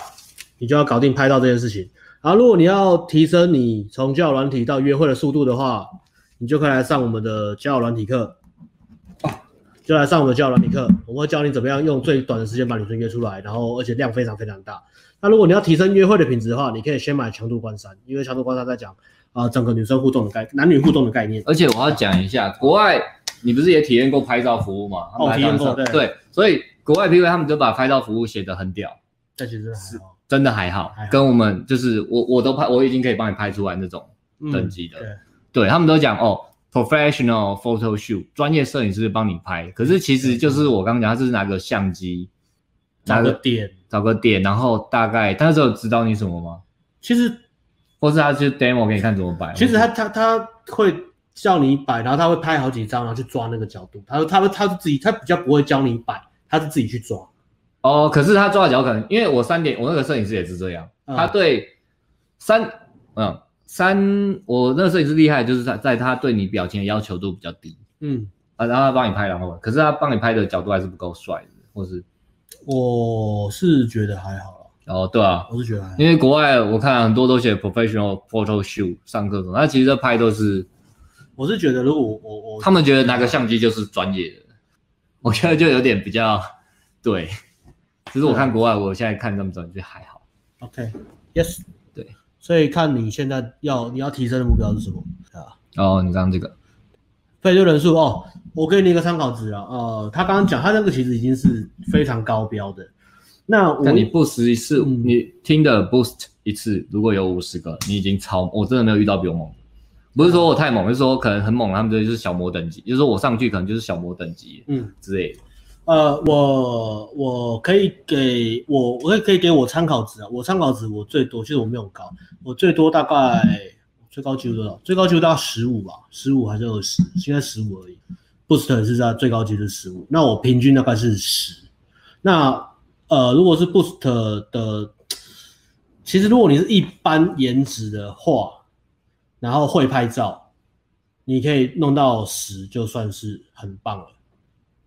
你就要搞定拍照这件事情。然后如果你要提升你从教软体到约会的速度的话，你就可以来上我们的教软体课，就来上我们的教软体课，我们会教你怎么样用最短的时间把女生约出来，然后而且量非常非常大。那如果你要提升约会的品质的话，你可以先买强度关山，因为强度关山在讲啊、呃整个女生互动的概男女互动的概念。而且我要讲一下，国外你不是也体验过拍照服务吗？他们还哦体验过当上对对，所以国外 P V 他们就把拍照服务写得很屌，但其实还好，真的还好还好，跟我们就是我我都拍，我已经可以帮你拍出来那种嗯等级的。对对他们都讲哦，professional photo shoot，专业摄影师帮你拍。可是其嗯实就是我刚刚讲，他就是拿个相机，哪拿个个点？找个点，然后大概他那时候指导你什么吗？其实或是他去 demo 给你看怎么摆？其实他他他会叫你摆，然后他会拍好几张，然后去抓那个角度。他说他会他是自己，他比较不会教你摆，他是自己去抓。哦，可是他抓的脚可能，因为我三点，我那个摄影师也是这样，嗯他对三嗯三，我那个摄影师厉害，就是在在他对你表情的要求度比较低嗯，啊，然后他帮你拍，然后可是他帮你拍的角度还是不够帅的，或是我是觉得还好了，哦对啊，我是觉得还好。因为国外我看很多都写 professional photo shoot 上课什么，那其实这拍都是我是觉得如果我我我他们觉得拿个相机就是专业的，我觉得就有点比较对。只是我看国外，我现在看他们专业就还好。 OK，Yes，、对，所以看你现在要你要提升的目标是什么啊？哦，你刚刚这个配对人数哦，我给你一个参考值啊。呃，他刚刚讲他那个其实已经是非常高标的。那我但你 boost 一次，嗯你听的 boost 一次，如果有五十个，你已经超，我真的没有遇到比我猛的。不是说我太猛，就是说可能很猛，他们就是小魔等级，就是说我上去可能就是小魔等级嗯之类的。呃，我我可以给我我可以可以给我参考值啊，我参考值我最多其实我没有很高，我最多大概最高记录多少？最高记录大概十五吧，十五还是二十？现在十五而已。Boost 是在最高级是十五，那我平均大概是十。那呃，如果是 Boost 的，其实如果你是一般颜值的话，然后会拍照，你可以弄到十，就算是很棒了。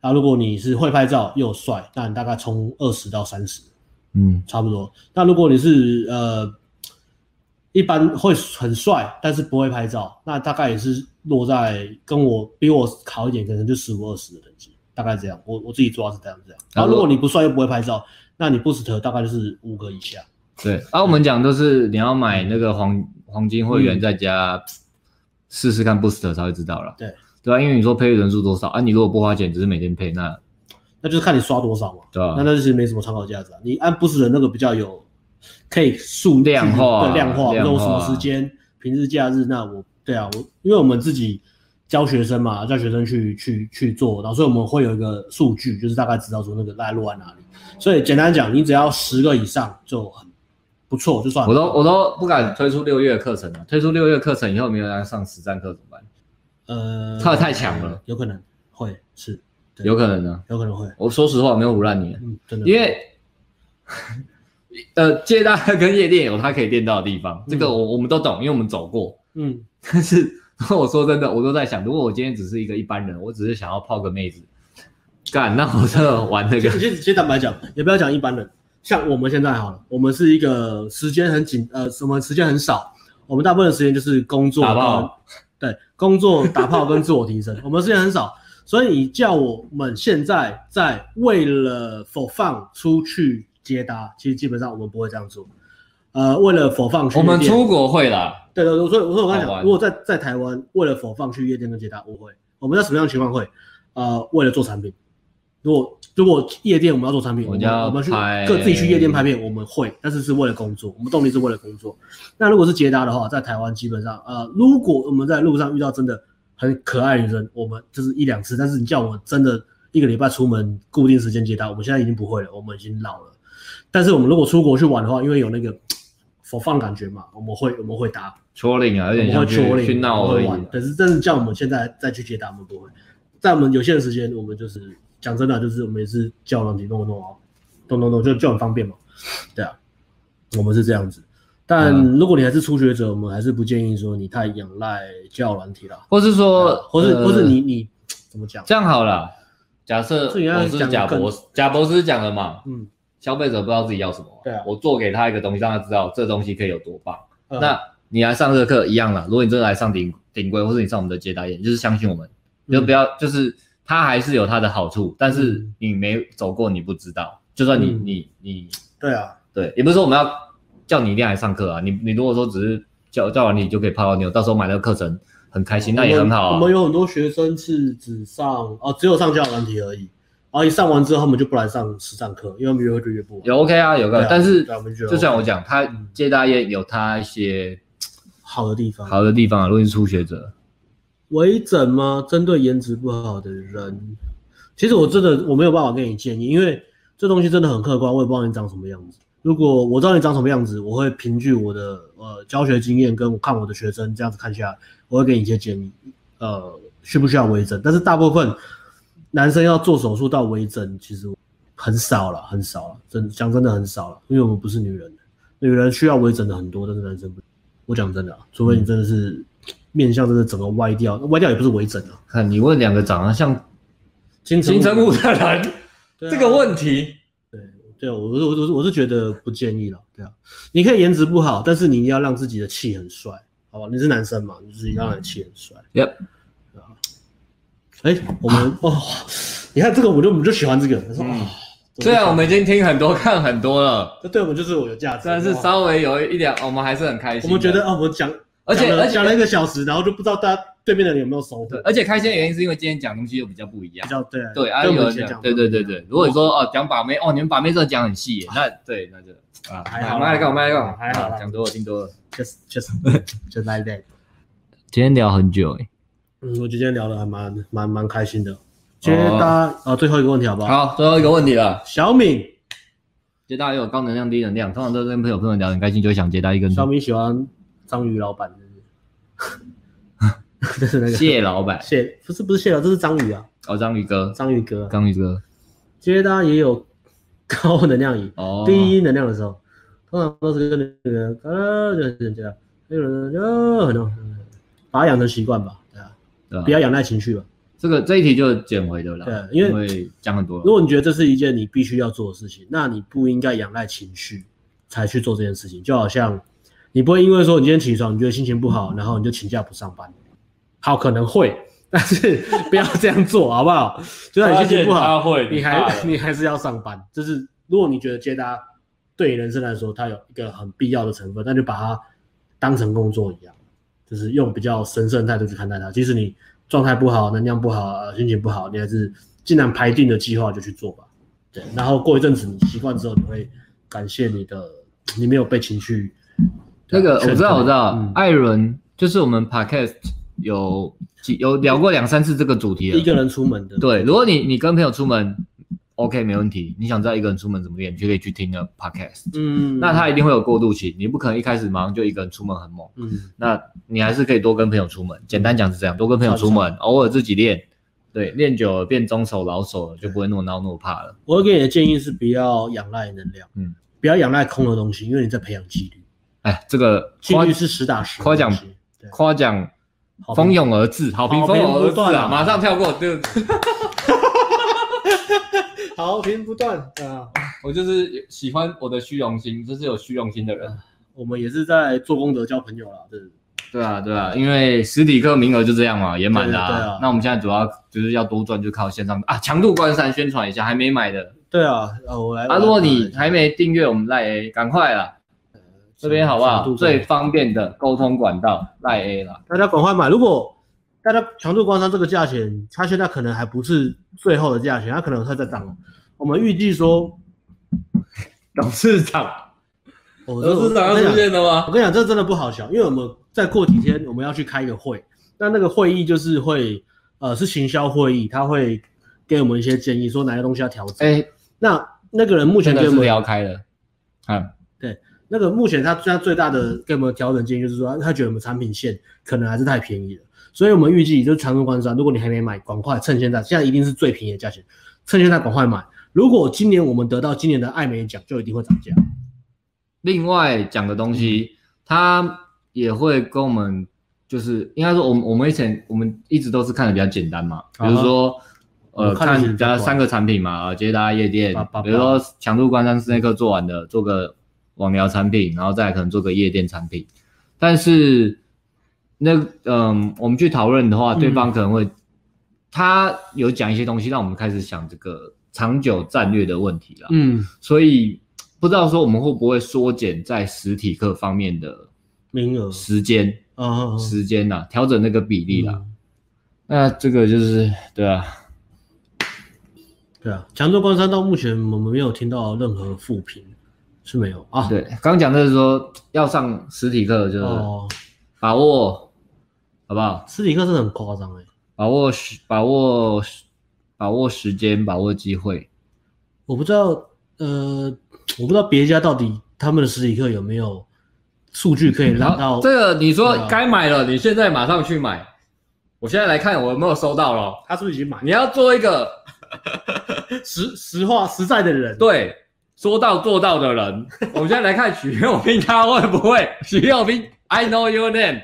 那如果你是会拍照又帅，那你大概冲二十到三十嗯，差不多。那如果你是呃一般会很帅，但是不会拍照，那大概也是落在跟我比我好一点，可能就十五二十的等级，大概这样。我我自己抓是这样这样。然后如果你不帅又不会拍照，那你 boost 大概就是五个以下。对。啊，我们讲都是你要买嗯那个黄黄金会员，再加试试看 boost 才会知道了。对，对啊，因为你说配人数多少啊？你如果不花钱，只是每天配，那那就是看你刷多少嘛。对啊那那就是没什么参考价值啊。你按 boost 的那个比较有可以数据量化对量化，量化那我什么时间、平日、假日，那我对啊，我因为我们自己教学生嘛，教学生去去去做，然后所以我们会有一个数据，就是大概知道说那个大概落在哪里。所以简单讲，你只要十个以上就很不错，就算我都我都不敢推出六月课程了。推出六月课程以后，没有人上实战课怎么办？呃他太强了，有可能会是对有可能呢、啊有可能会，我说实话，我没有胡乱你，嗯，真的因为 *laughs* 呃，借贷跟夜店有它可以练到的地方，这个我我们都懂，因为我们走过。嗯，但是 *laughs* 如果我说真的，我都在想，如果我今天只是一个一般人，我只是想要泡个妹子，干，那我真的玩那其个实其实其实坦白讲，也不要讲一般人，像我们现在好了，我们是一个时间很紧，呃，什么时间很少，我们大部分的时间就是工作打跟炮，对，工作打炮跟自我提 *laughs* 升，我们时间很少，所以你叫我们现在在为了否放出去接搭，其实基本上我们不会这样做。呃，为了否放去我们夜店出国会啦，对对，对所以所以我刚才好讲，玩如果在在台湾为了否放去夜店跟接搭，我会，我们在什么样的情况会？呃，为了做产品，如果如果夜店我们要做产品，我我们们要我们去拍各自己去夜店拍片，我们会，但是是为了工作，我们动力是为了工作。那如果是接搭的话，在台湾基本上，呃，如果我们在路上遇到真的很可爱的女生，我们就是一两次，但是你叫我真的一个礼拜出门固定时间接搭，我们现在已经不会了，我们已经老了。但是我们如果出国去玩的话，因为有那个 for fun 感觉嘛，我们会我们会搭。戳领啊，有我们会点像戳去领，去闹我而们会已玩。但是但是像我们现在再去接打，我们不会。在我们有限的时间，我们就是讲真的啊，就是我们也是叫软体弄一弄啊，弄弄弄就就很方便嘛。对啊，我们是这样子。但嗯如果你还是初学者，我们还是不建议说你太仰赖教软体啦，或是说，啊或是呃或是你你怎么讲？这样好了，假设这个要我是讲贾更博士，贾博士讲了嘛，嗯，消费者不知道自己要什么，对啊我做给他一个东西，让他知道这东西可以有多棒。呃那你来上这个课一样啦，如果你真的来上顶顶规，或是你上我们的接待业，你就是相信我们，就不要就是它还是有它的好处，但是嗯你没走过你不知道，就算你嗯你你对啊，对，也不是说我们要叫你一定要来上课啊，你你如果说只是叫叫完你就可以泡到妞，到时候买那个课程很开心，那也我很们好我啊们。有很多学生是只上哦，只有上教软体而已，然后一上完之后，他们就不来上实战课，因为他们约会就约不完。有 OK 啊，有对个啊，但是对啊我们觉得就像我讲，他嗯接大业有他一些好的地方，好的地方啊。如果你是初学者，微整吗？针对颜值不好的人，其实我真的我没有办法给你建议，因为这东西真的很客观，我也不知道你长什么样子。如果我知道你长什么样子，我会凭据我的呃教学经验跟我看我的学生这样子看下来，我会给你一些建议，呃，需不需要微整？但是大部分男生要做手术到微整，其实很少了，很少了，真讲真的很少了，因为我们不是女人，女人需要微整的很多，但是男生不。我讲真的、啊，除嗯非你真的是面相真的整个歪掉，那歪掉也不是微整啊。看你问两个长得 *laughs* 像金金城武的人、对啊这个问题，对啊我我我是我是觉得不建议了，对啊，你可以颜值不好，但是你一定要让自己的气很帅，好吧？你是男生嘛，你就是一定要让你气很帅。 Yep 啊对啊。哎，我们哦，你看这个，我就我们就喜欢这个。他说嗯啊，虽然我们已经听很多看很多了，这对我们就是我有价值，但是哇稍微有一点，我们还是很开我心的。们觉得啊，我们讲，而且讲了而且讲了一个小时，然后就不知道大家对面的人有没有收获对，，而且开心的原因是因为今天讲东西又比较不一比样。较对对啊，跟我有们以前人讲，讲对对对对。如果你说哦讲把妹，哦你们把妹这个讲很细耶，那对那就啊，还好啦来干我来干还好啦讲多了听多了。 ，just just *laughs* just like that。今天聊很久哎，嗯，我觉得今天聊的还蛮蛮蛮开心的。今天大家啊、最后一个问题好不好？哦好，最后一个问题了。小敏，接大家有高能量、低能量，通常都是跟朋友朋友聊得很开心，就会想接大一根。小敏喜欢章鱼老板，是 *laughs* 不是？就是 *laughs* 那个谢老板，蟹，不是不是蟹了，这是章鱼啊，哦，章鱼哥，章鱼哥啊、章鱼哥，今天大家也有 *laughs* 高能量饮，哦，低能量的时候，通常都是跟那个啊，就是这样，有人就很嗯把它养成习惯吧，对啊，对吧不要仰赖情绪吧。这个这一题就捡回的啦，对因为讲很多如了，果你觉得这是一件你必须要做的事情，那你不应该仰赖情绪才去做这件事情。就好像你不会因为说你今天起床，你觉得心情不好，然后你就请假不上班。好，可能会，但是 *laughs* 不要这样做，好不好？就算你心情不好，会你还 *laughs* 你还是要上班。就是如果你觉得接单对你人生来说，它有一个很必要的成分，那就把它当成工作一样，就是用比较神圣的态度去看待它。即使你状态不好、能量不好、呃心情不好，你还是尽量排定的计划就去做吧。对，然后过一阵子你习惯之后，你会感谢你的，你没有被情绪。那个我知道，我知道嗯，艾伦就是我们 podcast 有几有聊过两三次这个主题一了。个人出门的，对，如果你你跟朋友出门，OK 没问题，你想知道一个人出门怎么练，你就可以去听的 podcast。嗯，那他一定会有过渡期，你不可能一开始马上就一个人出门很猛。嗯，那你还是可以多跟朋友出门。简单讲是这样，多跟朋友出门，偶尔自己练，对，练久了变中手老手了，就不会那么闹那么怕了。我会给你的建议是不要仰赖能量，嗯，不要仰赖空的东西，因为你在培养纪律，哎，这个纪夸律是实打实的夸奖东西，对，夸奖好评蜂拥而至，好评好蜂评拥而不至断啊！啊马上跳过，就好评不断啊。我就是喜欢我的虚荣心，就是有虚荣心的人。我们也是在做功德交朋友啦，对，啊对啊，对啊，因为实体课名额就这样嘛，也满了、对对啊那我们现在主要就是要多赚，就靠线上啊，强度关山宣传一下，还没买的对啊，呃，我来啊，如果你还没订阅我们赖 A，赶快啦，这边好不好？最对，方便的沟通管道赖 A 啦。大家赶快买。如果大家强度关山这个价钱，它现在可能还不是最后的价钱，它可能会再嗯涨。我们预计说，董事长，我董事长我要跟你出讲现了吗？我跟你讲，这真的不好笑，因为我们再过几天我们要去开一个会，那那个会议就是会，呃，是行销会议，他会给我们一些建议，说哪些东西要调整。哎、那那个人目前真的给我是们聊开了，啊，那个目前他他最大的给我们调整建议就是说，他觉得我们产品线可能还是太便宜了，所以我们预计就是长途观山，如果你还没买，赶快趁现在，现在一定是最便宜的价钱，趁现在赶快买。如果今年我们得到今年的艾美奖，就一定会涨价。另外讲的东嗯西，他也会跟我们，就是应该说我们我们以前我们一直都是看的比较简单嘛，比如说、呃啊我看的看是人比较啊家短三个产品嘛，捷达夜店叭叭，叭比如说强度关山室内课做完的，做个网聊产品，然后再来可能做个夜店产品，但是那嗯，我们去讨论的话，嗯对方可能会、他有讲一些东西，让我们开始想这个长久战略的问题啦。嗯，所以不知道说我们会不会缩减在实体课方面的名额，时间嗯，时间呐、调整那个比例啦。嗯那这个就是对啊，对啊，强州关山到目前我们没有听到任何负评，是没有啊。对，刚讲的是说要上实体课，就是哦，把握、好不好？斯里克是很夸张哎，把握时把握把握时间，把握机会。我不知道，呃，我不知道别家到底他们的斯里克有没有数据可以拉嗯好，到这个你说对啊该买了，你现在马上去买。我现在来看我有没有收到了。他是不是已经买你要做一个实实话实在的人，对，说到做到的人。我们现在来看徐佑斌他会不会？徐佑斌，I know your name，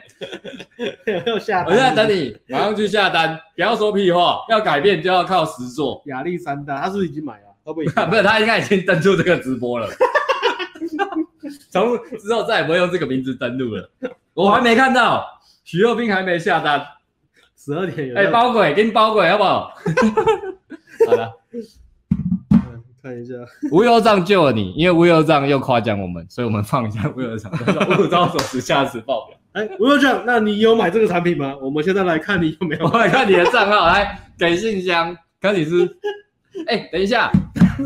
有没有下我现在等你，马上去下单，不要说屁话，要改变就要靠实做。亚历山大，他是不是已经买了？他不已 *laughs* 经不是，他应该已经登录这个直播了，从之后再也不会用这个名字登录了。我还没看到徐佑斌还没下单，十二点有哎、在包鬼，给你包鬼好不好？ *laughs* 好了，嗯看一下，无忧藏救了你，因为无忧藏又夸奖我们，所以我们放一下无忧藏， *laughs* 无忧藏手持下次报表。哎，吴又酱，那你有买这个产品吗？我们现在来看你有没有 *laughs* 我买。来看你的账号，来给信箱，看你是。哎、等一下，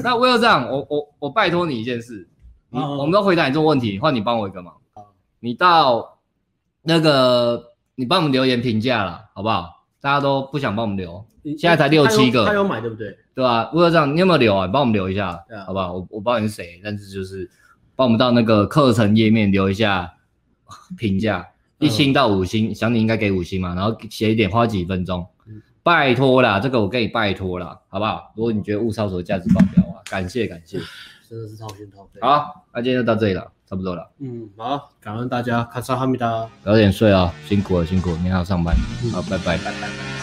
那 Will 这样，我我我拜托你一件事，你嗯嗯我们都回答你这个问题，换你帮我一个忙。你到那个，你帮我们留言评价了，好不好？大家都不想帮我们留，现在才六七个他有买对不对？对吧、w i l l 这样，你有没有留啊？你帮我们留一下，对啊好不好？我我不知道你是谁，但是就是帮我们到那个课程页面留一下评价，嗯一星到五星，想你应该给五星嘛，然后写一点，花几分钟嗯，拜托啦，这个我跟你拜托啦，好不好？如果你觉得物超所价值爆表啊，感谢感谢。真的是掏心掏肺。好，那今天就到这里了，差不多了，嗯，好，感恩大家，卡萨哈密达。早点睡啊，辛苦了辛苦了，明天还要上班，嗯好，拜拜。拜拜拜拜